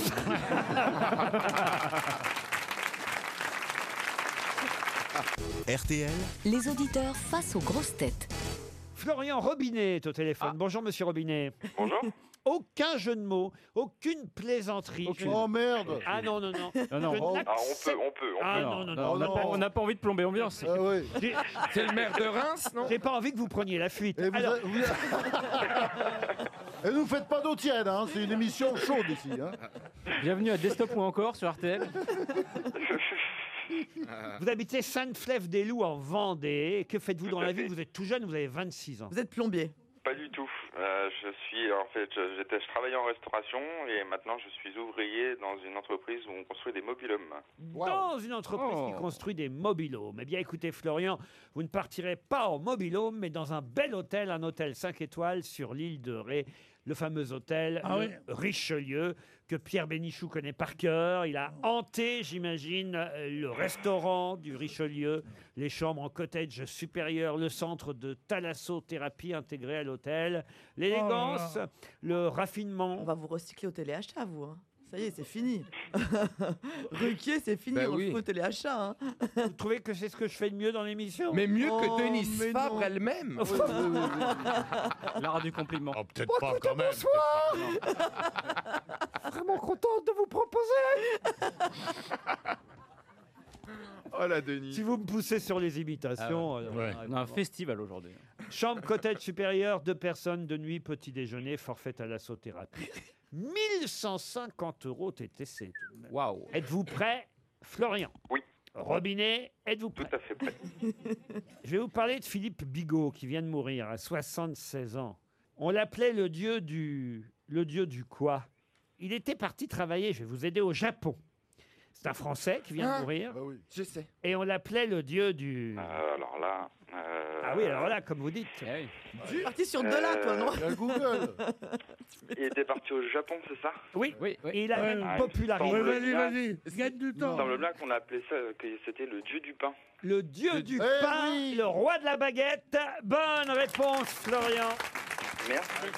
[SPEAKER 2] RTL,
[SPEAKER 3] Les auditeurs face aux grosses têtes.
[SPEAKER 4] Florian Robinet est au téléphone.
[SPEAKER 8] Ah.
[SPEAKER 4] Bonjour, monsieur Robinet. Bonjour. Aucun jeu de mots, aucune plaisanterie. Je-
[SPEAKER 6] Oh, merde.
[SPEAKER 4] Ah non, non, non.
[SPEAKER 8] Non, non.
[SPEAKER 4] Je
[SPEAKER 8] Ah, on peut,
[SPEAKER 4] n'accepte-
[SPEAKER 8] on peut, on
[SPEAKER 4] Ah
[SPEAKER 8] peut.
[SPEAKER 4] non, non,
[SPEAKER 8] Non, Ah, on n'a pas- on n'a pas envie de plomber l'ambiance.
[SPEAKER 4] J'ai-
[SPEAKER 8] C'est le maire de Reims, non
[SPEAKER 4] J'ai pas envie que vous preniez la fuite.
[SPEAKER 6] Et vous
[SPEAKER 4] Alors-
[SPEAKER 6] a- vous Et nous faites pas d'eau tiède, hein, c'est une émission chaude ici. hein.
[SPEAKER 8] Bienvenue à Desktop ou encore sur RTL.
[SPEAKER 4] Vous habitez Sainte-Flève-des-Loups en Vendée. Que faites-vous dans la vie Vous êtes tout jeune, vous avez 26 ans.
[SPEAKER 7] Vous êtes plombier.
[SPEAKER 15] Pas du tout. Euh, je suis en fait, je- j'étais, je travaillais en restauration et maintenant je suis ouvrier dans une entreprise où on construit des mobilhommes.
[SPEAKER 4] Dans une entreprise
[SPEAKER 7] Oh.
[SPEAKER 4] qui construit des mobilhomes. Eh bien, écoutez, Florian, vous ne partirez pas en mobilhome, mais dans un bel hôtel, un hôtel 5 étoiles sur l'île de Ré. Le fameux hôtel
[SPEAKER 5] Ah
[SPEAKER 4] le
[SPEAKER 5] oui.
[SPEAKER 4] Richelieu, que Pierre Bénichou connaît par cœur. Il a hanté, j'imagine, euh, le restaurant du Richelieu, les chambres en cottage supérieure, le centre de thalassothérapie intégré à l'hôtel, l'élégance,
[SPEAKER 7] Oh là là.
[SPEAKER 4] le raffinement.
[SPEAKER 7] On va vous recycler au téléachat, vous. hein. Ça y est, c'est fini. Ruquier, c'est fini,
[SPEAKER 9] Bah
[SPEAKER 4] Ben
[SPEAKER 7] on le
[SPEAKER 4] oui.
[SPEAKER 7] fout au téléachat. hein.
[SPEAKER 4] Vous trouvez que c'est ce que je fais de mieux dans l'émission
[SPEAKER 9] Mais mieux que
[SPEAKER 7] Oh,
[SPEAKER 9] Denise
[SPEAKER 7] mais
[SPEAKER 9] Fabre
[SPEAKER 7] non.
[SPEAKER 9] elle-même.
[SPEAKER 4] Oh,
[SPEAKER 7] Oui, oui, oui, oui.
[SPEAKER 8] L'art du compliment.
[SPEAKER 6] Oh,
[SPEAKER 10] peut-être
[SPEAKER 12] Bon, écoutez, bonsoir Vraiment contente de vous proposer
[SPEAKER 9] Oh la Denise.
[SPEAKER 4] Si vous me poussez sur les imitations.
[SPEAKER 8] Ah ouais.
[SPEAKER 4] euh,
[SPEAKER 8] Ouais.
[SPEAKER 4] euh,
[SPEAKER 8] On a un festival aujourd'hui.
[SPEAKER 4] Chambre cottage supérieure, deux personnes, de nuit, petit déjeuner, forfait à la sauthérapie. 1150 euros TTC.
[SPEAKER 9] Waouh.
[SPEAKER 4] Êtes-vous prêt, Florian
[SPEAKER 15] Oui.
[SPEAKER 4] Robinet, êtes-vous prêt Tout à fait prêt. Je vais vous parler de Philippe Bigot qui vient de mourir à 76 ans. On l'appelait le dieu du le dieu du quoi Il était parti travailler, je vais vous aider au Japon. C'est un Français qui vient
[SPEAKER 9] Ah,
[SPEAKER 4] de mourir.
[SPEAKER 9] Je sais.
[SPEAKER 4] Et on l'appelait le dieu du
[SPEAKER 15] Euh, alors là. euh,
[SPEAKER 4] Ah oui, alors là comme vous dites.
[SPEAKER 8] Eh
[SPEAKER 7] Tu es parti sur de là, toi, non
[SPEAKER 15] Euh, Il était parti au Japon, c'est ça
[SPEAKER 4] Oui,
[SPEAKER 8] oui,
[SPEAKER 4] Et il a
[SPEAKER 15] Ouais.
[SPEAKER 4] même
[SPEAKER 15] Ah,
[SPEAKER 4] popularisé.
[SPEAKER 15] il me semble bien-
[SPEAKER 5] gagne du
[SPEAKER 15] Il me semble bien qu'on appelait ça euh, que c'était le dieu du pain.
[SPEAKER 4] Le dieu du
[SPEAKER 15] Eh
[SPEAKER 4] pain, le roi de la baguette. Bonne réponse, Florian.
[SPEAKER 15] Merci.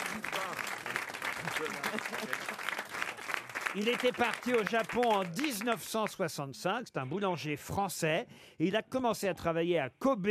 [SPEAKER 4] Il était parti au Japon en 1965. C'est un boulanger français. Et il a commencé à travailler à Kobe.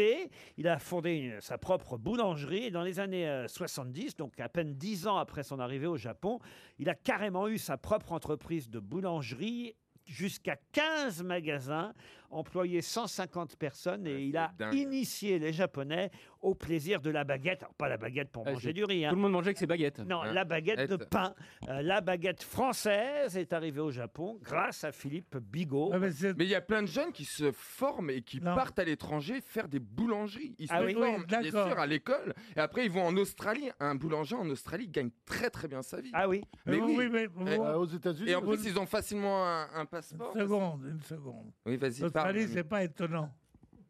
[SPEAKER 4] Il a fondé une- sa propre boulangerie. Et dans les années euh, 70, donc à peine 10 ans après son arrivée au Japon, il a carrément eu sa propre entreprise de boulangerie jusqu'à 15 magasins, employé 150 personnes et il a
[SPEAKER 8] dingue.
[SPEAKER 4] initié les Japonais au plaisir de la baguette. Alors pas la baguette pour
[SPEAKER 8] Ah,
[SPEAKER 4] manger
[SPEAKER 8] c'est-
[SPEAKER 4] du riz. hein.
[SPEAKER 8] Tout le monde mangeait avec ses baguettes.
[SPEAKER 4] Non,
[SPEAKER 8] Hein.
[SPEAKER 4] la baguette de
[SPEAKER 8] Êtes-
[SPEAKER 4] pain. Euh, la baguette française est arrivée au Japon grâce à Philippe Bigot.
[SPEAKER 9] Mais il y a plein de jeunes qui se forment et qui partent à l'étranger faire des boulangeries. Ils se
[SPEAKER 4] Ah oui.
[SPEAKER 9] forment,
[SPEAKER 4] Oui,
[SPEAKER 9] bien
[SPEAKER 4] d'accord.
[SPEAKER 9] sûr, à l'école. Et après, ils vont en Australie. Un boulanger en Australie gagne très très bien sa vie.
[SPEAKER 4] Ah oui.
[SPEAKER 9] Mais
[SPEAKER 5] Euh,
[SPEAKER 9] oui.
[SPEAKER 5] oui, mais
[SPEAKER 9] Et-
[SPEAKER 5] vous-
[SPEAKER 9] et
[SPEAKER 5] aux États-Unis,
[SPEAKER 9] en plus,
[SPEAKER 5] vous-
[SPEAKER 9] ils ont facilement un, un passeport.
[SPEAKER 5] Une seconde, une seconde.
[SPEAKER 9] Oui, vas-y,
[SPEAKER 5] L'Australie,
[SPEAKER 9] parle.
[SPEAKER 5] c'est pas étonnant.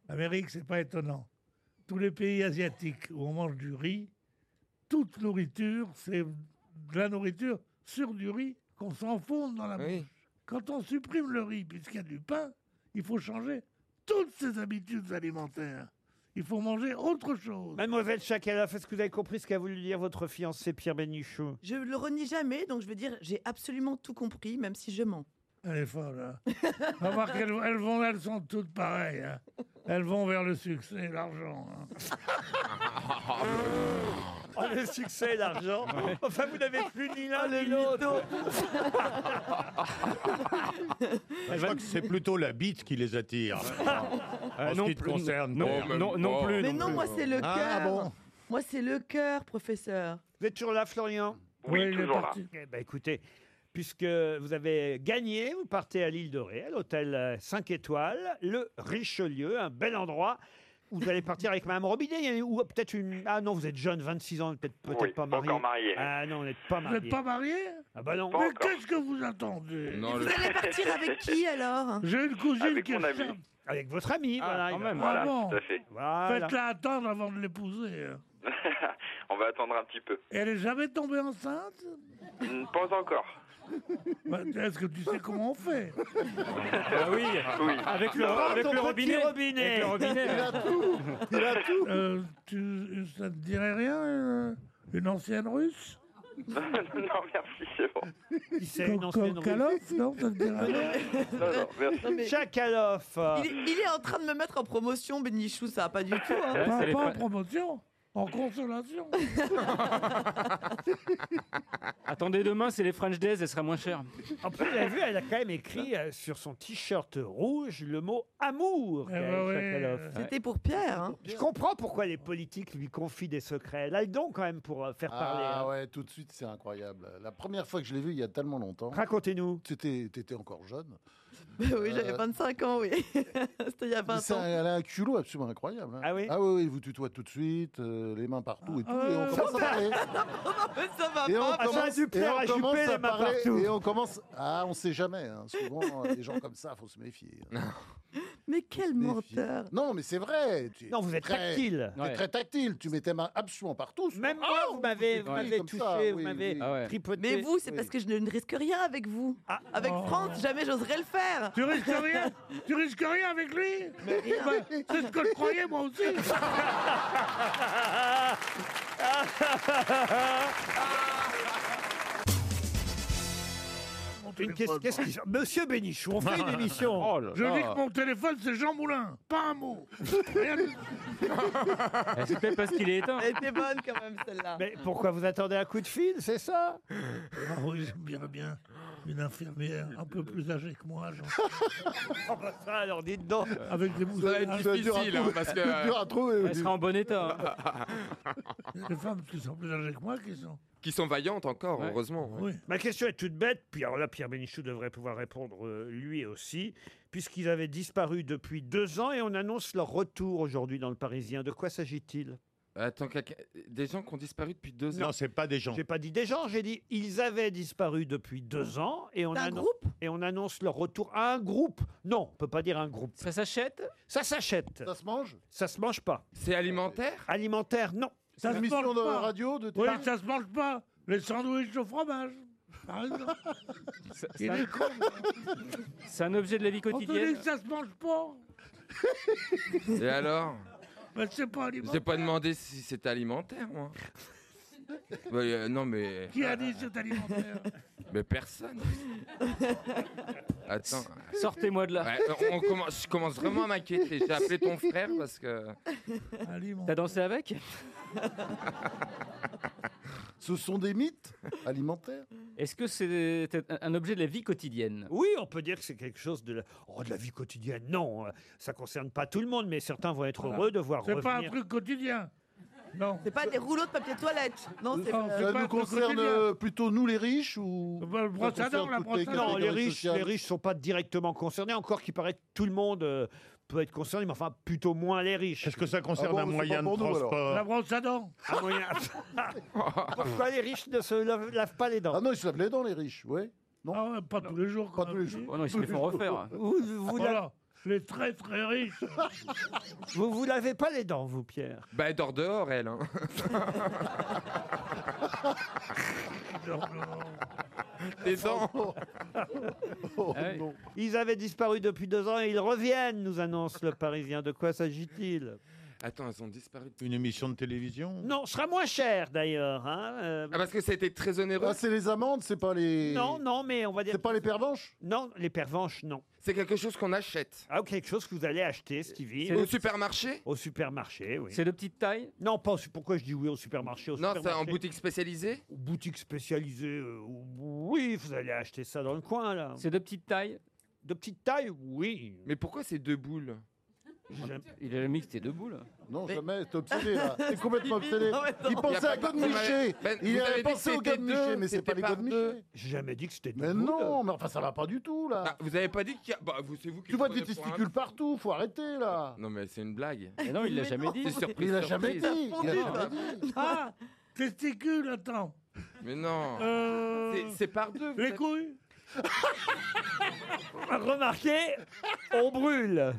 [SPEAKER 5] L'Amérique, c'est pas étonnant. Tous les pays asiatiques où on mange du riz, toute nourriture, c'est de la nourriture sur du riz qu'on s'enfonce dans la bouche. Quand on supprime le riz, puisqu'il y a du pain, il faut changer toutes ses habitudes alimentaires. Il faut manger autre chose.
[SPEAKER 4] Mademoiselle Chakala, est-ce que vous avez compris ce qu'a voulu dire votre fiancé Pierre Bénichou
[SPEAKER 7] Je le renie jamais, donc je veux dire, j'ai absolument tout compris, même si je mens.
[SPEAKER 5] Elle est folle. hein. On va voir qu'elles elles vont, elles sont toutes pareilles. hein. Elles vont vers le succès et l'argent. hein.
[SPEAKER 4] Oh, le succès et l'argent. Enfin, vous n'avez plus ni l'un ni l'autre.
[SPEAKER 10] Je crois que c'est plutôt la bite qui les attire. en ce
[SPEAKER 8] Ah, non
[SPEAKER 10] qui te
[SPEAKER 8] plus,
[SPEAKER 10] concerne.
[SPEAKER 8] non,
[SPEAKER 10] toi.
[SPEAKER 8] non, non, non plus,
[SPEAKER 7] Mais non, moi, c'est le cœur.
[SPEAKER 10] Ah bon
[SPEAKER 7] Moi, c'est le cœur, professeur.
[SPEAKER 4] Vous êtes toujours là, Florian
[SPEAKER 15] Oui, Oui, il est toujours là. parti.
[SPEAKER 4] Eh ben, écoutez, puisque vous avez gagné, vous partez à l'île de Ré, à l'hôtel 5 étoiles, le Richelieu, un bel endroit. où Vous allez partir avec Madame Robinet il y a- ou peut-être une... Ah non, vous êtes jeune, 26 ans, peut-être peut
[SPEAKER 15] Oui,
[SPEAKER 4] pas
[SPEAKER 15] pas
[SPEAKER 4] marié.
[SPEAKER 15] encore marié.
[SPEAKER 4] Ah non, vous n'êtes pas
[SPEAKER 5] Vous
[SPEAKER 4] marié.
[SPEAKER 5] n'êtes pas marié
[SPEAKER 4] Ah bah non.
[SPEAKER 5] Mais qu'est-ce que vous attendez
[SPEAKER 9] Non, le-
[SPEAKER 7] Partir avec qui alors
[SPEAKER 5] J'ai une cousine
[SPEAKER 15] Avec
[SPEAKER 5] qui
[SPEAKER 15] mon
[SPEAKER 5] est
[SPEAKER 15] ami.
[SPEAKER 5] chef.
[SPEAKER 4] Avec votre ami, voilà. il va-
[SPEAKER 15] Voilà,
[SPEAKER 5] Ah bon
[SPEAKER 15] tout à fait.
[SPEAKER 4] Voilà.
[SPEAKER 5] Faites-la attendre avant de l'épouser. hein.
[SPEAKER 15] On va attendre un petit peu.
[SPEAKER 5] Et Elle est jamais tombée enceinte
[SPEAKER 15] Hmm, Pas encore.
[SPEAKER 5] Bah, Est-ce que tu sais comment on fait
[SPEAKER 8] Ah oui,
[SPEAKER 15] Oui.
[SPEAKER 8] avec le,
[SPEAKER 5] Ah,
[SPEAKER 8] avec
[SPEAKER 5] ton
[SPEAKER 8] le
[SPEAKER 5] petit
[SPEAKER 8] robinet.
[SPEAKER 5] robinet.
[SPEAKER 8] Avec le robinet.
[SPEAKER 5] Il a tout. Il a tout. tu, ça te dirait rien euh, Une ancienne russe
[SPEAKER 15] non, merci, c'est bon.
[SPEAKER 4] Il s'est une ancienne
[SPEAKER 5] Comme
[SPEAKER 4] russe.
[SPEAKER 5] Kalov Non, ça te dirait rien
[SPEAKER 15] Non, non, merci.
[SPEAKER 7] Non, mais-
[SPEAKER 4] Chakalov.
[SPEAKER 7] Il, est- il est en train de me mettre en promotion, Benichou, ça va pas du tout. hein.
[SPEAKER 5] Pas, pas en promotion En consolation.
[SPEAKER 8] Attendez, demain, c'est les French Days, elle sera moins chère.
[SPEAKER 4] En plus, vous avez vu, elle a quand même écrit euh, sur son t-shirt rouge le mot amour.
[SPEAKER 8] Eh
[SPEAKER 4] Gaël
[SPEAKER 8] ben ouais.
[SPEAKER 4] Chakaloff.
[SPEAKER 8] C'était
[SPEAKER 7] pour Pierre. hein.
[SPEAKER 4] Je comprends pourquoi les politiques lui confient des secrets. Là, ils donnent quand même pour euh, faire parler.
[SPEAKER 6] Ah
[SPEAKER 4] hein.
[SPEAKER 6] ouais, tout de suite, c'est incroyable. La première fois que je l'ai vu, il y a tellement longtemps.
[SPEAKER 4] Racontez-nous.
[SPEAKER 6] Tu étais, encore jeune.
[SPEAKER 7] oui, j'avais
[SPEAKER 6] Euh,
[SPEAKER 7] 25 ans, oui. C'était il y a
[SPEAKER 6] mais
[SPEAKER 7] 20
[SPEAKER 6] c'est un-
[SPEAKER 7] ans.
[SPEAKER 6] elle a un culot absolument incroyable. Ah oui Ah oui, il vous tutoie tout de suite, euh, les mains partout et tout. et on
[SPEAKER 7] Euh,
[SPEAKER 6] commence à parler.
[SPEAKER 7] ça va
[SPEAKER 6] Et
[SPEAKER 7] pas.
[SPEAKER 4] Ah,
[SPEAKER 6] on commence, et on commence
[SPEAKER 4] Juppé, les mains
[SPEAKER 6] parler,
[SPEAKER 4] partout.
[SPEAKER 6] Et on commence. Ah, on sait jamais. hein. Souvent, euh, des gens comme ça, faut se méfier. hein.
[SPEAKER 7] Mais quel
[SPEAKER 6] menteur Non, mais c'est vrai. Tu es
[SPEAKER 4] Non, vous êtes
[SPEAKER 6] très-
[SPEAKER 4] tactile.
[SPEAKER 6] t'es
[SPEAKER 4] Ouais.
[SPEAKER 6] très tactile. Tu mets tes mains absolument partout. Ah,
[SPEAKER 4] Même moi, vous m'avez, vous m'avez touché, vous m'avez
[SPEAKER 5] Ah
[SPEAKER 4] tripoté.
[SPEAKER 7] Mais vous, c'est
[SPEAKER 4] Oui.
[SPEAKER 7] parce que je ne ne risque rien avec vous. Avec
[SPEAKER 5] Oh.
[SPEAKER 7] Franck, jamais j'oserais le faire.
[SPEAKER 5] Tu risques rien Tu risques rien avec lui Bah, C'est ce que je croyais, moi aussi.
[SPEAKER 4] Une question- qu'est-ce qui- Monsieur Bénichou, on fait une émission.
[SPEAKER 5] Je dis que mon téléphone, c'est Jean Moulin. Pas un mot. Rien du
[SPEAKER 8] C'est peut-être Eh, parce qu'il est éteint.
[SPEAKER 7] Elle était bonne quand même, celle-là.
[SPEAKER 4] Mais pourquoi vous attendez un coup de fil, c'est ça
[SPEAKER 5] Ah oui, j'aimerais bien une infirmière un peu plus âgée que moi. genre.
[SPEAKER 4] Oh, bah ça, alors dites donc.
[SPEAKER 5] Avec des moustaches.
[SPEAKER 6] Ah,
[SPEAKER 9] être difficile, hein, parce que- Dur à trouver,
[SPEAKER 8] Elle sera en bon état. hein.
[SPEAKER 5] Les femmes qui sont plus âgées que moi, qui sont.
[SPEAKER 9] Qui sont vaillantes encore,
[SPEAKER 4] Ouais.
[SPEAKER 9] heureusement. ouais.
[SPEAKER 4] Ma question est toute bête, puis alors là, Pierre Bénichou devrait pouvoir répondre euh, lui aussi, puisqu'ils avaient disparu depuis deux ans et on annonce leur retour aujourd'hui dans le Parisien. De quoi s'agit-il
[SPEAKER 9] Attends, quelqu'un- des gens qui ont disparu depuis deux ans.
[SPEAKER 10] Non, c'est pas des gens.
[SPEAKER 4] J'ai pas dit des gens, j'ai dit ils avaient disparu depuis deux ans et on,
[SPEAKER 7] D'un
[SPEAKER 4] annon-
[SPEAKER 7] groupe
[SPEAKER 4] et on annonce leur retour à un groupe. Non, on peut pas dire un groupe.
[SPEAKER 8] Ça s'achète
[SPEAKER 4] Ça s'achète.
[SPEAKER 6] Ça se mange
[SPEAKER 4] Ça se mange pas.
[SPEAKER 9] C'est alimentaire
[SPEAKER 4] Alimentaire, non.
[SPEAKER 5] Ça se
[SPEAKER 6] Émission
[SPEAKER 5] mange
[SPEAKER 6] de
[SPEAKER 5] pas.
[SPEAKER 6] radio, de
[SPEAKER 5] Oui,
[SPEAKER 6] télé.
[SPEAKER 5] ça se mange pas. Les sandwichs au fromage. Par exemple. Il est con.
[SPEAKER 8] C'est un objet de la vie
[SPEAKER 5] On te dit
[SPEAKER 8] quotidienne.
[SPEAKER 5] que ça se mange pas.
[SPEAKER 9] Et alors
[SPEAKER 5] Mais c'est pas alimentaire.
[SPEAKER 9] J'ai pas demandé si c'était alimentaire, moi. Bah, euh, non, mais. euh,
[SPEAKER 5] Qui a dit que c'est alimentaire
[SPEAKER 9] Mais personne. Attends.
[SPEAKER 8] Sortez-moi de là.
[SPEAKER 9] Ouais, euh, on commence, je commence vraiment à m'inquiéter. J'ai appelé ton frère parce que.
[SPEAKER 8] T'as dansé avec
[SPEAKER 6] Ce sont des mythes alimentaires.
[SPEAKER 8] Est-ce que c'est un objet de la vie quotidienne
[SPEAKER 4] Oui, on peut dire que c'est quelque chose de la, oh, de la vie quotidienne. Non, euh, ça concerne pas tout le monde, mais certains vont être heureux de voir
[SPEAKER 5] C'est
[SPEAKER 4] revenir.
[SPEAKER 5] pas un truc quotidien. Non.
[SPEAKER 7] C'est pas des rouleaux de papier toilette. Non, c'est
[SPEAKER 5] Non,
[SPEAKER 7] euh,
[SPEAKER 5] c'est
[SPEAKER 6] Ça
[SPEAKER 5] pas
[SPEAKER 6] nous
[SPEAKER 5] un truc
[SPEAKER 6] concerne
[SPEAKER 5] quotidien.
[SPEAKER 6] euh, plutôt nous les riches ou
[SPEAKER 5] le Bah, brosse
[SPEAKER 6] ça
[SPEAKER 5] à dents,
[SPEAKER 6] concerne
[SPEAKER 5] la
[SPEAKER 6] toutes
[SPEAKER 5] brosse à dents.
[SPEAKER 4] Non, les
[SPEAKER 6] catégories
[SPEAKER 4] riches,
[SPEAKER 6] sociales
[SPEAKER 4] les riches sont pas directement concernés. Encore qu'il paraît que tout le monde euh, peut être concerné, mais enfin plutôt moins les riches.
[SPEAKER 10] Est-ce que ça concerne
[SPEAKER 6] Ah
[SPEAKER 4] Ah
[SPEAKER 6] bon,
[SPEAKER 10] un
[SPEAKER 6] c'est
[SPEAKER 10] moyen
[SPEAKER 6] pas
[SPEAKER 10] de
[SPEAKER 6] pour nous, alors.
[SPEAKER 10] transport
[SPEAKER 5] La brosse à dents.
[SPEAKER 4] Un moyen- Pourquoi les riches ne se lavent, lavent pas les dents
[SPEAKER 6] Ah non, ils se lavent les dents, les riches, ouais.
[SPEAKER 5] Ah ouais, pas tous les jours.
[SPEAKER 6] Pas
[SPEAKER 5] quand
[SPEAKER 6] tous
[SPEAKER 5] même.
[SPEAKER 6] les jours.
[SPEAKER 8] Oh non, ils se les font refaire.
[SPEAKER 4] vous, vous, la-
[SPEAKER 5] Voilà. Les très très riches.
[SPEAKER 4] vous vous lavez pas les dents, vous, Pierre
[SPEAKER 9] Bah, elle dort dehors, elle. hein.
[SPEAKER 5] Non, non.
[SPEAKER 9] Des dents.
[SPEAKER 6] Oh
[SPEAKER 8] Ah oui.
[SPEAKER 6] non.
[SPEAKER 4] Ils avaient disparu depuis deux ans et ils reviennent, nous annonce le Parisien. De quoi s'agit-il
[SPEAKER 9] Attends, elles ont disparu.
[SPEAKER 10] Une émission de télévision
[SPEAKER 4] Non, ce sera moins cher d'ailleurs. hein, euh,
[SPEAKER 9] Ah, parce que ça a été très onéreux.
[SPEAKER 6] Ah, c'est les amendes, c'est pas les.
[SPEAKER 4] Non, non, mais on va dire.
[SPEAKER 6] C'est pas les pervenches
[SPEAKER 4] Non, les pervenches, non.
[SPEAKER 9] C'est quelque chose qu'on achète.
[SPEAKER 4] Ah, ou quelque chose que vous allez acheter, Stevie,
[SPEAKER 9] Au supermarché
[SPEAKER 4] au supermarché, oui.
[SPEAKER 8] C'est de petite taille
[SPEAKER 4] Non, pas au su- pourquoi je dis oui au supermarché. Au
[SPEAKER 9] Non, c'est
[SPEAKER 4] supermarché.
[SPEAKER 9] en boutique spécialisée
[SPEAKER 4] Ou boutique spécialisée. euh, oui, vous allez acheter ça dans le coin, là.
[SPEAKER 8] C'est de petite taille
[SPEAKER 4] De petite taille, oui.
[SPEAKER 9] Mais pourquoi c'est deux boules
[SPEAKER 4] J'aime-
[SPEAKER 8] Il a jamais que c'était debout là.
[SPEAKER 6] Non,
[SPEAKER 7] Mais-
[SPEAKER 6] jamais, t'es obsédé là. T'es complètement obsédé.
[SPEAKER 7] Non, mais non.
[SPEAKER 6] Il
[SPEAKER 9] Y a
[SPEAKER 6] pensait à
[SPEAKER 9] pas-
[SPEAKER 6] God Miché.
[SPEAKER 9] Ben, vous
[SPEAKER 6] Il
[SPEAKER 9] avez dit que
[SPEAKER 6] avait pensé au
[SPEAKER 9] c'était
[SPEAKER 6] God
[SPEAKER 9] deux,
[SPEAKER 6] Miché, mais c'est
[SPEAKER 9] c'était
[SPEAKER 6] pas les
[SPEAKER 9] par
[SPEAKER 6] God
[SPEAKER 9] deux.
[SPEAKER 6] Miché.
[SPEAKER 4] J'ai jamais dit que c'était de
[SPEAKER 6] Mais
[SPEAKER 4] boule.
[SPEAKER 6] non, mais enfin, ça va pas du tout là.
[SPEAKER 9] Ah, Vous avez pas dit qu'il y a. Bah, vous, c'est vous qui.
[SPEAKER 6] Tu vois
[SPEAKER 9] le
[SPEAKER 6] tes
[SPEAKER 9] prenez pour un-
[SPEAKER 6] testicules partout, faut arrêter là.
[SPEAKER 9] Non, mais c'est une blague.
[SPEAKER 8] Mais non, il l'a jamais dit.
[SPEAKER 9] C'est surprise.
[SPEAKER 6] Il a jamais
[SPEAKER 9] surprise.
[SPEAKER 6] dit. Il a
[SPEAKER 7] Fondu,
[SPEAKER 6] jamais
[SPEAKER 7] toi.
[SPEAKER 6] dit.
[SPEAKER 5] Ah, testicules, attends.
[SPEAKER 9] Mais non.
[SPEAKER 5] Euh,
[SPEAKER 9] C'est- C'est par deux. vous
[SPEAKER 5] les
[SPEAKER 9] êtes-
[SPEAKER 5] couilles.
[SPEAKER 4] Remarquez, on brûle.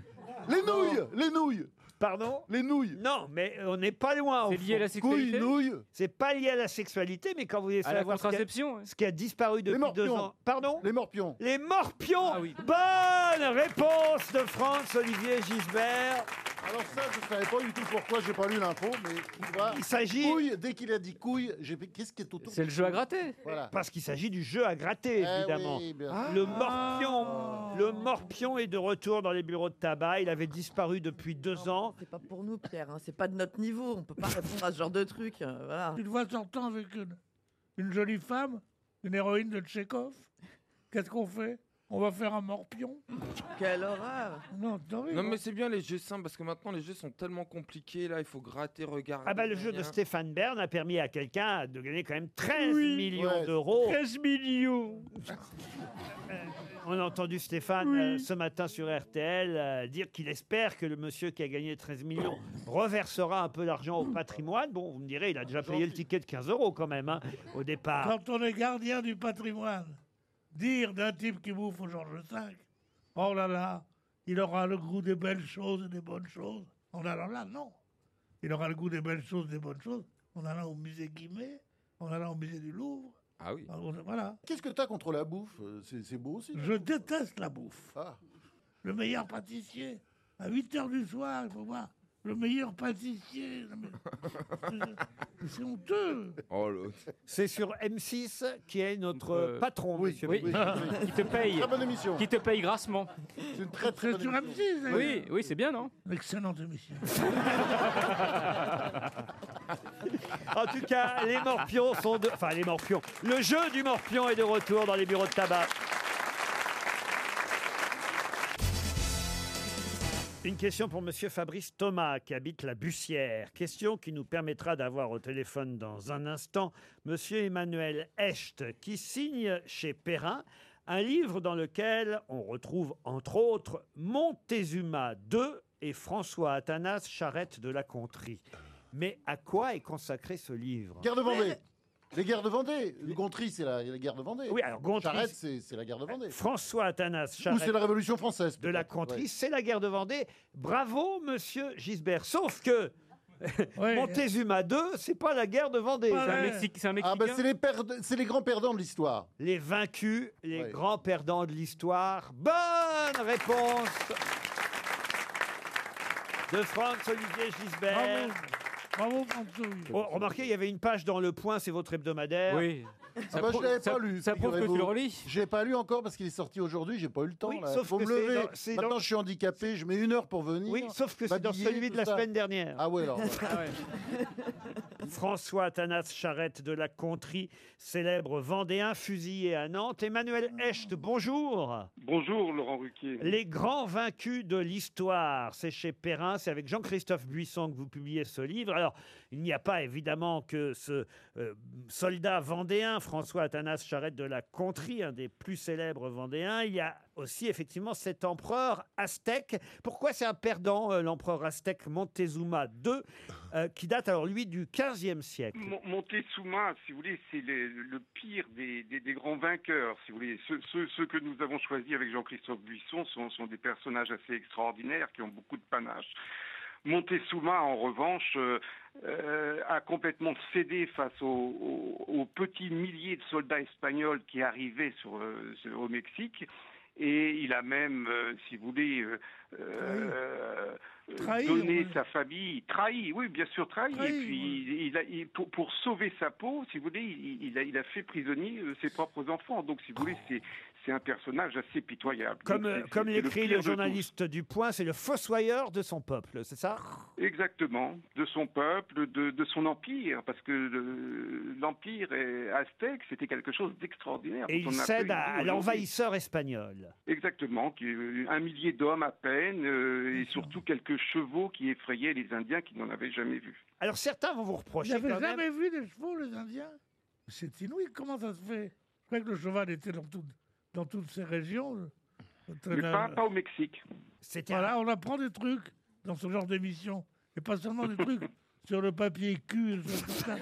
[SPEAKER 6] Les nouilles, les nouilles,
[SPEAKER 4] Pardon
[SPEAKER 6] les nouilles.
[SPEAKER 4] Non, mais on n'est pas loin. au
[SPEAKER 8] C'est lié à
[SPEAKER 4] fond.
[SPEAKER 8] la
[SPEAKER 6] Couilles,
[SPEAKER 8] sexualité
[SPEAKER 6] nouilles.
[SPEAKER 4] C'est pas lié à la sexualité, mais quand vous voulez
[SPEAKER 8] À la
[SPEAKER 4] savoir ce qui, a,
[SPEAKER 8] contraception hein.
[SPEAKER 4] ce qui a disparu depuis deux
[SPEAKER 6] morpions.
[SPEAKER 4] ans. Pardon
[SPEAKER 6] Les morpions.
[SPEAKER 4] Les morpions
[SPEAKER 8] Ah oui.
[SPEAKER 4] Bonne réponse de France Olivier Gisbert.
[SPEAKER 6] Alors ça, je ne savais pas du tout pourquoi j'ai pas lu l'info, mais tu vois,
[SPEAKER 4] Il s'agit-
[SPEAKER 6] couille, dès qu'il a dit couille, j'ai fait, qu'est-ce qui est autour
[SPEAKER 4] C'est le jeu à gratter.
[SPEAKER 6] Voilà.
[SPEAKER 4] Parce qu'il s'agit du jeu à gratter,
[SPEAKER 6] Eh
[SPEAKER 4] évidemment.
[SPEAKER 6] oui, bien sûr. Ah.
[SPEAKER 4] Le morpion. Le morpion est de retour dans les bureaux de tabac. Il avait disparu depuis deux ans.
[SPEAKER 7] C'est pas pour nous, Pierre. hein, C'est pas de notre niveau. On peut pas répondre à ce genre de truc. euh, Voilà.
[SPEAKER 5] Tu te vois sortant avec une, une jolie femme, une héroïne de Tchekhov. Qu'est-ce qu'on fait On va faire un morpion
[SPEAKER 7] Quelle horreur
[SPEAKER 5] Non,
[SPEAKER 9] Non mais c'est bien les jeux simples parce que maintenant les jeux sont tellement compliqués là, il faut gratter, regarder.
[SPEAKER 4] Ah bah, le jeu de
[SPEAKER 9] gna.
[SPEAKER 4] Stéphane Bern a permis à quelqu'un de gagner quand même 13
[SPEAKER 9] Oui.
[SPEAKER 4] millions
[SPEAKER 9] Ouais.
[SPEAKER 4] d'euros.
[SPEAKER 9] 13
[SPEAKER 4] millions On a entendu Stéphane
[SPEAKER 9] Oui.
[SPEAKER 4] euh, ce matin sur RTL euh, dire qu'il espère que le monsieur qui a gagné 13 millions reversera un peu d'argent au patrimoine. Bon, vous me direz, il a déjà payé le ticket de 15 euros quand même hein, au départ.
[SPEAKER 5] Quand on est gardien du patrimoine, dire d'un type qui bouffe au Georges V, oh là là, il aura le goût des belles choses et des bonnes choses, en allant là, non. Il aura le goût des belles choses, des bonnes choses, en allant au musée Guimet, en allant au musée du Louvre.
[SPEAKER 9] Ah oui.
[SPEAKER 5] Voilà.
[SPEAKER 6] Qu'est-ce que t'as contre la bouffe Euh, C'est c'est beau aussi.
[SPEAKER 5] Je déteste la bouffe.
[SPEAKER 6] Ah.
[SPEAKER 5] Le meilleur pâtissier, à 8 h du soir, il faut voir. Le meilleur pâtissier. Non, mais- C'est- C'est honteux.
[SPEAKER 9] Oh,
[SPEAKER 4] C'est sur M6 qui est notre
[SPEAKER 8] Euh,
[SPEAKER 4] patron, monsieur.
[SPEAKER 8] oui. Qui te paye. Très bonne émission. Qui te paye grassement.
[SPEAKER 6] C'est une très
[SPEAKER 5] très C'est bonne sur émission. M6, d'ailleurs.
[SPEAKER 8] Oui, oui, c'est bien, non
[SPEAKER 5] Excellente émission.
[SPEAKER 4] En tout cas, les morpions sont de. Enfin, les morpions. Le jeu du morpion est de retour dans les bureaux de tabac. Une question pour Monsieur Fabrice Thomas qui habite la Bussière. Question qui nous permettra d'avoir au téléphone dans un instant Monsieur Emmanuel Echt qui signe chez Perrin un livre dans lequel on retrouve entre autres Montezuma II et François Athanas Charrette de la Contrie. Mais à quoi est consacré ce livre
[SPEAKER 6] Guerre de Vendée. Les guerres de Vendée. Le Gontry, c'est la, la guerre de Vendée.
[SPEAKER 4] Oui, alors Gontry,
[SPEAKER 6] Charette,
[SPEAKER 4] c'est-
[SPEAKER 6] c'est c'est la guerre de Vendée.
[SPEAKER 4] Euh, François Athanas
[SPEAKER 6] Ou
[SPEAKER 4] Charrette.
[SPEAKER 6] c'est la Révolution française.
[SPEAKER 4] de la country, c'est la guerre de Vendée. Bravo, monsieur Gisbert. Sauf que Montezuma II, c'est pas la guerre de Vendée.
[SPEAKER 6] Ouais. C'est un Mexique-
[SPEAKER 4] c'est
[SPEAKER 6] Ah ben c'est les, perd- c'est les grands perdants de l'histoire.
[SPEAKER 4] Les vaincus, les grands perdants de l'histoire. Bonne réponse de Franck-Olivier Gisbert.
[SPEAKER 5] Bravo, François.
[SPEAKER 4] Oh, remarquez, il y avait une page dans Le Point, c'est votre hebdomadaire.
[SPEAKER 8] Oui.
[SPEAKER 6] Ah bah, je l'avais pas lu. figurez-vous.
[SPEAKER 8] relis.
[SPEAKER 6] J'ai pas lu encore parce qu'il est sorti aujourd'hui, j'ai pas eu le temps.
[SPEAKER 4] Oui,
[SPEAKER 6] là.
[SPEAKER 4] sauf
[SPEAKER 6] Faut
[SPEAKER 4] que
[SPEAKER 6] me
[SPEAKER 4] c'est
[SPEAKER 6] lever.
[SPEAKER 4] dans- c'est
[SPEAKER 6] Maintenant,
[SPEAKER 4] dans-
[SPEAKER 6] je suis handicapé, je mets une heure pour venir.
[SPEAKER 4] Oui, sauf que c'est dans
[SPEAKER 6] m'habiller,
[SPEAKER 4] celui de
[SPEAKER 6] tout
[SPEAKER 4] la
[SPEAKER 6] ça.
[SPEAKER 4] semaine dernière.
[SPEAKER 6] Ah ouais, alors.
[SPEAKER 4] François Athanas Charrette de la Contrie, célèbre Vendéen fusillé à Nantes. Emmanuel Echt, bonjour.
[SPEAKER 14] Bonjour Laurent Ruquier.
[SPEAKER 4] Les grands vaincus de l'histoire, c'est chez Perrin, c'est avec Jean-Christophe Buisson que vous publiez ce livre. Alors, il n'y a pas évidemment que ce euh, soldat vendéen, François Athanas Charrette de la Contrie, un des plus célèbres vendéens. Il y a aussi effectivement cet empereur aztèque. Pourquoi c'est un perdant, euh, l'empereur aztèque Montezuma II, euh, qui date alors lui du 15e siècle
[SPEAKER 14] Mon- Montezuma, si vous voulez, c'est les- le pire des, des- des grands vainqueurs, si vous voulez. Ceux, ceux- ceux que nous avons choisis avec Jean-Christophe Buisson sont, sont des personnages assez extraordinaires qui ont beaucoup de panache. Montezuma, en revanche, euh, euh, a complètement cédé face aux, aux- aux petits milliers de soldats espagnols qui arrivaient sur, euh, sur- au Mexique. Et il a même, euh, si vous voulez, euh, euh, euh,
[SPEAKER 5] Trahi,
[SPEAKER 14] donné
[SPEAKER 5] oui.
[SPEAKER 14] sa famille, trahi, oui, bien sûr, trahi.
[SPEAKER 5] Trahi,
[SPEAKER 14] et puis, il- il a- il- pour, pour sauver sa peau, si vous voulez, il, il a, il a fait prisonnier euh, ses propres enfants. Donc, si vous voulez, c'est, c'est un personnage assez pitoyable.
[SPEAKER 4] Comme,
[SPEAKER 14] Donc,
[SPEAKER 4] euh,
[SPEAKER 14] c'est- c'est-
[SPEAKER 4] comme
[SPEAKER 14] c'est le
[SPEAKER 4] l'écrit
[SPEAKER 14] pire
[SPEAKER 4] le
[SPEAKER 14] de tous.
[SPEAKER 4] journaliste du Point, c'est le fossoyeur de son peuple, c'est ça
[SPEAKER 14] Exactement, de son peuple, de, de son empire, parce que le- l'empire est- aztèque, c'était quelque chose d'extraordinaire.
[SPEAKER 4] Et
[SPEAKER 14] dont
[SPEAKER 4] il
[SPEAKER 14] on a peu
[SPEAKER 4] cède
[SPEAKER 14] une
[SPEAKER 4] à, à
[SPEAKER 14] idée aujourd'hui.
[SPEAKER 4] l'envahisseur espagnol.
[SPEAKER 14] Exactement, qui- euh, un millier d'hommes à peine, euh, et surtout quelques chevaux qui effrayaient les Indiens qui n'en avaient jamais vu.
[SPEAKER 4] Alors certains vont vous reprocher
[SPEAKER 5] J'avais
[SPEAKER 4] quand même-
[SPEAKER 5] jamais vu des chevaux, les Indiens. C'est inouï, comment ça se fait Je croyais que le cheval était dans, tout- dans toutes ces régions.
[SPEAKER 14] Mais pas, pas au Mexique.
[SPEAKER 5] Voilà, on apprend des trucs dans ce genre d'émission. Et pas seulement des trucs sur le papier cul. et sur tout ça.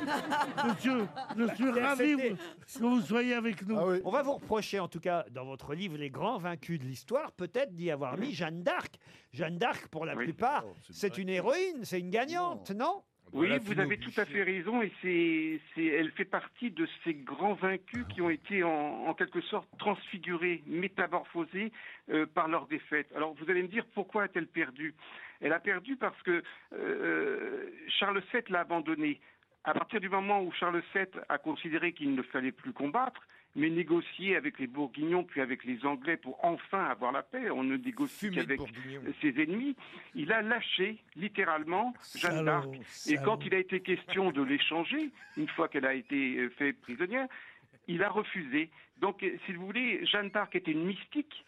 [SPEAKER 5] Monsieur, je suis
[SPEAKER 4] C'était-
[SPEAKER 5] ravi vous- que vous soyez avec nous.
[SPEAKER 4] On va vous reprocher, en tout cas, dans votre livre, les grands vaincus de l'histoire, peut-être d'y avoir mis Jeanne d'Arc. Jeanne d'Arc, pour la plupart, c'est une héroïne, c'est une gagnante, non,
[SPEAKER 14] Oui,
[SPEAKER 10] Voilà,
[SPEAKER 14] vous
[SPEAKER 10] Finot.
[SPEAKER 14] avez tout à fait raison, et c'est, c'est- elle fait partie de ces grands vaincus qui ont été en, en quelque sorte transfigurés, métamorphosés euh, par leur défaite. Alors vous allez me dire pourquoi a-t-elle perdu Elle a perdu parce que euh, Charles VII l'a abandonnée. À partir du moment où Charles VII a considéré qu'il ne fallait plus combattre, mais négocier avec les Bourguignons puis avec les Anglais pour enfin avoir la paix, on ne négocie qu'avec ses ennemis, il a lâché littéralement Jeanne d'Arc. Et
[SPEAKER 5] salaud.
[SPEAKER 14] quand il a été question de l'échanger, une fois qu'elle a été euh, faite prisonnière, il a refusé. Donc, euh, si vous voulez, Jeanne d'Arc était une mystique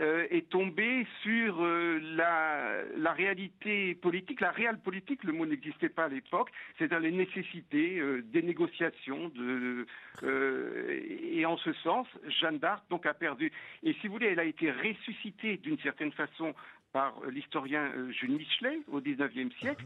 [SPEAKER 14] euh, est tombée sur euh, la, la réalité politique, la réelle politique, le mot n'existait pas à l'époque, c'est-à-dire les nécessités euh, des négociations. De, euh, et en ce sens, Jeanne d'Arc donc a perdu. Et si vous voulez, elle a été ressuscitée d'une certaine façon par euh, l'historien euh, Jules Michelet au XIXe siècle.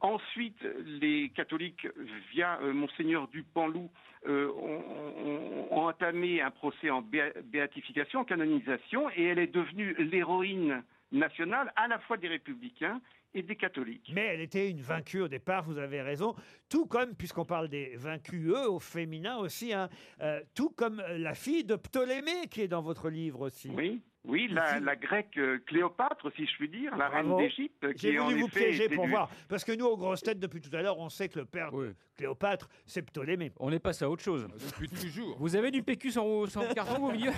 [SPEAKER 14] Ensuite, les catholiques, via euh, Monseigneur Dupanloup, euh, ont, ont- ont entamé un procès en béa- béatification, en canonisation, et elle est devenue l'héroïne nationale à la fois des républicains et des catholiques.
[SPEAKER 4] Mais elle était une vaincue au départ, vous avez raison. Tout comme, puisqu'on parle des vaincus, eux, au féminin aussi, hein, euh, tout comme la fille de Ptolémée qui est dans votre livre aussi.
[SPEAKER 14] Oui, oui la, la grecque euh, Cléopâtre, si je puis dire, la
[SPEAKER 4] Ah, Bravo.
[SPEAKER 14] reine d'Égypte, euh, qui
[SPEAKER 4] J'ai
[SPEAKER 14] est en
[SPEAKER 4] voulu vous
[SPEAKER 14] effet
[SPEAKER 4] piéger
[SPEAKER 14] était
[SPEAKER 4] pour
[SPEAKER 14] du-
[SPEAKER 4] voir. Parce que nous, aux grosses têtes, depuis tout à l'heure, on sait que le père de Cléopâtre, c'est Ptolémée.
[SPEAKER 8] On est passé à autre chose.
[SPEAKER 9] Depuis toujours.
[SPEAKER 8] Vous avez du PQ sans, sans carton au milieu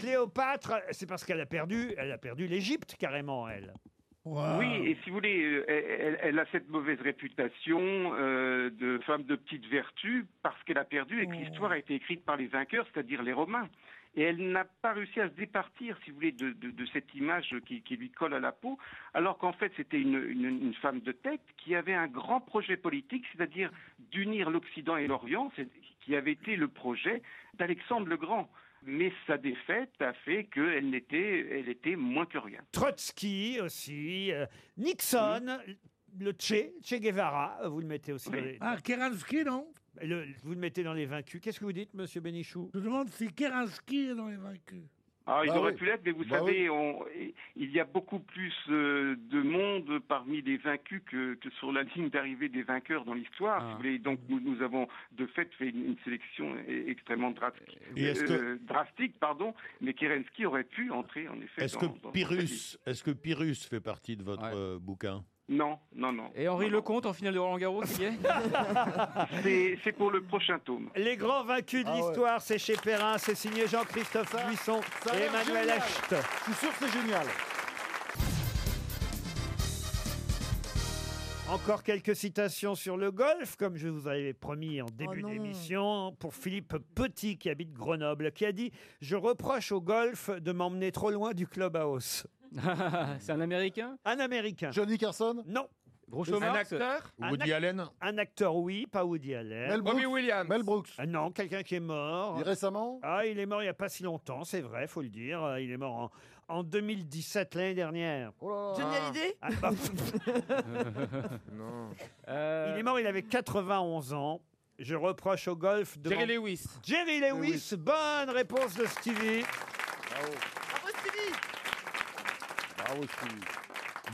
[SPEAKER 4] Cléopâtre, c'est parce qu'elle a perdu, elle a perdu l'Égypte carrément, elle.
[SPEAKER 14] Oui, et si vous voulez, euh, elle, elle a cette mauvaise réputation euh, de femme de petite vertu parce qu'elle a perdu et que l'histoire a été écrite par les vainqueurs, c'est-à-dire les Romains. Et elle n'a pas réussi à se départir, si vous voulez, de, de- de cette image qui, qui lui colle à la peau, alors qu'en fait c'était une, une- une femme de tête qui avait un grand projet politique, c'est-à-dire d'unir l'Occident et l'Orient, c'est- qui avait été le projet d'Alexandre le Grand. Mais sa défaite a fait qu'elle n'était- elle était moins que rien.
[SPEAKER 4] Trotsky aussi, euh, Nixon, le Che, Che Guevara, euh, vous le mettez aussi. Dans les...
[SPEAKER 5] Ah, Kerensky, non
[SPEAKER 4] Vous le mettez dans les vaincus. Qu'est-ce que vous dites, monsieur Bénichou
[SPEAKER 5] Je demande si Kerensky est dans les vaincus.
[SPEAKER 14] Ah, il
[SPEAKER 5] Bah
[SPEAKER 14] aurait
[SPEAKER 5] oui.
[SPEAKER 14] pu l'être, mais vous
[SPEAKER 5] Bah
[SPEAKER 14] savez,
[SPEAKER 5] oui.
[SPEAKER 14] on- il y a beaucoup plus euh, de monde parmi les vaincus que, que sur la ligne d'arrivée des vainqueurs dans l'histoire.
[SPEAKER 10] Ah.
[SPEAKER 14] si vous voulez. Donc nous, nous avons de fait fait une, une sélection e- extrêmement drastique,
[SPEAKER 10] Et est-ce que-
[SPEAKER 14] euh, drastique, pardon. Mais Kerensky aurait pu entrer en effet.
[SPEAKER 10] Est-ce que
[SPEAKER 14] dans- dans-
[SPEAKER 10] Pyrrhus, est-ce que Pyrrhus fait partie de votre euh, bouquin
[SPEAKER 14] Non, non, non.
[SPEAKER 8] Et Henri Lecomte en finale de Roland Garros, c'est gay
[SPEAKER 14] C'est c'est pour le prochain tome.
[SPEAKER 4] Les grands vaincus de
[SPEAKER 14] Ah ouais.
[SPEAKER 4] l'histoire, c'est chez Perrin, c'est signé Jean-Christophe Buisson
[SPEAKER 6] ça a
[SPEAKER 4] et
[SPEAKER 6] l'air
[SPEAKER 4] Emmanuel
[SPEAKER 6] génial.
[SPEAKER 4] Hecht.
[SPEAKER 6] Je suis sûr que c'est génial.
[SPEAKER 4] Encore quelques citations sur le golf, comme je vous avais promis en début
[SPEAKER 16] non.
[SPEAKER 4] d'émission, pour Philippe Petit, qui habite Grenoble, qui a dit « Je reproche au golf de m'emmener trop loin du clubhouse. »
[SPEAKER 8] C'est un Américain
[SPEAKER 4] Un Américain.
[SPEAKER 6] Johnny Carson
[SPEAKER 4] Non.
[SPEAKER 8] Groucho Un Marx acteur Woody
[SPEAKER 4] Allen Un acteur, oui, pas Woody Allen.
[SPEAKER 6] Mel Brooks Robbie
[SPEAKER 4] Williams Mel Brooks Ah Non, quelqu'un qui est mort. récemment Ah, il est mort il n'y a pas si longtemps, c'est vrai, faut le dire. Euh, Il est mort en, en 2017, l'année dernière.
[SPEAKER 7] Johnny Hallyday
[SPEAKER 4] Ah, bah, Il est mort, il avait 91 ans. Je reproche au golf de...
[SPEAKER 9] Jerry
[SPEAKER 4] m'en-
[SPEAKER 9] Lewis.
[SPEAKER 4] Jerry Lewis, bonne réponse de Stevie.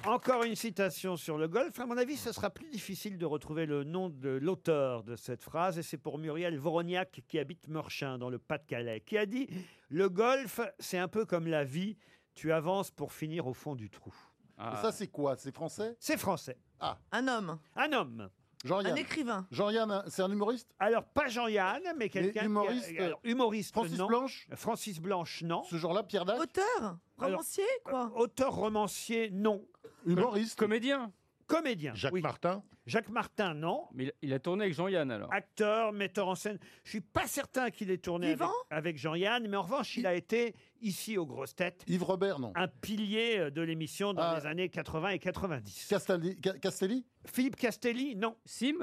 [SPEAKER 4] Encore une citation sur le golf. À mon avis, ce sera plus difficile de retrouver le nom de l'auteur de cette phrase, et c'est pour Muriel Vorognac qui habite Meurchin, dans le Pas-de-Calais, qui a dit Le golf, c'est un peu comme la vie, tu avances pour finir au fond du trou.
[SPEAKER 6] Et ça, c'est quoi C'est français
[SPEAKER 4] C'est français.
[SPEAKER 6] Ah.
[SPEAKER 7] Un homme.
[SPEAKER 4] Un homme.
[SPEAKER 6] Jean-Yann.
[SPEAKER 7] Un écrivain.
[SPEAKER 6] Jean-Yann, un- c'est un humoriste
[SPEAKER 4] Alors, pas Jean-Yann, mais quelqu'un. qui a-
[SPEAKER 6] humoriste, euh,
[SPEAKER 4] alors, humoriste,
[SPEAKER 6] Francis
[SPEAKER 4] non.
[SPEAKER 6] Blanche
[SPEAKER 4] Francis Blanche, non.
[SPEAKER 6] Ce genre-là, Pierre Dac
[SPEAKER 7] Auteur Romancier, quoi
[SPEAKER 4] Euh, Auteur, romancier, non.
[SPEAKER 6] Humoriste
[SPEAKER 8] Comédien
[SPEAKER 4] Comédien. Jacques
[SPEAKER 10] Martin
[SPEAKER 4] Jacques Martin, non.
[SPEAKER 8] Mais il- il a tourné avec Jean-Yann alors.
[SPEAKER 4] Acteur, metteur en scène. Je suis pas certain qu'il ait tourné avec,
[SPEAKER 8] Vivant
[SPEAKER 4] avec Jean-Yann, mais en revanche, il a été ici aux grosses têtes.
[SPEAKER 6] Yves Robert, non. Ah.
[SPEAKER 4] Un pilier euh, de l'émission dans les années 80 et 90.
[SPEAKER 6] Castaldi- Ca- Castelli
[SPEAKER 4] Philippe Castelli, non.
[SPEAKER 8] Sim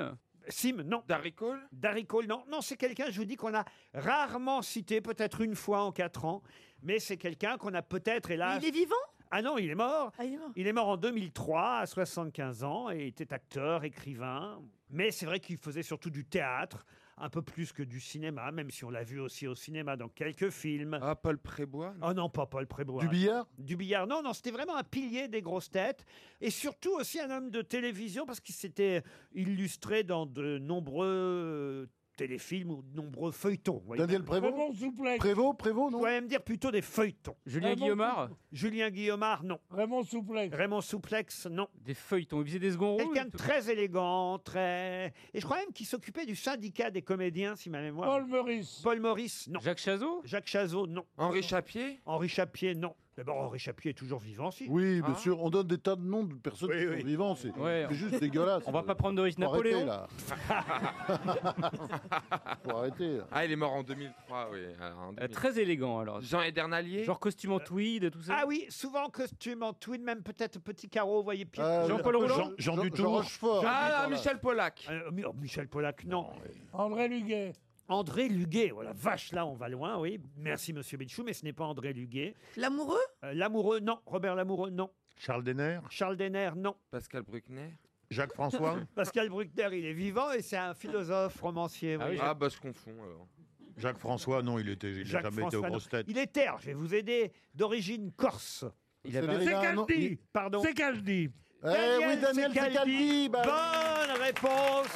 [SPEAKER 4] Sim, non.
[SPEAKER 9] Darry Cole
[SPEAKER 4] Darry Cole, non. Non, c'est quelqu'un, je vous dis, qu'on a rarement cité, peut-être une fois en quatre ans, mais c'est quelqu'un qu'on a peut-être, hélas...
[SPEAKER 7] il est vivant
[SPEAKER 4] Ah non, il est mort.
[SPEAKER 7] il est mort.
[SPEAKER 4] en 2003, à 75 ans, et était acteur, écrivain. Mais c'est vrai qu'il faisait surtout du théâtre un peu plus que du cinéma, même si on l'a vu aussi au cinéma dans quelques films. Ah, Paul Prébois Oh non, pas Paul Prébois.
[SPEAKER 6] Du Billard
[SPEAKER 4] Du Billard, non, non, c'était vraiment un pilier des grosses têtes. Et surtout aussi un homme de télévision, parce qu'il s'était illustré dans de nombreux euh, téléfilms ou de nombreux feuilletons. vous voyez.
[SPEAKER 6] Daniel Prévost Prévost, s'il vous plaît. Prévost,
[SPEAKER 4] non Vous allez me dire plutôt des feuilletons.
[SPEAKER 6] Julien Raymond Guillaumard
[SPEAKER 8] Souplex.
[SPEAKER 4] Julien Guillaumard, non. Raymond Souplex Raymond Souplex, non.
[SPEAKER 8] Des feuilletons, il faisait des secondes
[SPEAKER 4] Quelqu'un de très élégant, très... Et je crois même qu'il s'occupait du syndicat des comédiens, si ma mémoire... Paul Maurice Paul Maurice, non. Jacques Chazot Jacques Chazot, non. Henri Chapier Henri Chapier, non. D'abord, Henri Chapier est toujours vivant, si.
[SPEAKER 8] hein
[SPEAKER 6] Oui,
[SPEAKER 8] Ah.
[SPEAKER 6] bien sûr, on donne des tas de noms de personnes qui sont vivantes, c'est c'est juste dégueulasse.
[SPEAKER 8] On va pas prendre de risque.
[SPEAKER 6] Faut arrêter,
[SPEAKER 8] Napoléon
[SPEAKER 6] là. Faut arrêter.
[SPEAKER 9] Ah, il est mort en 2003, oui. euh, en 2000.
[SPEAKER 8] Euh, Très élégant alors.
[SPEAKER 9] Jean Edernalier
[SPEAKER 8] Genre costume en tweed et tout ça.
[SPEAKER 4] Ah oui, souvent en costume en tweed, même peut-être petit carreau, vous voyez. Pierre.
[SPEAKER 8] Euh, Jean-Paul Jean- Roulant Jean- Jean Dutour. Jean
[SPEAKER 4] Ah,
[SPEAKER 8] Dutour.
[SPEAKER 4] Michel Pollack. oh, Michel Pollack, non. André Luguet. André Luguet, voilà, vache là, on va loin, oui. Merci Monsieur Bichou, mais ce n'est pas André Luguet. L'amoureux L'amoureux, non. Robert L'amoureux, non.
[SPEAKER 10] Charles Denner
[SPEAKER 4] Charles Denner, non.
[SPEAKER 9] Pascal Bruckner
[SPEAKER 10] Jacques François
[SPEAKER 4] Pascal Bruckner, il est vivant et c'est un philosophe, romancier. vous voyez.
[SPEAKER 9] Ah, bah je confonds alors.
[SPEAKER 10] Jacques François, non, il était, il a
[SPEAKER 4] Jacques
[SPEAKER 10] jamais été
[SPEAKER 4] François,
[SPEAKER 10] aux
[SPEAKER 4] non.
[SPEAKER 10] grosses têtes.
[SPEAKER 4] Il est terre, je vais vous aider, d'origine corse.
[SPEAKER 10] Il avait- C'est Caldi.
[SPEAKER 4] Pardon.
[SPEAKER 10] C'est
[SPEAKER 4] Caldi.
[SPEAKER 6] Eh oui, Daniel Secaldi, bah oui.
[SPEAKER 4] Bonne réponse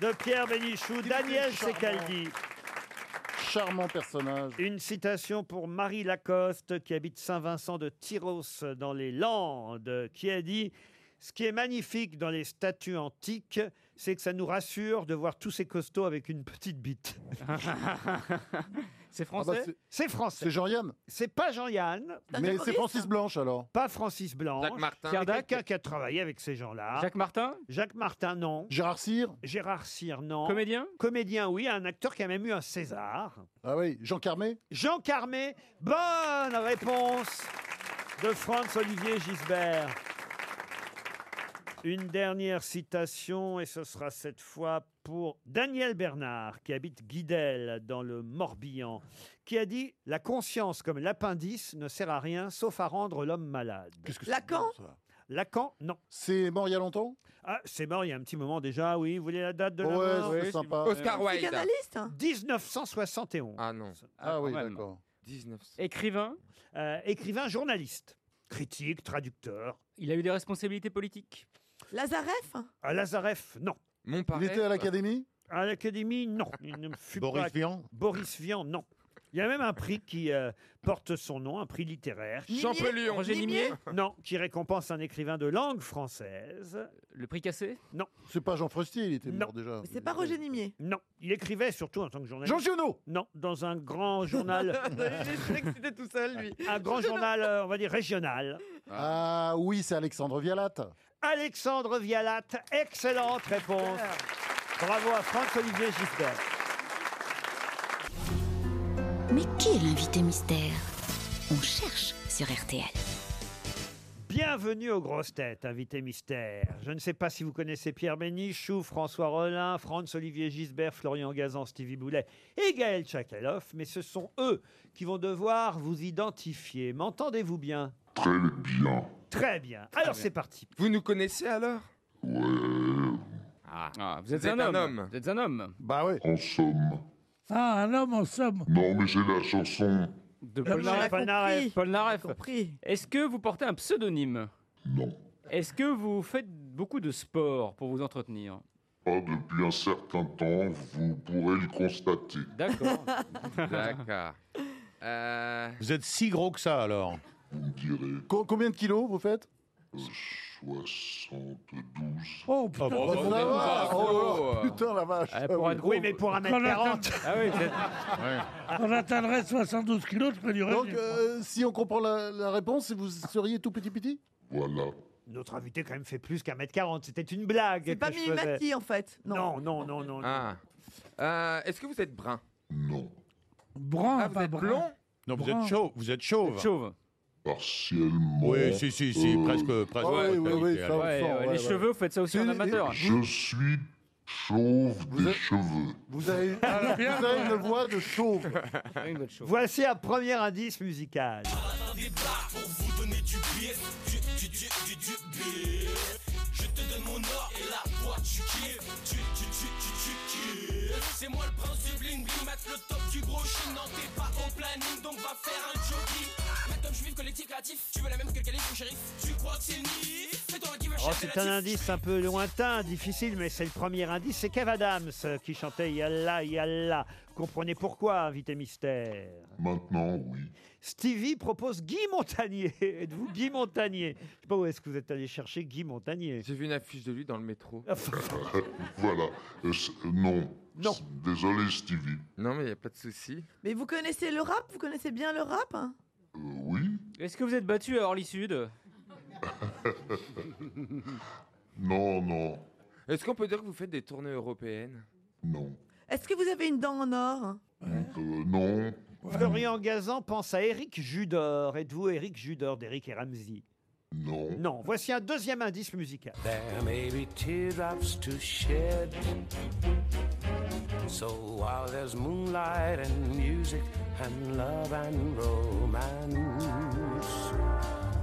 [SPEAKER 4] de Pierre Bénichou.
[SPEAKER 6] était
[SPEAKER 4] Daniel
[SPEAKER 6] charmant.
[SPEAKER 4] Secaldi.
[SPEAKER 6] Charmant personnage.
[SPEAKER 4] Une citation pour Marie Lacoste, qui habite Saint-Vincent de Tyros dans les Landes, qui a dit Ce qui est magnifique dans les statues antiques, c'est que ça nous rassure de voir tous ces costauds avec une petite bite.
[SPEAKER 8] c'est
[SPEAKER 6] français Ah bah c'est-
[SPEAKER 4] C'est français.
[SPEAKER 6] c'est Jean-Yann
[SPEAKER 4] C'est pas Jean-Yann.
[SPEAKER 6] Mais c'est Francis Blanche alors.
[SPEAKER 4] Pas Francis Blanche.
[SPEAKER 6] Jacques Martin.
[SPEAKER 4] Pierre Dac. Quelqu'un qui a travaillé avec ces gens-là.
[SPEAKER 8] Jacques Martin
[SPEAKER 4] Jacques Martin, non.
[SPEAKER 6] Gérard Cyr
[SPEAKER 4] Gérard Cyr, non.
[SPEAKER 8] Comédien
[SPEAKER 4] Comédien, oui. Un acteur qui a même eu un César.
[SPEAKER 6] Ah oui, Jean Carmé
[SPEAKER 4] Jean Carmé, bonne réponse de Franz-Olivier Gisbert. Une dernière citation, et ce sera cette fois pour Daniel Bernard, qui habite Guidel, dans le Morbihan, qui a dit « La conscience, comme l'appendice, ne sert à rien, sauf à rendre l'homme malade. » Lacan Lacan, non.
[SPEAKER 6] C'est mort il y a longtemps
[SPEAKER 4] ah, C'est mort il y a un petit moment déjà, oui. Vous voulez la date de la
[SPEAKER 6] Ouais,
[SPEAKER 4] mort
[SPEAKER 6] c'est Oui, sympa. s'il vous plaît. Oscar Wilde.
[SPEAKER 4] Ah.
[SPEAKER 6] Psychanalyste
[SPEAKER 4] 1971. Ah non.
[SPEAKER 6] Ah oui, d'accord.
[SPEAKER 4] Écrivain euh, Écrivain, journaliste. Critique, traducteur.
[SPEAKER 8] Il a eu des responsabilités politiques.
[SPEAKER 4] Lazareff
[SPEAKER 7] hein.
[SPEAKER 4] À Lazareff, non.
[SPEAKER 9] Montparnasse Il était à l'Académie
[SPEAKER 4] À l'Académie, non. Il ne fut
[SPEAKER 10] Boris
[SPEAKER 4] pas-
[SPEAKER 10] Vian
[SPEAKER 4] euh, Boris Vian, non. Il y a même un prix qui euh, porte son nom, un prix littéraire.
[SPEAKER 8] Nimier Champollion. Roger Nimier
[SPEAKER 4] Non, qui récompense un écrivain de langue française.
[SPEAKER 8] Le prix cassé
[SPEAKER 4] Non.
[SPEAKER 6] C'est pas Jean Frestier, il était mort déjà.
[SPEAKER 4] C'est pas Roger Nimier Non. Il écrivait surtout en tant que journaliste.
[SPEAKER 6] Jean Giono
[SPEAKER 4] Non, dans un grand journal.
[SPEAKER 6] Il
[SPEAKER 4] excité tout seul, lui. Un grand journal, euh, on va dire, régional.
[SPEAKER 6] Ah oui, c'est Alexandre Vialatte.
[SPEAKER 4] Alexandre Vialat, excellente réponse. Bravo à Franck-Olivier Gisbert.
[SPEAKER 3] Mais qui est l'invité mystère On cherche sur RTL.
[SPEAKER 4] Bienvenue aux grosses têtes, invité mystère. Je ne sais pas si vous connaissez Pierre Bénichou, François Rollin, Franz Olivier Gisbert, Florian Gazan, Stevie Boulet et Gaël Tchakaloff, mais ce sont eux qui vont devoir vous identifier. M'entendez-vous bien
[SPEAKER 16] Très bien.
[SPEAKER 4] Très bien. Alors c'est parti.
[SPEAKER 9] Vous nous connaissez alors
[SPEAKER 8] Ah. vous
[SPEAKER 9] Vous
[SPEAKER 8] êtes,
[SPEAKER 9] êtes
[SPEAKER 8] un,
[SPEAKER 9] un
[SPEAKER 8] homme.
[SPEAKER 9] homme.
[SPEAKER 8] Vous êtes un homme.
[SPEAKER 6] Bah oui.
[SPEAKER 16] En somme.
[SPEAKER 5] Ah, un homme en somme.
[SPEAKER 16] Non, mais c'est la chanson.
[SPEAKER 8] De
[SPEAKER 5] Paul
[SPEAKER 8] Paul Naref.
[SPEAKER 5] Naref.
[SPEAKER 8] Paul Naref. Est-ce que vous portez un pseudonyme
[SPEAKER 16] Non.
[SPEAKER 8] Est-ce que vous faites beaucoup de sport pour vous entretenir
[SPEAKER 16] Pas depuis un certain temps, vous pourrez le constater.
[SPEAKER 8] D'accord.
[SPEAKER 9] D'accord.
[SPEAKER 4] Euh.
[SPEAKER 9] euh,
[SPEAKER 10] Vous êtes si gros que ça alors
[SPEAKER 6] Co- combien de kilos vous faites
[SPEAKER 16] 72.
[SPEAKER 5] Oh
[SPEAKER 6] putain,
[SPEAKER 4] Ah
[SPEAKER 16] bon,
[SPEAKER 4] bah,
[SPEAKER 16] bon,
[SPEAKER 6] la
[SPEAKER 16] bon,
[SPEAKER 6] vache,
[SPEAKER 16] bon,
[SPEAKER 6] oh,
[SPEAKER 16] bon, bon.
[SPEAKER 6] putain la vache.
[SPEAKER 16] Eh, pour
[SPEAKER 6] Ah
[SPEAKER 16] être gros, Oui, mais
[SPEAKER 4] pour
[SPEAKER 16] 1m40.
[SPEAKER 8] Ah oui,
[SPEAKER 5] Quand j'atteindrai 72 kilos, je ferai du
[SPEAKER 6] Donc
[SPEAKER 5] régime.
[SPEAKER 6] euh, si on comprend la, la réponse, vous seriez tout petit petit
[SPEAKER 16] Voilà.
[SPEAKER 4] Notre invité quand même fait plus qu'un mètre quarante. C'était une blague.
[SPEAKER 7] C'est pas
[SPEAKER 4] que je faisais.
[SPEAKER 7] Mimimati en fait.
[SPEAKER 4] Non, non, non, non.
[SPEAKER 9] Ah. Euh, Est-ce que vous êtes brun
[SPEAKER 5] Brun,
[SPEAKER 9] ah, vous êtes blond
[SPEAKER 10] Non, vous
[SPEAKER 9] Brun.
[SPEAKER 10] êtes chauve. Vous êtes chauve.
[SPEAKER 8] Chauve.
[SPEAKER 16] Partiellement.
[SPEAKER 10] Oui, si, si, si,
[SPEAKER 16] Euh,
[SPEAKER 10] presque, presque.
[SPEAKER 16] Ouais,
[SPEAKER 10] totalité,
[SPEAKER 16] oui, oui, ça,
[SPEAKER 10] alors.
[SPEAKER 16] on le sent, ouais, ouais.
[SPEAKER 8] Les cheveux, vous faites ça aussi en amateur.
[SPEAKER 16] Je suis chauve des cheveux.
[SPEAKER 6] Vous avez, vous avez une voix de chauve.
[SPEAKER 4] Voici un premier indice musical.
[SPEAKER 12] pour vous donner du bif, du, du, du, du, du bif. Je te donne mon or et la boîte, tu kiffes, tu, tu, tu, tu, tu kiffes.
[SPEAKER 17] C'est moi le prince du bling bling, mate le top du brochet. Non, t'es pas au planning, donc va faire un jogging. Mate comme je vis le collectif créatif, tu veux la même que le calife, mon shérif. Tu crois que c'est nif Fais-toi un qui va
[SPEAKER 4] Oh,
[SPEAKER 17] chercher
[SPEAKER 4] c'est
[SPEAKER 17] la
[SPEAKER 4] un
[SPEAKER 17] tif.
[SPEAKER 4] indice un peu lointain, difficile, mais c'est le premier indice. C'est Kev Adams euh, qui chantait Yalla, Yalla. Comprenez pourquoi, invité mystère.
[SPEAKER 16] Maintenant, oui.
[SPEAKER 4] Stevie propose Guy Montagnier. Êtes-vous Guy Montagnier Je sais pas où est-ce que vous êtes allé chercher Guy Montagnier.
[SPEAKER 9] J'ai vu une affiche de lui dans le métro.
[SPEAKER 16] voilà. Euh, c- non.
[SPEAKER 4] Non.
[SPEAKER 16] Désolé, Stevie.
[SPEAKER 9] Non, mais il n'y a pas de souci.
[SPEAKER 7] Mais vous connaissez le rap Vous connaissez bien le rap hein
[SPEAKER 8] Est-ce que vous êtes battu à Orly Sud
[SPEAKER 16] Non, non.
[SPEAKER 9] Est-ce qu'on peut dire que vous faites des tournées européennes
[SPEAKER 16] Non.
[SPEAKER 7] Est-ce que vous avez une dent en or
[SPEAKER 16] Euh, non.
[SPEAKER 4] Florian Gazan pense à Eric Judor. Êtes-vous Eric Judor d'Eric et Ramsey
[SPEAKER 16] Non.
[SPEAKER 4] Non. Voici un deuxième indice musical.
[SPEAKER 18] There may be teardrops to shed. So while there's moonlight and music and love and romance,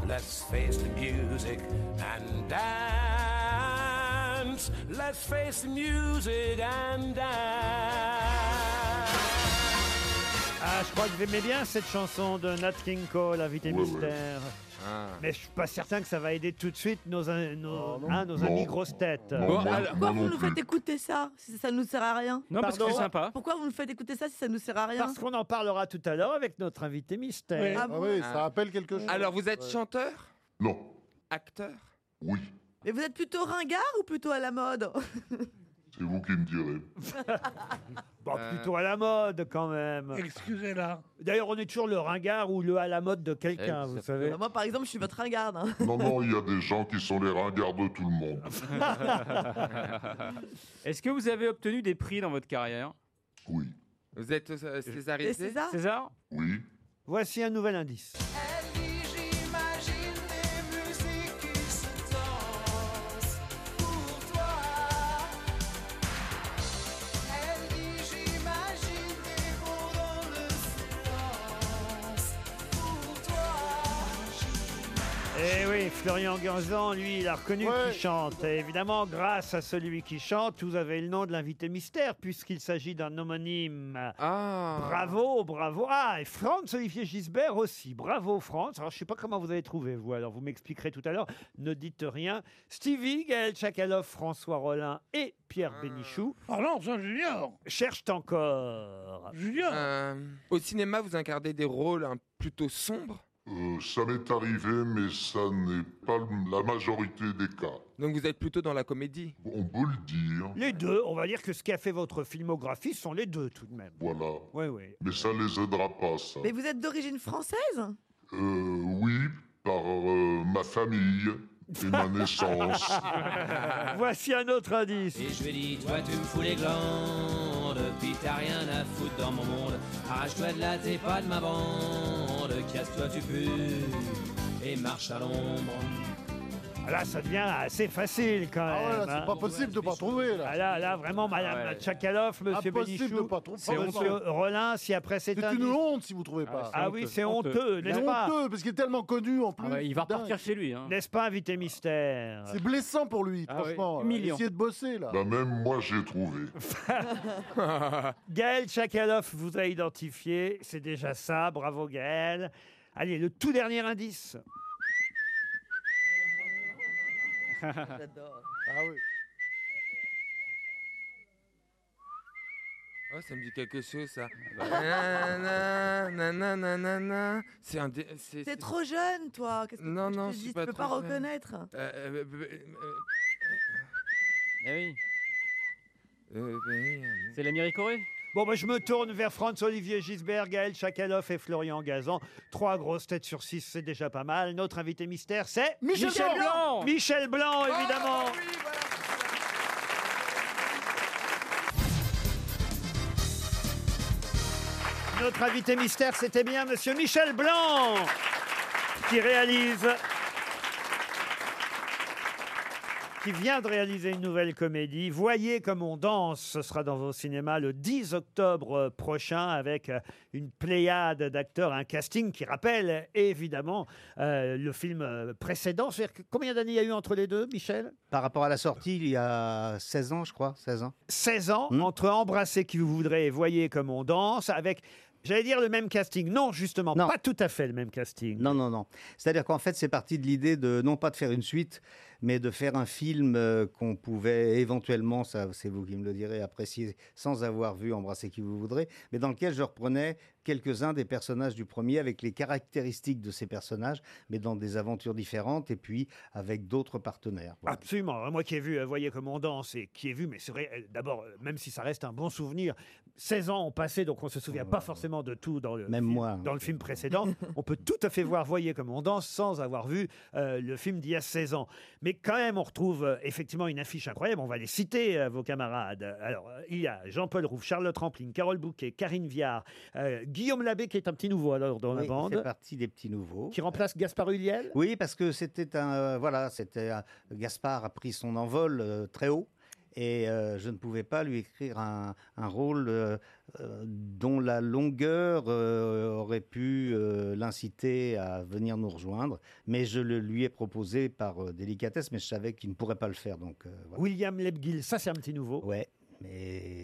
[SPEAKER 18] let's face the music and dance. Let's face the music and dance.
[SPEAKER 4] Ah, je crois que vous aimez bien cette chanson de Nat King Cole, Invité
[SPEAKER 16] Ouais, ouais.
[SPEAKER 4] Mystère. Mais je suis pas certain que ça va aider tout de suite nos, in- nos, hein, nos
[SPEAKER 16] Non.
[SPEAKER 4] amis grosses têtes.
[SPEAKER 16] Non, Bon, moi- alors-
[SPEAKER 7] Pourquoi vous nous faites écouter ça si ça nous sert à rien
[SPEAKER 4] Non, parce que Pardon c'est sympa.
[SPEAKER 7] Pourquoi vous nous faites écouter ça si ça nous sert à rien
[SPEAKER 4] Parce qu'on en parlera tout à l'heure avec notre invité mystère.
[SPEAKER 7] Ah Ah bon oui, ça
[SPEAKER 4] rappelle quelque
[SPEAKER 9] Alors, vous êtes chanteur
[SPEAKER 16] Non.
[SPEAKER 9] Acteur
[SPEAKER 7] Mais vous êtes plutôt ringard ou plutôt à la mode
[SPEAKER 16] C'est vous qui me direz.
[SPEAKER 4] Bon, plutôt à la mode quand même.
[SPEAKER 5] Excusez-la.
[SPEAKER 4] D'ailleurs, on est toujours le ringard ou le à la mode de quelqu'un, vous savez.
[SPEAKER 7] Bah, Moi, par exemple, je suis votre ringarde. hein.
[SPEAKER 16] Non, non, il y a des gens qui sont les ringards de tout le monde.
[SPEAKER 8] Est-ce que vous avez obtenu des prix dans votre carrière
[SPEAKER 16] Oui.
[SPEAKER 9] Vous êtes euh, césarisé
[SPEAKER 8] Et César
[SPEAKER 16] Oui.
[SPEAKER 4] Voici un nouvel indice.
[SPEAKER 17] J'imagine des musiques qui se dansent pour toi. Elle dit j'imagine des mots dans le silence pour toi.
[SPEAKER 4] Eh oui, Florian Gazan, lui, il a reconnu
[SPEAKER 17] Ouais.
[SPEAKER 4] qui chante. Et évidemment, grâce à celui qui chante, vous avez le nom de l'invité mystère, puisqu'il s'agit d'un homonyme. Bravo, bravo. Ah, et Franz Olivier Gisbert aussi. Bravo, Franz. Alors, je ne sais pas comment vous avez trouvé, vous. Alors, vous m'expliquerez tout à l'heure. Ne dites rien. Stevie, Gaël Tchakaloff, François Rollin et Pierre Bénichou.
[SPEAKER 5] Ah non, ça, Junior
[SPEAKER 4] Cherchent encore.
[SPEAKER 5] Junior
[SPEAKER 9] Euh, Au cinéma, vous incarnez des rôles hein, plutôt sombres.
[SPEAKER 16] Euh, ça m'est arrivé, mais ça n'est pas le- la majorité des cas.
[SPEAKER 9] Donc, vous êtes plutôt dans la comédie
[SPEAKER 16] On peut le dire.
[SPEAKER 4] Les deux, on va dire que ce qui a fait votre filmographie sont les deux, tout de même.
[SPEAKER 16] Voilà.
[SPEAKER 4] Oui, oui.
[SPEAKER 16] Mais ça les aidera pas, ça.
[SPEAKER 7] Mais vous êtes d'origine française
[SPEAKER 16] Euh, oui, par euh, ma famille et ma naissance.
[SPEAKER 4] Voici un autre indice.
[SPEAKER 17] Et je lui ai dit, toi tu me fous les glandes, puis t'as rien à foutre dans mon monde. Ah, Arrache-toi de là, t'es pas de ma bande, casse-toi tu pues et marche à l'ombre.
[SPEAKER 4] Ah Là, ça devient assez facile quand même.
[SPEAKER 6] Ah ouais, là, c'est pas
[SPEAKER 4] possible de pas trouver. Là, là, vraiment, Madame
[SPEAKER 6] Ah ouais.
[SPEAKER 4] Tchakaloff, Monsieur
[SPEAKER 6] Impossible
[SPEAKER 4] Bénichou,
[SPEAKER 6] de pas trouver. Ah C'est
[SPEAKER 4] Monsieur
[SPEAKER 6] honteux.
[SPEAKER 4] Rollin, si après c'est
[SPEAKER 6] C'est une honte si vous trouvez pas.
[SPEAKER 4] Ah oui, c'est honteux, Ah n'est-ce
[SPEAKER 6] C'est
[SPEAKER 4] pas
[SPEAKER 6] honteux, parce qu'il est tellement connu en plus. Dingue.
[SPEAKER 8] lui.
[SPEAKER 4] N'est-ce pas, invité mystère
[SPEAKER 6] C'est blessant pour lui,
[SPEAKER 4] hein. Ah
[SPEAKER 6] franchement.
[SPEAKER 4] oui. Humiliant.
[SPEAKER 6] Essayez de bosser, là.
[SPEAKER 16] Bah, même moi, j'ai trouvé.
[SPEAKER 4] Gaël Tchakaloff vous a identifié, c'est déjà ça, bravo Gaël. Allez, le tout dernier indice.
[SPEAKER 7] J'adore.
[SPEAKER 6] Ah oui.
[SPEAKER 9] Oh, ça me dit quelque chose, ça. Nanana, nanana, nanana. C'est un. dé- c'est-
[SPEAKER 7] T'es
[SPEAKER 9] c'est-
[SPEAKER 7] trop jeune, toi. Qu'est-ce que tu-
[SPEAKER 9] Non,
[SPEAKER 7] je te
[SPEAKER 9] non,
[SPEAKER 7] dis,
[SPEAKER 9] je suis
[SPEAKER 7] tu
[SPEAKER 9] pas
[SPEAKER 7] peux
[SPEAKER 9] trop
[SPEAKER 7] pas
[SPEAKER 9] jeune.
[SPEAKER 7] reconnaître.
[SPEAKER 9] Euh, euh, euh, euh,
[SPEAKER 8] Eh oui.
[SPEAKER 9] euh, euh,
[SPEAKER 8] C'est la Miricorée
[SPEAKER 4] ben, Bon, bah, je me tourne vers Franz Olivier Gisbert, Gaël Tchakaloff et Florian Gazan. Trois grosses têtes sur six, c'est déjà pas mal. Notre invité mystère, c'est
[SPEAKER 8] Michel Blanc. Oh,
[SPEAKER 4] Michel Blanc, évidemment. Notre invité mystère, c'était bien Monsieur Michel Blanc, qui réalise qui vient de réaliser une nouvelle comédie. Voyez comme on danse, ce sera dans vos cinémas le 10 octobre euh, prochain avec euh, une pléiade d'acteurs, un casting qui rappelle euh, évidemment euh, le film euh, précédent. C'est-à-dire que combien d'années il y a eu entre les deux, Michel
[SPEAKER 13] Par rapport à la sortie, il y a 16 ans, je crois, 16 ans. Hmm.
[SPEAKER 4] 16 ans, entre Embrasser qui vous voudrez et Voyez comme on danse, avec, j'allais dire, le même casting. Non, justement, pas tout à fait le même casting.
[SPEAKER 13] Non, non, non. C'est-à-dire qu'en fait, c'est parti de l'idée de, non pas de faire une suite, mais de faire un film euh, qu'on pouvait éventuellement, ça c'est vous qui me le direz, apprécier sans avoir vu Embrasser qui vous voudrez, mais dans lequel je reprenais quelques-uns des personnages du premier avec les caractéristiques de ces personnages, mais dans des aventures différentes et puis avec d'autres partenaires. Voilà.
[SPEAKER 4] Absolument. Moi qui ai vu, euh, voyez comment on danse, et qui ai vu, mais c'est vrai, euh, d'abord, euh, même si ça reste un bon souvenir, 16 ans ont passé, donc on se souvient pas forcément de tout dans le,
[SPEAKER 13] Oh Même
[SPEAKER 4] film,
[SPEAKER 13] moi, hein.
[SPEAKER 4] dans le film précédent. on peut tout à fait voir, voyez comment on danse, sans avoir vu euh, le film d'il y a 16 ans. Mais quand même, on retrouve euh, effectivement une affiche incroyable, on va les citer, euh, vos camarades. Alors, euh, il y a Jean-Paul Rouve, Charlotte Rampling, Carole Bouquet, Karine Viard, euh, Guillaume Labbé, qui est un petit nouveau alors dans
[SPEAKER 13] Oui,
[SPEAKER 4] la
[SPEAKER 13] il
[SPEAKER 4] bande.
[SPEAKER 13] fait partie des petits nouveaux.
[SPEAKER 4] Qui remplace Gaspard Huliel
[SPEAKER 13] Oui, parce que c'était un. euh, voilà, c'était. un- Gaspard a pris son envol euh, très haut. Et euh, je ne pouvais pas lui écrire un, un rôle euh, euh, dont la longueur euh, aurait pu euh, l'inciter à venir nous rejoindre. Mais je le lui ai proposé par euh, délicatesse, mais je savais qu'il ne pourrait pas le faire. Donc, euh, voilà.
[SPEAKER 4] William Lebguil, ça c'est un petit nouveau.
[SPEAKER 13] Ouais, mais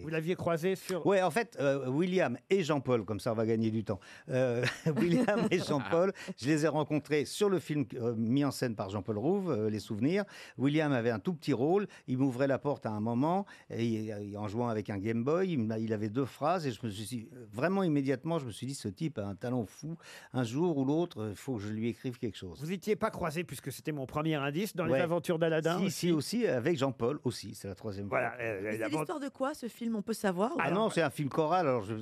[SPEAKER 4] Vous l'aviez croisé sur.
[SPEAKER 13] Ouais, en fait, euh, William et Jean-Paul, comme ça on va gagner du temps. Euh, William et Jean-Paul, je les ai rencontrés sur le film euh, mis en scène par Jean-Paul Rouve, euh, Les Souvenirs. William avait un tout petit rôle, il m'ouvrait la porte à un moment, et, et en jouant avec un Game Boy, il, m'a- il avait deux phrases, et je me suis dit, vraiment immédiatement, je me suis dit, ce type a un talent fou, un jour ou l'autre, il faut que je lui écrive quelque chose.
[SPEAKER 4] Vous n'étiez pas croisé, puisque c'était mon premier indice, dans les
[SPEAKER 13] Ouais.
[SPEAKER 4] aventures d'Aladin.
[SPEAKER 13] Si,
[SPEAKER 4] aussi.
[SPEAKER 13] si, aussi, avec Jean-Paul, aussi, c'est la troisième
[SPEAKER 4] Voilà,
[SPEAKER 13] fois.
[SPEAKER 4] euh,
[SPEAKER 7] Mais C'est l'histoire de quoi ce film On peut savoir
[SPEAKER 13] Ah non, c'est un film choral. Alors je...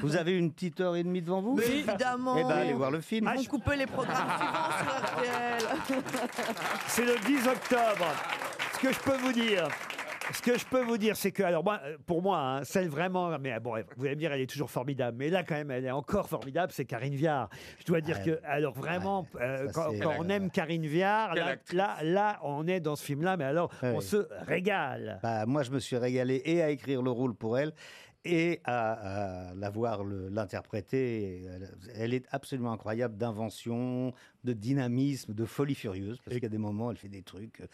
[SPEAKER 13] vous avez une petite heure et demie devant vous
[SPEAKER 7] Mais évidemment.
[SPEAKER 13] Eh ben, allez voir le film.
[SPEAKER 4] Ah,
[SPEAKER 7] On coupe les programmes suivants sur RTL.
[SPEAKER 4] C'est le 10 octobre. Ce que je peux vous dire. Ce que je peux vous dire, c'est que, alors moi, euh, pour moi, hein, celle vraiment, mais euh, bon, vous allez me dire, elle est toujours formidable, mais là quand même, elle est encore formidable, c'est Karine Viard. Je dois dire que, alors vraiment, euh,
[SPEAKER 13] ça,
[SPEAKER 4] quand,
[SPEAKER 13] c'est-
[SPEAKER 4] quand on aime Karine Viard,
[SPEAKER 13] Quelle
[SPEAKER 4] là, là, là, on est dans ce film-là, mais alors, on se régale.
[SPEAKER 13] Bah, moi, je me suis régalé et à écrire le rôle pour elle et à, à la voir le- l'interpréter. Elle, elle est absolument incroyable d'invention, de dynamisme, de folie furieuse. Parce qu'à des moments, elle fait des trucs. euh,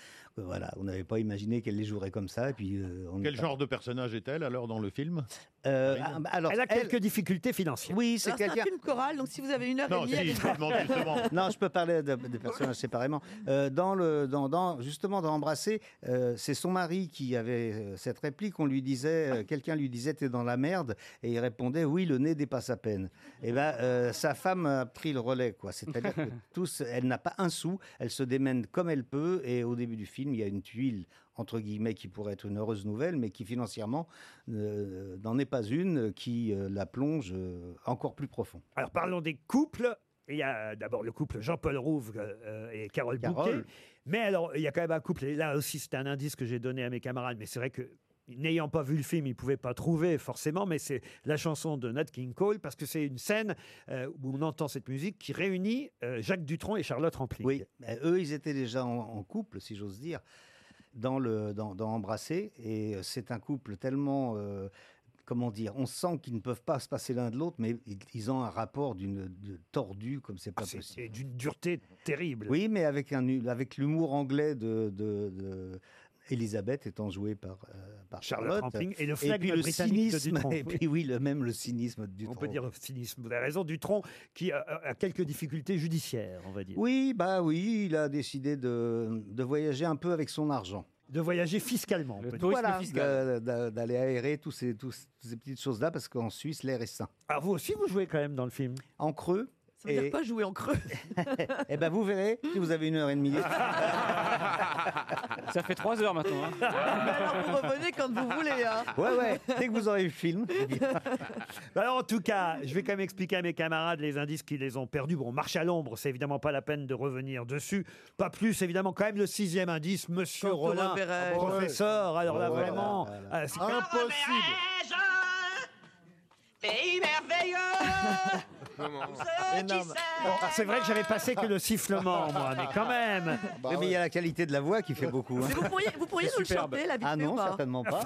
[SPEAKER 13] voilà, on n'avait pas imaginé qu'elle les jouerait comme ça. Et puis, euh, on
[SPEAKER 10] Quel genre de personnage est-elle alors dans le film
[SPEAKER 13] Euh, alors,
[SPEAKER 10] Elle a
[SPEAKER 4] quelques difficultés financières.
[SPEAKER 13] Oui,
[SPEAKER 7] Alors,
[SPEAKER 13] c'est
[SPEAKER 7] C'est un
[SPEAKER 13] quelqu'un.
[SPEAKER 7] film choral, donc si vous avez une heure et demie. allez voir.
[SPEAKER 13] Non, je peux parler de- des personnages séparément. Euh, dans le, dans, dans- justement, dans Embrasser, euh, c'est son mari qui avait euh, cette réplique. On lui disait, euh, quelqu'un lui disait, t'es dans la merde, et il répondait, oui, le nez dépasse à peine. Et ben, euh, sa femme a pris le relais, quoi. C'est-à-dire que tous, elle n'a pas un sou. Elle se démène comme elle peut, et au début du film, il y a une tuile entre guillemets, qui pourrait être une heureuse nouvelle, mais qui financièrement euh, n'en est pas une, euh, qui euh, la plonge euh, encore plus profond.
[SPEAKER 4] Alors parlons des couples. Il y a euh, d'abord le couple Jean-Paul Rouve euh, euh, et Carole,
[SPEAKER 13] Carole.
[SPEAKER 4] Bouquet. Mais alors, il y a quand même un couple, et là aussi c'est un indice que j'ai donné à mes camarades, mais c'est vrai que n'ayant pas vu le film, ils ne pouvaient pas trouver forcément, mais c'est la chanson de Nat King Cole, parce que c'est une scène euh, où on entend cette musique qui réunit euh, Jacques Dutronc et Charlotte Rampling.
[SPEAKER 13] Oui, mais Ben, eux, ils étaient déjà en, en couple, si j'ose dire, dans, le, dans, dans Embrasser. Et euh, c'est un couple tellement. euh, comment dire On sent qu'ils ne peuvent pas se passer l'un de l'autre, mais ils, ils ont un rapport d'une de- tordu comme c'est pas possible.
[SPEAKER 4] Et d'une dureté terrible.
[SPEAKER 13] Oui, mais avec, un, hu- avec l'humour anglais de. de- de- Elisabeth étant jouée par, euh, par
[SPEAKER 4] Charlotte
[SPEAKER 13] Charlotte,
[SPEAKER 4] Rampling et le
[SPEAKER 13] et
[SPEAKER 4] flegme
[SPEAKER 13] puis le
[SPEAKER 4] britannique de
[SPEAKER 13] cynisme,
[SPEAKER 4] Dutronc,
[SPEAKER 13] et
[SPEAKER 4] oui.
[SPEAKER 13] puis oui, le même le cynisme du
[SPEAKER 4] On peut dire le cynisme. Vous avez raison, Dutronc, qui a, a- a quelques difficultés judiciaires, on va dire.
[SPEAKER 13] Oui, bah oui, il a décidé de, de voyager un peu avec son argent.
[SPEAKER 4] De voyager fiscalement. on peut dire.
[SPEAKER 13] Voilà, d'a- d'a- d'aller aérer tous ces, tous ces petites choses-là, parce qu'en Suisse, l'air est sain.
[SPEAKER 4] Alors vous aussi, Ah, vous jouez quand même dans le film
[SPEAKER 13] En creux.
[SPEAKER 7] Ça veut dire quoi, Hum. jouer en creux
[SPEAKER 13] Eh ben vous verrez, si vous avez une heure et demie.
[SPEAKER 8] Ça fait trois heures maintenant. hein.
[SPEAKER 7] Vous revenez quand vous voulez. hein.
[SPEAKER 13] Ouais, ouais, dès que vous aurez eu le film.
[SPEAKER 4] Alors, Bah, en tout cas, je vais quand même expliquer à mes camarades les indices qui les ont perdus. Bon, marche à l'ombre, c'est évidemment pas la peine de revenir dessus. Pas plus, évidemment, quand même le sixième indice, Monsieur
[SPEAKER 7] Quand on euh,
[SPEAKER 4] Rollin,
[SPEAKER 7] reverrai.
[SPEAKER 4] professeur. Alors là,
[SPEAKER 13] Oh,
[SPEAKER 7] Ouais, ouais,
[SPEAKER 4] vraiment,
[SPEAKER 13] Ah,
[SPEAKER 7] là,
[SPEAKER 4] euh, c'est-
[SPEAKER 12] Impossible. Pays merveilleux,
[SPEAKER 9] Exactement.
[SPEAKER 4] Énorme. Bon, c'est vrai que j'avais passé que le sifflement, moi, mais quand même.
[SPEAKER 6] Bah
[SPEAKER 13] Bah Oui, mais il y a la qualité de la voix qui fait beaucoup. hein.
[SPEAKER 7] Vous pourriez, vous pourriez nous le chanter, la vite
[SPEAKER 13] Ah
[SPEAKER 7] fait ou
[SPEAKER 13] non,
[SPEAKER 7] pas
[SPEAKER 13] certainement pas.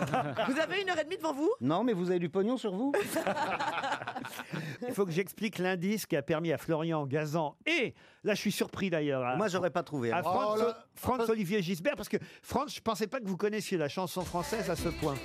[SPEAKER 7] Vous avez une heure et demie devant vous
[SPEAKER 13] Non, mais vous avez du pognon sur vous
[SPEAKER 4] Il faut que j'explique l'indice qui a permis à Florian Gazan et là je suis surpris d'ailleurs. à-
[SPEAKER 13] Moi, j'aurais pas trouvé, hein.
[SPEAKER 4] À Franz,
[SPEAKER 13] Oh là.
[SPEAKER 4] Franz Olivier Gisbert parce que Franz, je pensais pas que vous connaissiez la chanson française à ce point.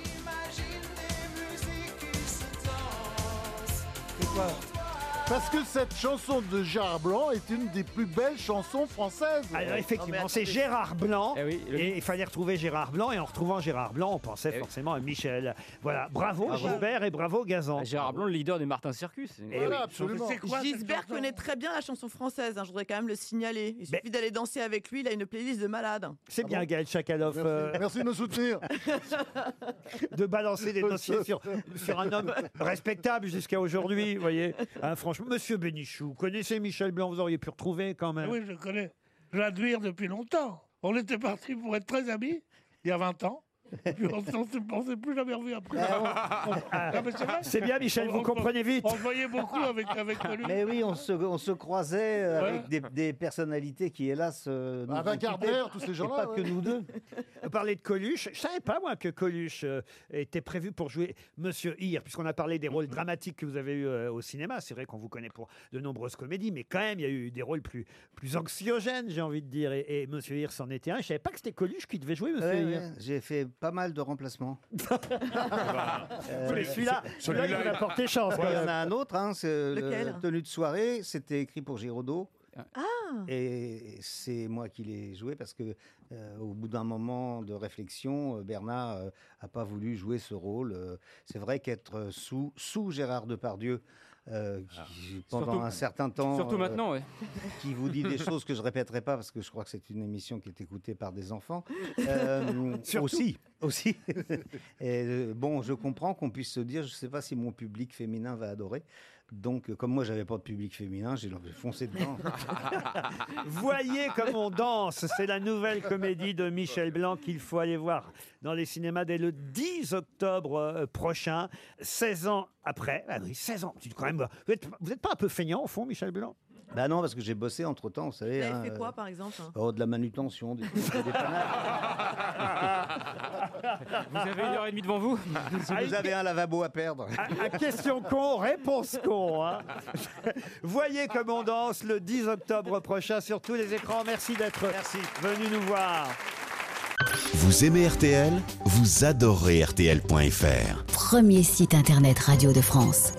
[SPEAKER 6] Parce que cette chanson de Gérard Blanc est une des plus belles chansons françaises.
[SPEAKER 4] Alors Ah, effectivement, c'est Gérard Blanc
[SPEAKER 6] Eh
[SPEAKER 4] et il fallait retrouver Gérard Blanc et en retrouvant Gérard Blanc, on
[SPEAKER 6] Eh
[SPEAKER 4] pensait forcément à Michel. Voilà, bravo
[SPEAKER 8] Bravo.
[SPEAKER 4] Gisbert et bravo Gazan.
[SPEAKER 8] Ah, Gérard Blon, le leader des Martin Circus.
[SPEAKER 4] Et Voilà, Eh oui. absolument.
[SPEAKER 7] C'est quoi, Gisbert connaît très bien la chanson française, hein, je voudrais quand même le signaler. Il suffit d'aller danser avec lui, il a une playlist de malade.
[SPEAKER 4] C'est bien Gaël Chakalov. euh,
[SPEAKER 6] Ah Merci de nous soutenir.
[SPEAKER 4] de balancer des dossiers sur, sur un homme respectable jusqu'à aujourd'hui, vous voyez. Hein, franchement, Monsieur Bénichou, vous connaissez Michel Blanc, vous auriez pu retrouver quand même.
[SPEAKER 5] Ah Oui, je connais. Je l'admire depuis longtemps. On était partis pour être très amis il y a 20 ans. Et puis on s'en- on s'est plus jamais revu après.
[SPEAKER 4] Ah,
[SPEAKER 5] Non, mais c'est vrai.
[SPEAKER 4] c'est bien, Michel,
[SPEAKER 5] On-
[SPEAKER 4] vous
[SPEAKER 5] on-
[SPEAKER 4] comprenez vite.
[SPEAKER 5] On se voyait beaucoup avec, avec lui.
[SPEAKER 13] Ah, Mais oui, on se, on se croisait euh,
[SPEAKER 5] Ouais.
[SPEAKER 13] avec des, des personnalités qui, hélas, euh, nous
[SPEAKER 6] Avec
[SPEAKER 13] ont quittés.
[SPEAKER 6] Gardner, Bah, tous ces
[SPEAKER 13] Et
[SPEAKER 6] gens-là.
[SPEAKER 13] Pas que
[SPEAKER 6] ouais.
[SPEAKER 13] nous deux.
[SPEAKER 4] Vous parlez de Coluche. Je savais pas, moi, que Coluche euh, était prévu pour jouer Monsieur Hir, puisqu'on a parlé des rôles dramatiques que vous avez eus euh, au cinéma. C'est vrai qu'on vous connaît pour de nombreuses comédies, mais quand même, il y a eu des rôles plus, plus anxiogènes, j'ai envie de dire. Et, et Monsieur Hir s'en était un. Je savais pas que c'était Coluche qui devait jouer Monsieur
[SPEAKER 13] Ouais,
[SPEAKER 4] Hir.
[SPEAKER 13] ouais, J'ai fait pas mal de remplacements. Euh,
[SPEAKER 4] Mais celui-là, celui-là, il vous a porté chance. quand
[SPEAKER 13] Il y en
[SPEAKER 4] même.
[SPEAKER 13] a un autre, hein, c'est
[SPEAKER 4] Lequel
[SPEAKER 13] le tenue de soirée, c'était écrit pour Giraudot. Et c'est moi qui l'ai joué parce que, euh, au bout d'un moment de réflexion, euh, Bernard euh, a pas voulu jouer ce rôle. Euh, c'est vrai qu'être euh, sous, sous Gérard Depardieu, euh, qui, pendant
[SPEAKER 8] Ah. Surtout-
[SPEAKER 13] un certain temps,
[SPEAKER 8] surtout
[SPEAKER 13] euh,
[SPEAKER 8] maintenant, ouais.
[SPEAKER 13] qui vous dit des choses que je répéterai pas parce que je crois que c'est une émission qui est écoutée par des enfants. Euh,
[SPEAKER 4] Surtout.
[SPEAKER 13] aussi, aussi. Et, euh, bon, je comprends qu'on puisse se dire, je ne sais pas si mon public féminin va adorer. Donc, euh, comme moi, j'avais pas de public féminin, j'ai j'ai foncé dedans.
[SPEAKER 4] Voyez comme on danse, c'est la nouvelle comédie de Michel Blanc qu'il faut aller voir dans les cinémas dès le 10 octobre euh, prochain, 16 ans après. Ah oui, 16 ans, C'est quand même. Vous êtes- vous n'êtes pas un peu feignant au fond, Michel Blanc
[SPEAKER 13] bah non, parce que j'ai bossé entre temps, vous savez.
[SPEAKER 7] Vous avez
[SPEAKER 13] hein,
[SPEAKER 7] fait
[SPEAKER 13] euh,
[SPEAKER 7] quoi, par exemple
[SPEAKER 13] Oh, de la manutention, des, des
[SPEAKER 8] Vous avez une heure et demie devant vous
[SPEAKER 4] Ah,
[SPEAKER 13] Si vous avez un lavabo à perdre.
[SPEAKER 4] À Ah, question con, réponse con. hein. Voyez comme on danse le 10 octobre prochain sur tous les écrans. Merci d'être venu nous voir.
[SPEAKER 2] Vous aimez RTL Vous adorez RTL.fr.
[SPEAKER 3] Premier site internet radio de France.